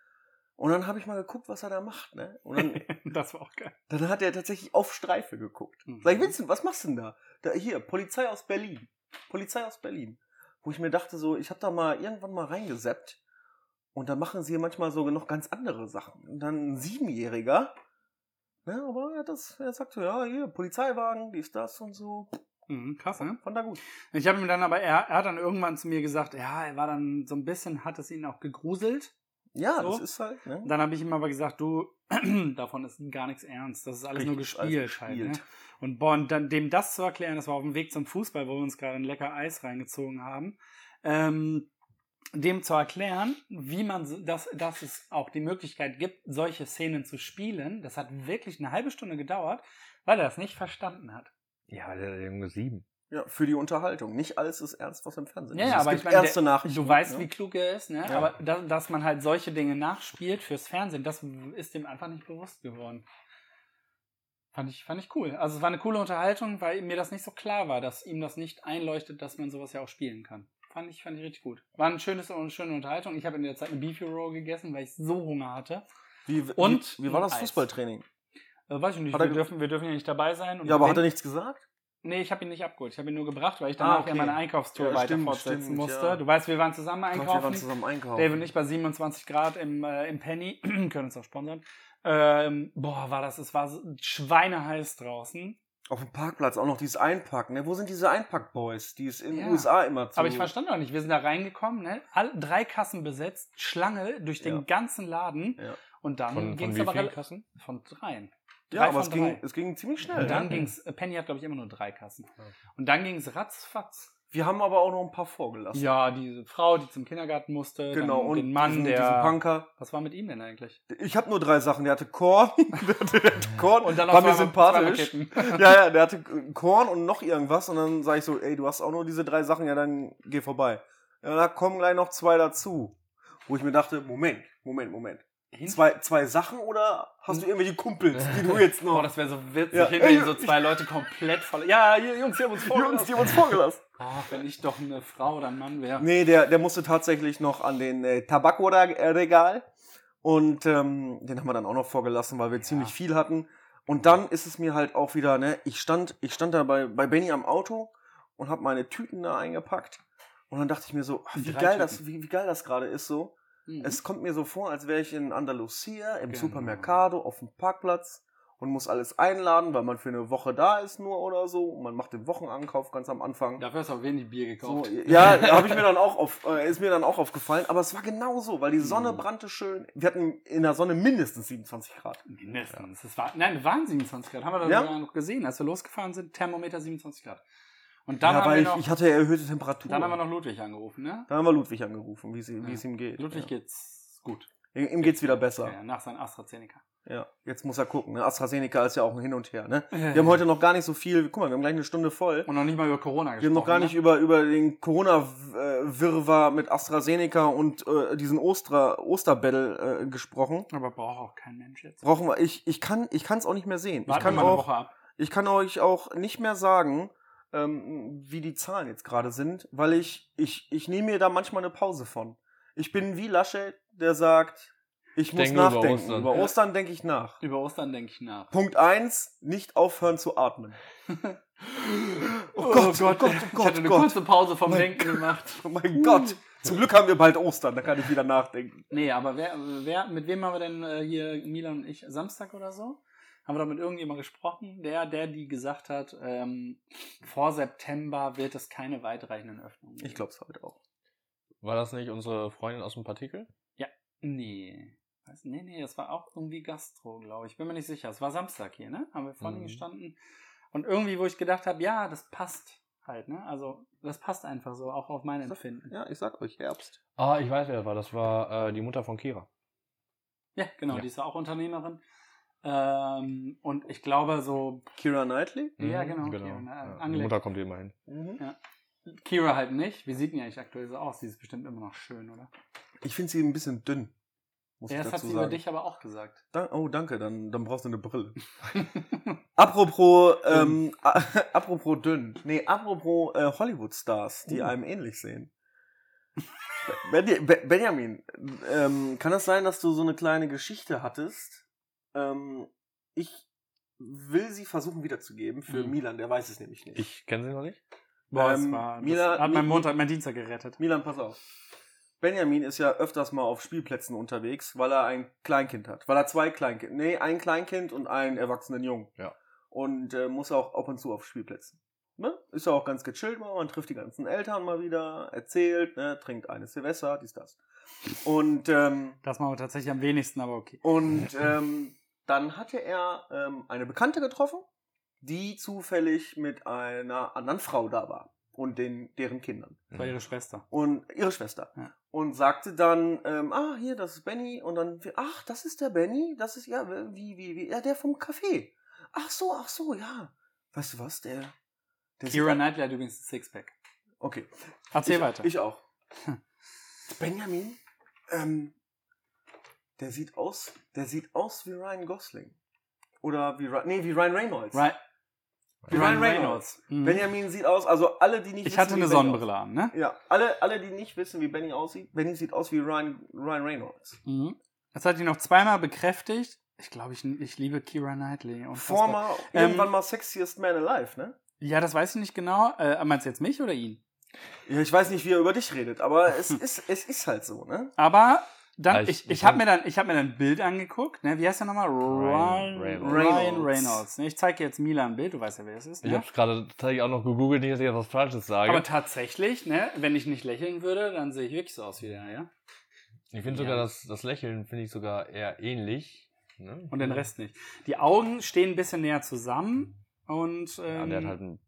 [SPEAKER 3] Und dann habe ich mal geguckt, was er da macht, ne? Und dann,
[SPEAKER 2] Das war auch geil.
[SPEAKER 3] dann hat er tatsächlich auf Streife geguckt.
[SPEAKER 2] Mhm.
[SPEAKER 3] Sag ich, Vincent, was machst du denn da? da? Hier, Polizei aus Berlin. Polizei aus Berlin. Wo ich mir dachte, so, ich habe da mal irgendwann mal reingeseppt. Und da machen sie manchmal so noch ganz andere Sachen. Und dann ein ne, Siebenjähriger. Ja, aber er, hat das, er sagt so, ja, hier, Polizeiwagen, dies, das und so.
[SPEAKER 2] Mhm, krass, ne?
[SPEAKER 3] Fand er gut.
[SPEAKER 2] Ich habe ihm dann aber, er, er hat dann irgendwann zu mir gesagt, ja, er war dann so ein bisschen, hat es ihn auch gegruselt.
[SPEAKER 3] Ja,
[SPEAKER 2] So.
[SPEAKER 3] das ist halt, ne?
[SPEAKER 2] Dann habe ich ihm aber gesagt, du, davon ist gar nichts ernst. Das ist alles nur
[SPEAKER 3] Richtig,
[SPEAKER 2] gespielt.
[SPEAKER 3] alles
[SPEAKER 2] Halt,
[SPEAKER 3] gespielt.
[SPEAKER 2] ne? Und boah, und dann dem das zu erklären, das war auf dem Weg zum Fußball, wo wir uns gerade ein lecker Eis reingezogen haben, ähm, dem zu erklären, wie man, so- dass, dass es auch die Möglichkeit gibt, solche Szenen zu spielen, das hat wirklich eine halbe Stunde gedauert, weil er das nicht verstanden hat.
[SPEAKER 4] Ja, der Junge sieben.
[SPEAKER 3] Ja, für die Unterhaltung. Nicht alles ist ernst, was im Fernsehen
[SPEAKER 2] Ja,
[SPEAKER 3] ist.
[SPEAKER 2] ja,
[SPEAKER 3] es
[SPEAKER 2] aber
[SPEAKER 3] gibt
[SPEAKER 2] ich meine,
[SPEAKER 3] ernste
[SPEAKER 2] der-
[SPEAKER 3] Nachrichten.
[SPEAKER 2] Du weißt,
[SPEAKER 3] ne?
[SPEAKER 2] wie klug er ist, ne?
[SPEAKER 3] Ja.
[SPEAKER 2] aber da, dass man halt solche Dinge nachspielt fürs Fernsehen, das ist dem einfach nicht bewusst geworden. Fand ich, fand ich cool. Also es war eine coole Unterhaltung, weil mir das nicht so klar war, dass ihm das nicht einleuchtet, dass man sowas ja auch spielen kann. Fand ich, fand ich richtig gut. War ein schönes, eine schöne Unterhaltung. Ich habe in der Zeit eine Beefy Roll gegessen, weil ich so Hunger hatte.
[SPEAKER 3] Wie, wie,
[SPEAKER 2] Und
[SPEAKER 3] wie, war das
[SPEAKER 2] Eis.
[SPEAKER 3] Fußballtraining?
[SPEAKER 2] Äh, weiß ich nicht,
[SPEAKER 3] Hat
[SPEAKER 2] wir
[SPEAKER 3] er ge-
[SPEAKER 2] dürfen, wir dürfen ja nicht dabei sein. Und
[SPEAKER 3] Ja, aber
[SPEAKER 2] wenn-
[SPEAKER 3] hat er nichts gesagt?
[SPEAKER 2] Nee, ich habe ihn nicht abgeholt. Ich habe ihn nur gebracht, weil ich
[SPEAKER 3] Ah,
[SPEAKER 2] danach ja
[SPEAKER 3] okay.
[SPEAKER 2] meine Einkaufstour
[SPEAKER 3] Ja,
[SPEAKER 2] weiter
[SPEAKER 3] stimmt,
[SPEAKER 2] fortsetzen
[SPEAKER 3] stimmt,
[SPEAKER 2] musste.
[SPEAKER 3] ja.
[SPEAKER 2] Du weißt, wir waren zusammen
[SPEAKER 3] Gott,
[SPEAKER 2] einkaufen.
[SPEAKER 3] wir waren zusammen einkaufen.
[SPEAKER 2] Dave und ich bei 27 Grad im, äh, im Penny, können uns auch sponsern. Ähm, boah, war das, es war so schweineheiß draußen.
[SPEAKER 3] Auf dem Parkplatz auch noch dieses Einpacken. Ne? Wo sind diese Einpack-Boys, die es in den
[SPEAKER 2] Ja.
[SPEAKER 3] USA immer zu...
[SPEAKER 2] Aber ich verstand noch nicht, wir sind da reingekommen, ne? All, drei Kassen besetzt, Schlange durch den
[SPEAKER 3] Ja.
[SPEAKER 2] ganzen Laden
[SPEAKER 3] Ja.
[SPEAKER 2] und dann
[SPEAKER 4] Von,
[SPEAKER 2] ging
[SPEAKER 4] von
[SPEAKER 2] es
[SPEAKER 4] wie
[SPEAKER 2] aber
[SPEAKER 4] vielen
[SPEAKER 2] rela-
[SPEAKER 4] Kassen?
[SPEAKER 2] von dreien.
[SPEAKER 3] Ja,
[SPEAKER 2] Drei
[SPEAKER 3] aber es
[SPEAKER 2] von
[SPEAKER 3] ging,
[SPEAKER 2] drei.
[SPEAKER 3] es ging ziemlich schnell.
[SPEAKER 2] Und dann
[SPEAKER 3] ne?
[SPEAKER 2] ging's, äh, Penny hat glaube ich immer nur drei Kassen. Und dann ging's ratzfatz.
[SPEAKER 3] Wir haben aber auch noch ein paar vorgelassen.
[SPEAKER 2] Ja, diese Frau, die zum Kindergarten musste,
[SPEAKER 3] genau.
[SPEAKER 2] dann
[SPEAKER 3] Und
[SPEAKER 2] den Mann,
[SPEAKER 3] diesen,
[SPEAKER 2] der
[SPEAKER 3] diesen Punker.
[SPEAKER 2] Was war mit ihm denn eigentlich?
[SPEAKER 3] Ich habe nur drei Sachen. Der hatte Korn. der hatte, der hatte Korn. war
[SPEAKER 2] auf
[SPEAKER 3] mir
[SPEAKER 2] einmal zwei
[SPEAKER 3] sympathisch.
[SPEAKER 2] Raketen.
[SPEAKER 3] Ja, ja, der hatte Korn und noch irgendwas. Und dann sage ich so, ey, du hast auch nur diese drei Sachen. Ja, dann geh vorbei. Ja, da kommen gleich noch zwei dazu. Wo ich mir dachte, Moment, Moment, Moment.
[SPEAKER 2] Hinten
[SPEAKER 3] Zwei, zwei Sachen oder hast du
[SPEAKER 2] Hm?
[SPEAKER 3] irgendwelche Kumpels, die du jetzt
[SPEAKER 2] Boah,
[SPEAKER 3] noch...
[SPEAKER 2] das wäre so witzig,
[SPEAKER 3] Oh, Ja.
[SPEAKER 2] hinter ihm so zwei Leute komplett voll. Ja, hier, Jungs, hier haben uns voll.
[SPEAKER 3] Jungs, die haben uns vorgelassen.
[SPEAKER 2] oh, wenn ich doch eine Frau oder ein Mann wäre.
[SPEAKER 3] Nee, der, der musste tatsächlich noch an den äh, Tabakregal. Und ähm, den haben wir dann auch noch vorgelassen, weil wir ziemlich viel hatten. Und dann ist es mir halt auch wieder, ne, ich stand, ich stand da bei, bei Benny am Auto und habe meine Tüten da eingepackt. Und dann dachte ich mir so, ach, wie,
[SPEAKER 2] Drei
[SPEAKER 3] geil das,
[SPEAKER 2] Tüten.
[SPEAKER 3] wie, wie geil das gerade ist so.
[SPEAKER 2] Mhm.
[SPEAKER 3] Es kommt mir so vor, als wäre ich in Andalusia, im
[SPEAKER 2] Genau.
[SPEAKER 3] Supermercado, auf dem Parkplatz und muss alles einladen, weil man für eine Woche da ist nur oder so. Und man macht den Wochenankauf ganz am Anfang.
[SPEAKER 2] Dafür hast du auch wenig Bier
[SPEAKER 3] So,
[SPEAKER 2] gekauft.
[SPEAKER 3] ja, habe ich mir dann auch auf, äh, ist mir dann auch aufgefallen, aber es war genauso, weil die Sonne
[SPEAKER 2] Mhm.
[SPEAKER 3] brannte schön. Wir hatten in der Sonne mindestens 27 Grad.
[SPEAKER 2] Mindestens. Das war, nein, waren 27 Grad. Haben wir dann
[SPEAKER 3] Ja.
[SPEAKER 2] sogar noch gesehen, als wir losgefahren sind. Thermometer 27 Grad. Und dann,
[SPEAKER 3] ja,
[SPEAKER 2] haben,
[SPEAKER 3] weil
[SPEAKER 2] wir
[SPEAKER 3] ich,
[SPEAKER 2] noch,
[SPEAKER 3] ich hatte erhöhte Temperaturen.
[SPEAKER 2] dann haben wir noch Ludwig angerufen, ne?
[SPEAKER 3] Dann haben wir Ludwig angerufen, wie sie- wie
[SPEAKER 2] Ja.
[SPEAKER 3] es ihm geht.
[SPEAKER 2] Ludwig
[SPEAKER 3] ja.
[SPEAKER 2] geht's gut.
[SPEAKER 3] geht. Ihm geht's wieder besser.
[SPEAKER 2] Ja, nach seinem AstraZeneca.
[SPEAKER 3] Ja, jetzt muss er gucken. Ne? AstraZeneca ist ja auch ein Hin und Her. Ne? Wir haben heute noch gar nicht so viel. Guck mal, wir haben gleich eine Stunde voll.
[SPEAKER 2] Und noch nicht mal über Corona gesprochen.
[SPEAKER 3] Wir haben noch gar nicht
[SPEAKER 2] ne?
[SPEAKER 3] über, über den Corona-Wirrwarr mit AstraZeneca und äh, diesen Oster, Osterbattle äh, gesprochen.
[SPEAKER 2] Aber braucht auch kein Mensch jetzt.
[SPEAKER 3] Brauchen wir, ich, ich kann ich kann's auch nicht mehr sehen. Ich
[SPEAKER 2] Warten
[SPEAKER 3] kann,
[SPEAKER 2] wir mal eine
[SPEAKER 3] auch,
[SPEAKER 2] Woche ab.
[SPEAKER 3] ich kann euch auch nicht mehr sagen, ähm, wie die Zahlen jetzt gerade sind, weil ich, ich, ich nehme mir da manchmal eine Pause von. Ich bin wie Laschet, der sagt, ich muss
[SPEAKER 4] Denke über
[SPEAKER 3] nachdenken. Über Ostern,
[SPEAKER 4] Ostern.
[SPEAKER 3] über Ostern denke ich nach.
[SPEAKER 2] Über Ostern denke ich nach.
[SPEAKER 3] Punkt eins nicht aufhören zu atmen.
[SPEAKER 2] Oh
[SPEAKER 3] Gott,
[SPEAKER 2] Gott,
[SPEAKER 3] oh Gott,
[SPEAKER 2] ich
[SPEAKER 3] oh Gott,
[SPEAKER 2] hatte eine
[SPEAKER 3] oh Gott.
[SPEAKER 2] kurze Pause vom Denken gemacht.
[SPEAKER 3] Oh mein Gott, zum Glück haben wir bald Ostern, da kann ich wieder nachdenken.
[SPEAKER 2] Nee, aber wer, wer, mit wem haben wir denn äh, hier, Milan und ich, Samstag oder so? Haben wir da mit irgendjemandem gesprochen, der, der die gesagt hat, ähm, vor September wird es keine weitreichenden Öffnungen geben.
[SPEAKER 3] Ich glaube es heute auch.
[SPEAKER 4] War das nicht unsere Freundin aus dem Partikel?
[SPEAKER 2] Nee. Was? Nee, nee, das war auch irgendwie Gastro, glaube ich. Bin mir nicht sicher. Es war Samstag hier, ne? Haben wir vorne
[SPEAKER 4] Mhm.
[SPEAKER 2] gestanden. Und irgendwie, wo ich gedacht habe, ja, das passt halt, ne? Also, das passt einfach so, auch auf mein Empfinden.
[SPEAKER 3] Ja, ich sag euch, Herbst.
[SPEAKER 4] Ah, ich weiß, wer das war. Das war äh, die Mutter von Kira.
[SPEAKER 2] Ja, genau,
[SPEAKER 4] Ja.
[SPEAKER 2] die ist ja auch Unternehmerin. Ähm, und ich glaube, so
[SPEAKER 3] Kira Knightley?
[SPEAKER 2] Ja,
[SPEAKER 4] Mhm,
[SPEAKER 2] genau, Kira, ne,
[SPEAKER 4] Ja, die
[SPEAKER 2] angelegt.
[SPEAKER 4] Mutter kommt immer hin.
[SPEAKER 2] Kira halt nicht. Wie sieht denn die eigentlich aktuell so aus? Sie ist bestimmt immer noch schön, oder?
[SPEAKER 3] Ich finde sie ein bisschen dünn. Muss
[SPEAKER 2] Ja,
[SPEAKER 3] ich
[SPEAKER 2] das
[SPEAKER 3] dazu
[SPEAKER 2] hat sie
[SPEAKER 3] sagen.
[SPEAKER 2] über dich aber auch gesagt.
[SPEAKER 3] Dan oh, danke, dann, dann brauchst du eine Brille. apropos, ähm, a- apropos dünn. Nee, apropos äh, Hollywood-Stars, die
[SPEAKER 4] Oh.
[SPEAKER 3] einem ähnlich sehen. Benja- Be- Benjamin, ähm, kann es sein, dass du so eine kleine Geschichte hattest? Ähm, ich will sie versuchen wiederzugeben für
[SPEAKER 2] Mhm.
[SPEAKER 3] Milan, der weiß es nämlich nicht.
[SPEAKER 4] Hm. Ich kenne sie noch nicht.
[SPEAKER 2] Boah,
[SPEAKER 3] Ähm,
[SPEAKER 2] das war, das
[SPEAKER 3] Mila-
[SPEAKER 2] hat mein
[SPEAKER 3] Mi-
[SPEAKER 2] Montag, mein Dienstag gerettet.
[SPEAKER 3] Milan, pass auf. Benjamin ist ja öfters mal auf Spielplätzen unterwegs, weil er ein Kleinkind hat. Weil er zwei Kleinkind, nee, ein Kleinkind und einen erwachsenen Jungen.
[SPEAKER 4] Ja.
[SPEAKER 3] Und äh, muss auch ab und zu auf Spielplätzen. ne? Ist ja auch ganz gechillt mal, man trifft die ganzen Eltern mal wieder, erzählt, ne? trinkt eine Silvester, dies, das. Und, ähm,
[SPEAKER 2] Das machen wir tatsächlich am wenigsten, aber okay.
[SPEAKER 3] und ähm, dann hatte er ähm, eine Bekannte getroffen, die zufällig mit einer anderen Frau da war und den, deren Kindern
[SPEAKER 2] Das war ihre Schwester.
[SPEAKER 3] und ihre Schwester
[SPEAKER 2] Ja.
[SPEAKER 3] und sagte dann ähm, ah hier das ist Benny und dann wir- ach das ist der Benny das ist ja wie wie wie ja der vom Café ach so ach so ja weißt du was der, der
[SPEAKER 2] Kira
[SPEAKER 3] sieht-
[SPEAKER 2] Knightley hat übrigens ein Sixpack.
[SPEAKER 3] okay
[SPEAKER 2] Erzähl
[SPEAKER 3] ich,
[SPEAKER 2] weiter.
[SPEAKER 3] ich auch Benjamin ähm, der sieht aus der sieht aus wie Ryan Gosling oder wie Ry- nee wie Ryan Reynolds
[SPEAKER 2] Ri-
[SPEAKER 3] wie Ryan Reynolds
[SPEAKER 2] Mhm.
[SPEAKER 3] Benjamin sieht aus also alle die nicht
[SPEAKER 2] ich hatte
[SPEAKER 3] wissen, wie
[SPEAKER 2] eine
[SPEAKER 3] Benny
[SPEAKER 2] Sonnenbrille an, ne?
[SPEAKER 3] ja, alle, alle, die nicht wissen, wie Benny aussieht, Benny sieht aus wie Ryan, Ryan Reynolds.
[SPEAKER 2] Mhm. Das hat ihn noch zweimal bekräftigt. Ich glaube, ich, ich liebe Kira Knightley. Unfassbar.
[SPEAKER 3] Former,
[SPEAKER 2] Ähm,
[SPEAKER 3] irgendwann mal Sexiest Man Alive, ne?
[SPEAKER 2] Ja, das weiß ich nicht genau. Äh, meinst du jetzt mich oder ihn?
[SPEAKER 3] Ja, ich weiß nicht, wie er über dich redet, aber es ist, es ist halt so, ne?
[SPEAKER 2] Aber dann,
[SPEAKER 4] Ja, ich-
[SPEAKER 2] ich, ich,
[SPEAKER 4] ich
[SPEAKER 2] habe
[SPEAKER 4] hab-
[SPEAKER 2] mir dann, ich habe mir dann ein Bild angeguckt. Ne? Wie heißt der nochmal? Ryan
[SPEAKER 4] Ryan
[SPEAKER 2] Reynolds.
[SPEAKER 4] Reynolds.
[SPEAKER 2] Ryan Reynolds. Ne? Ich zeige jetzt Mila ein Bild. Du weißt ja, wer es ist.
[SPEAKER 4] Ich
[SPEAKER 2] Ne?
[SPEAKER 4] habe es gerade tatsächlich auch noch gegoogelt, nicht, dass ich jetzt was Falsches sage.
[SPEAKER 2] Aber tatsächlich, ne? Wenn ich nicht lächeln würde, dann sehe ich wirklich so aus wie der, ja.
[SPEAKER 4] ich finde
[SPEAKER 2] Ja.
[SPEAKER 4] sogar das, das Lächeln finde ich sogar eher ähnlich. Ne?
[SPEAKER 2] Und den Rest nicht. Die Augen stehen ein bisschen näher zusammen und ähm,
[SPEAKER 4] Ja, der hat halt ein,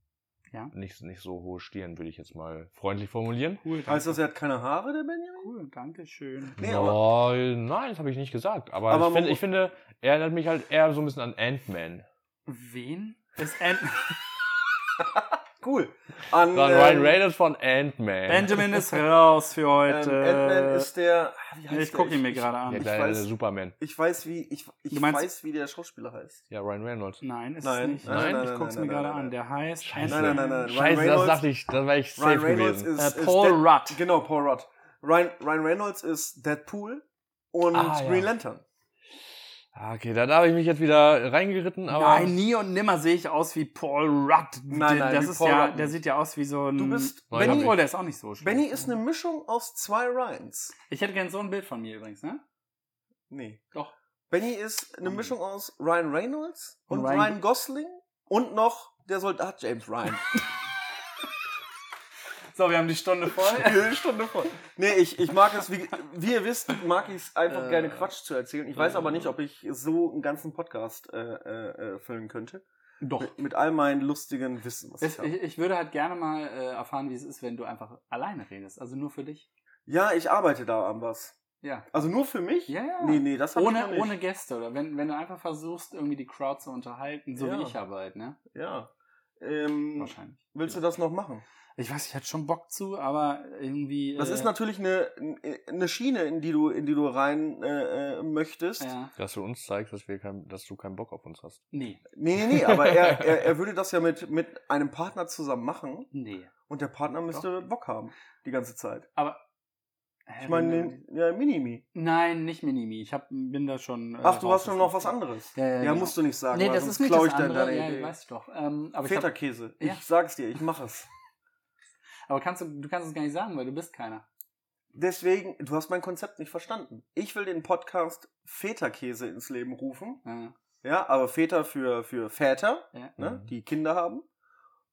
[SPEAKER 2] ja.
[SPEAKER 4] nicht, nicht so hohe Stirn, würde ich jetzt mal freundlich formulieren.
[SPEAKER 2] cool. Danke.
[SPEAKER 3] Heißt das, er hat keine Haare, der Benjamin?
[SPEAKER 2] cool, danke schön.
[SPEAKER 3] Nee,
[SPEAKER 4] aber, nein, das habe ich nicht gesagt. Aber,
[SPEAKER 3] Aber man
[SPEAKER 4] ich, finde,
[SPEAKER 3] muss-
[SPEAKER 4] ich finde, er erinnert mich halt eher so ein bisschen an Ant-Man.
[SPEAKER 2] Wen? Ist Ant
[SPEAKER 3] Cool. An,
[SPEAKER 4] An
[SPEAKER 3] ähm,
[SPEAKER 4] Ryan Reynolds von Ant-Man.
[SPEAKER 2] Benjamin ist raus für
[SPEAKER 3] ähm,
[SPEAKER 2] heute.
[SPEAKER 4] äh,
[SPEAKER 3] Ant-Man ist der. ah, Wie
[SPEAKER 2] ich
[SPEAKER 3] der?
[SPEAKER 2] gucke ihn mir gerade
[SPEAKER 4] Der
[SPEAKER 2] an.
[SPEAKER 3] ich
[SPEAKER 4] kleine
[SPEAKER 3] weiß-
[SPEAKER 4] Superman.
[SPEAKER 3] Ich weiß, wie, ich, ich
[SPEAKER 2] Du meinst-
[SPEAKER 3] weiß, wie der Schauspieler heißt.
[SPEAKER 4] Ja, Ryan Reynolds.
[SPEAKER 2] Nein, ist
[SPEAKER 3] Nein,
[SPEAKER 2] es nicht.
[SPEAKER 3] nein,
[SPEAKER 4] nein,
[SPEAKER 2] ich
[SPEAKER 3] nein,
[SPEAKER 2] guck's
[SPEAKER 3] nein,
[SPEAKER 2] mir
[SPEAKER 3] nein,
[SPEAKER 2] gerade
[SPEAKER 3] nein,
[SPEAKER 2] an. Der heißt
[SPEAKER 4] Scheiße.
[SPEAKER 3] Nein, nein, nein, nein. Ryan
[SPEAKER 4] Scheiße, das
[SPEAKER 3] Reynolds-
[SPEAKER 4] dachte ich, das wäre ich safe
[SPEAKER 3] Ryan Reynolds
[SPEAKER 4] gewesen.
[SPEAKER 3] ist.
[SPEAKER 2] Äh,
[SPEAKER 3] ist
[SPEAKER 2] Paul
[SPEAKER 3] Dead-
[SPEAKER 2] Rudd.
[SPEAKER 3] Genau, Paul Rudd. Ryan, Ryan Reynolds ist Deadpool und
[SPEAKER 4] Ah, ja.
[SPEAKER 3] Green Lantern.
[SPEAKER 4] Ah, okay, da habe ich mich jetzt wieder reingeritten, aber.
[SPEAKER 2] Nein, nie und nimmer sehe ich aus wie Paul Rudd.
[SPEAKER 3] Nein, nein,
[SPEAKER 2] das
[SPEAKER 3] wie
[SPEAKER 2] ist
[SPEAKER 3] Paul
[SPEAKER 2] ja,
[SPEAKER 3] Rudd
[SPEAKER 2] der
[SPEAKER 3] nicht.
[SPEAKER 2] sieht ja aus wie so ein.
[SPEAKER 3] Du bist.
[SPEAKER 4] Nein,
[SPEAKER 3] Benny,
[SPEAKER 4] hab
[SPEAKER 2] Oh, der ist auch nicht so schön.
[SPEAKER 3] Benny ist eine Mischung aus zwei Ryans.
[SPEAKER 2] Ich hätte gern so ein Bild von mir übrigens, ne?
[SPEAKER 3] Nee.
[SPEAKER 2] Doch.
[SPEAKER 3] Benny ist eine Mischung aus Ryan Reynolds
[SPEAKER 2] Und
[SPEAKER 3] und,
[SPEAKER 2] Ryan-
[SPEAKER 3] Ryan, Gosling und noch der Soldat James Ryan.
[SPEAKER 2] So, wir haben die Stunde voll.
[SPEAKER 3] Eine Stunde voll. Nee, ich, ich mag es, wie, wie ihr wisst, mag ich es einfach
[SPEAKER 2] Äh.
[SPEAKER 3] gerne Quatsch zu erzählen. Ich weiß aber nicht, ob ich so einen ganzen Podcast äh, äh, äh, füllen könnte.
[SPEAKER 2] Doch.
[SPEAKER 3] Mit, mit all meinen lustigen Wissen, was
[SPEAKER 2] Es,
[SPEAKER 3] ich
[SPEAKER 2] ich,
[SPEAKER 3] habe.
[SPEAKER 2] ich würde halt gerne mal äh, erfahren, wie es ist, wenn du einfach alleine redest. Also nur für dich.
[SPEAKER 3] Ja, ich arbeite da an was.
[SPEAKER 2] Ja.
[SPEAKER 3] Also nur für mich?
[SPEAKER 2] Ja, ja.
[SPEAKER 3] Nee, nee, das hab ich noch
[SPEAKER 2] Ohne,
[SPEAKER 3] nicht.
[SPEAKER 2] ohne Gäste oder wenn, wenn du einfach versuchst, irgendwie die Crowd zu unterhalten, so
[SPEAKER 3] Ja.
[SPEAKER 2] wie ich aber halt, ne?
[SPEAKER 3] Ja. Ähm,
[SPEAKER 2] Wahrscheinlich.
[SPEAKER 3] willst du das noch machen?
[SPEAKER 2] Ich weiß, ich hatte schon Bock zu, aber irgendwie.
[SPEAKER 3] Das
[SPEAKER 2] äh,
[SPEAKER 3] ist natürlich eine, eine Schiene, in die du, in die du rein äh, äh, möchtest.
[SPEAKER 2] Ja.
[SPEAKER 4] Dass du uns zeigst, dass, wir kein, dass du keinen Bock auf uns hast.
[SPEAKER 2] Nee,
[SPEAKER 3] Nee, nee, nee, aber er, er, er würde das ja mit, mit einem Partner zusammen machen
[SPEAKER 2] nee.
[SPEAKER 3] und der Partner müsste Bock haben die ganze Zeit.
[SPEAKER 2] Hä,
[SPEAKER 3] Ich
[SPEAKER 2] Äh, wenn
[SPEAKER 3] meine,
[SPEAKER 2] du-
[SPEAKER 3] ja, Minimi.
[SPEAKER 2] Nein, nicht Minimi. Ich hab, bin da schon. äh,
[SPEAKER 3] Ach, du hast
[SPEAKER 2] raus.
[SPEAKER 3] schon noch was anderes.
[SPEAKER 2] Ja,
[SPEAKER 3] Ja,
[SPEAKER 2] ja, genau.
[SPEAKER 3] musst du nicht sagen.
[SPEAKER 2] Nee,
[SPEAKER 3] weil
[SPEAKER 2] das
[SPEAKER 3] sonst
[SPEAKER 2] ist nicht
[SPEAKER 3] klau
[SPEAKER 2] das
[SPEAKER 3] ich dann
[SPEAKER 2] andere.
[SPEAKER 3] deine
[SPEAKER 2] ja,
[SPEAKER 3] Idee.
[SPEAKER 2] ich weiß doch. Ähm, aber, ich hab,
[SPEAKER 3] Feta-Käse.
[SPEAKER 2] Ja.
[SPEAKER 3] Ich sag's dir, ich mach es.
[SPEAKER 2] aber kannst du, du kannst es gar nicht sagen, weil du bist keiner.
[SPEAKER 3] Deswegen, du hast mein Konzept nicht verstanden. Ich will den Podcast Feta-Käse ins Leben rufen.
[SPEAKER 2] Äh,
[SPEAKER 3] Ja, aber Väter für, für Väter,
[SPEAKER 2] Ja.
[SPEAKER 3] ne,
[SPEAKER 4] Mhm.
[SPEAKER 3] die Kinder haben,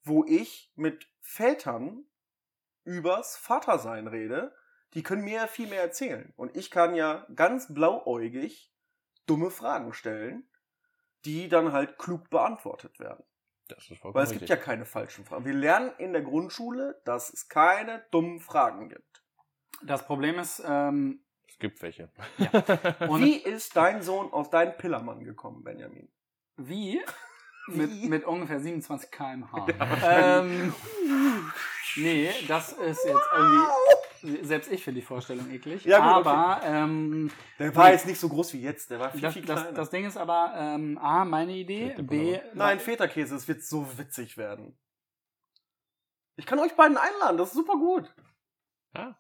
[SPEAKER 3] wo ich mit Vätern übers Vatersein rede. Die können mir ja viel mehr erzählen. Und ich kann ja ganz blauäugig dumme Fragen stellen, die dann halt klug beantwortet werden.
[SPEAKER 4] Das ist vollkommen
[SPEAKER 3] Weil es gibt ja keine falschen Fragen. Wir lernen in der Grundschule, dass es keine dummen Fragen gibt.
[SPEAKER 2] das Problem ist, ähm,
[SPEAKER 4] es gibt welche.
[SPEAKER 2] Und-
[SPEAKER 3] Wie ist dein Sohn auf deinen Pillermann gekommen, Benjamin?
[SPEAKER 2] wie?
[SPEAKER 3] Wie?
[SPEAKER 2] Mit, mit ungefähr 27 km/h.
[SPEAKER 3] Ja.
[SPEAKER 2] ähm, nee, das ist jetzt irgendwie. Selbst ich finde die Vorstellung eklig.
[SPEAKER 3] Ja, gut, okay.
[SPEAKER 2] aber ähm,
[SPEAKER 3] Der war jetzt nicht so groß wie jetzt, der war viel,
[SPEAKER 2] das,
[SPEAKER 3] viel kleiner.
[SPEAKER 2] das, das Ding ist aber ähm, A, meine Idee,
[SPEAKER 4] Fehlt der
[SPEAKER 2] B.
[SPEAKER 3] Nein, Feta-Käse, es wird so witzig werden. Ich kann euch beiden einladen, das ist super gut.
[SPEAKER 4] Ja.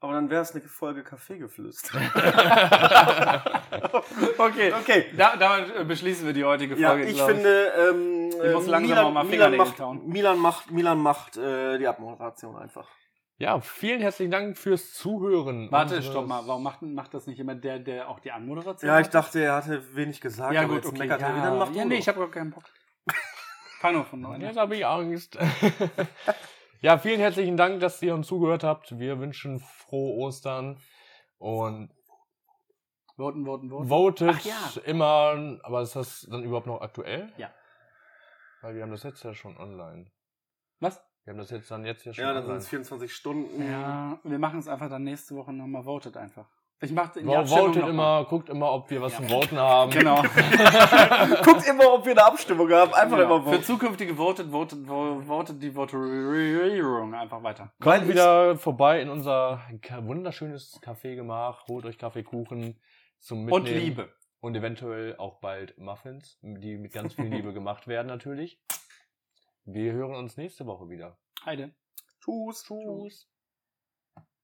[SPEAKER 3] Aber dann wäre es eine Folge Kaffeegeflüster.
[SPEAKER 2] Okay.
[SPEAKER 3] Okay.
[SPEAKER 2] Da, damit äh, beschließen wir die heutige
[SPEAKER 3] Ja,
[SPEAKER 2] Folge.
[SPEAKER 3] ich
[SPEAKER 2] glaub
[SPEAKER 3] finde, ähm, äh,
[SPEAKER 2] muss langsam auch mal
[SPEAKER 3] Milan
[SPEAKER 2] Fingernägel
[SPEAKER 3] macht,
[SPEAKER 2] kauen.
[SPEAKER 3] Milan macht, Milan macht äh, die Abmoderation einfach.
[SPEAKER 4] ja, vielen herzlichen Dank fürs Zuhören.
[SPEAKER 2] Warte,
[SPEAKER 4] Unseres-
[SPEAKER 2] stopp mal. Warum macht, macht das nicht immer der, der auch die Anmoderation
[SPEAKER 3] Ja, ich
[SPEAKER 2] macht?
[SPEAKER 3] dachte, er hatte wenig gesagt.
[SPEAKER 2] Ja,
[SPEAKER 3] aber
[SPEAKER 2] gut,
[SPEAKER 3] jetzt
[SPEAKER 2] okay.
[SPEAKER 3] meckert er
[SPEAKER 2] Ja,
[SPEAKER 3] wieder. Dann mach
[SPEAKER 2] ja
[SPEAKER 3] du
[SPEAKER 2] nee,
[SPEAKER 3] doch.
[SPEAKER 2] ich habe gar keinen Bock. Fang doch von neu an.
[SPEAKER 4] Jetzt habe ich Angst. ja, vielen herzlichen Dank, dass ihr uns zugehört habt. Wir wünschen frohe Ostern und
[SPEAKER 2] Voten, voten, voten.
[SPEAKER 4] votet
[SPEAKER 2] Ach ja.
[SPEAKER 4] immer. Aber ist das dann überhaupt noch aktuell?
[SPEAKER 2] Ja.
[SPEAKER 4] Weil wir haben das jetzt ja schon online.
[SPEAKER 2] Was?
[SPEAKER 4] Wir haben das jetzt dann jetzt ja schon
[SPEAKER 3] Ja, dann sind
[SPEAKER 4] online.
[SPEAKER 3] es 24 Stunden.
[SPEAKER 2] Ja, wir machen es einfach dann nächste Woche nochmal. Votet einfach. Ich mache in die
[SPEAKER 4] Wo-
[SPEAKER 2] Abstimmung
[SPEAKER 4] Votet
[SPEAKER 2] noch
[SPEAKER 4] immer, guckt immer, ob wir was zum Voten haben.
[SPEAKER 2] Mal. Genau.
[SPEAKER 3] Guckt immer, ob wir eine Abstimmung haben. Einfach
[SPEAKER 2] genau.
[SPEAKER 3] immer
[SPEAKER 2] Für
[SPEAKER 3] voten.
[SPEAKER 2] zukünftige Votet, Votet, vo- Votet die Voterierung einfach weiter.
[SPEAKER 3] Weil
[SPEAKER 4] wieder vorbei in unser ka- wunderschönes Kaffeegemach, holt euch Kaffeekuchen zum Mitnehmen.
[SPEAKER 2] Und Liebe.
[SPEAKER 4] Und eventuell auch bald Muffins, die mit ganz viel Liebe gemacht werden natürlich. Wir hören uns nächste Woche wieder.
[SPEAKER 2] Heide.
[SPEAKER 3] Tschüss.
[SPEAKER 4] Tschüss.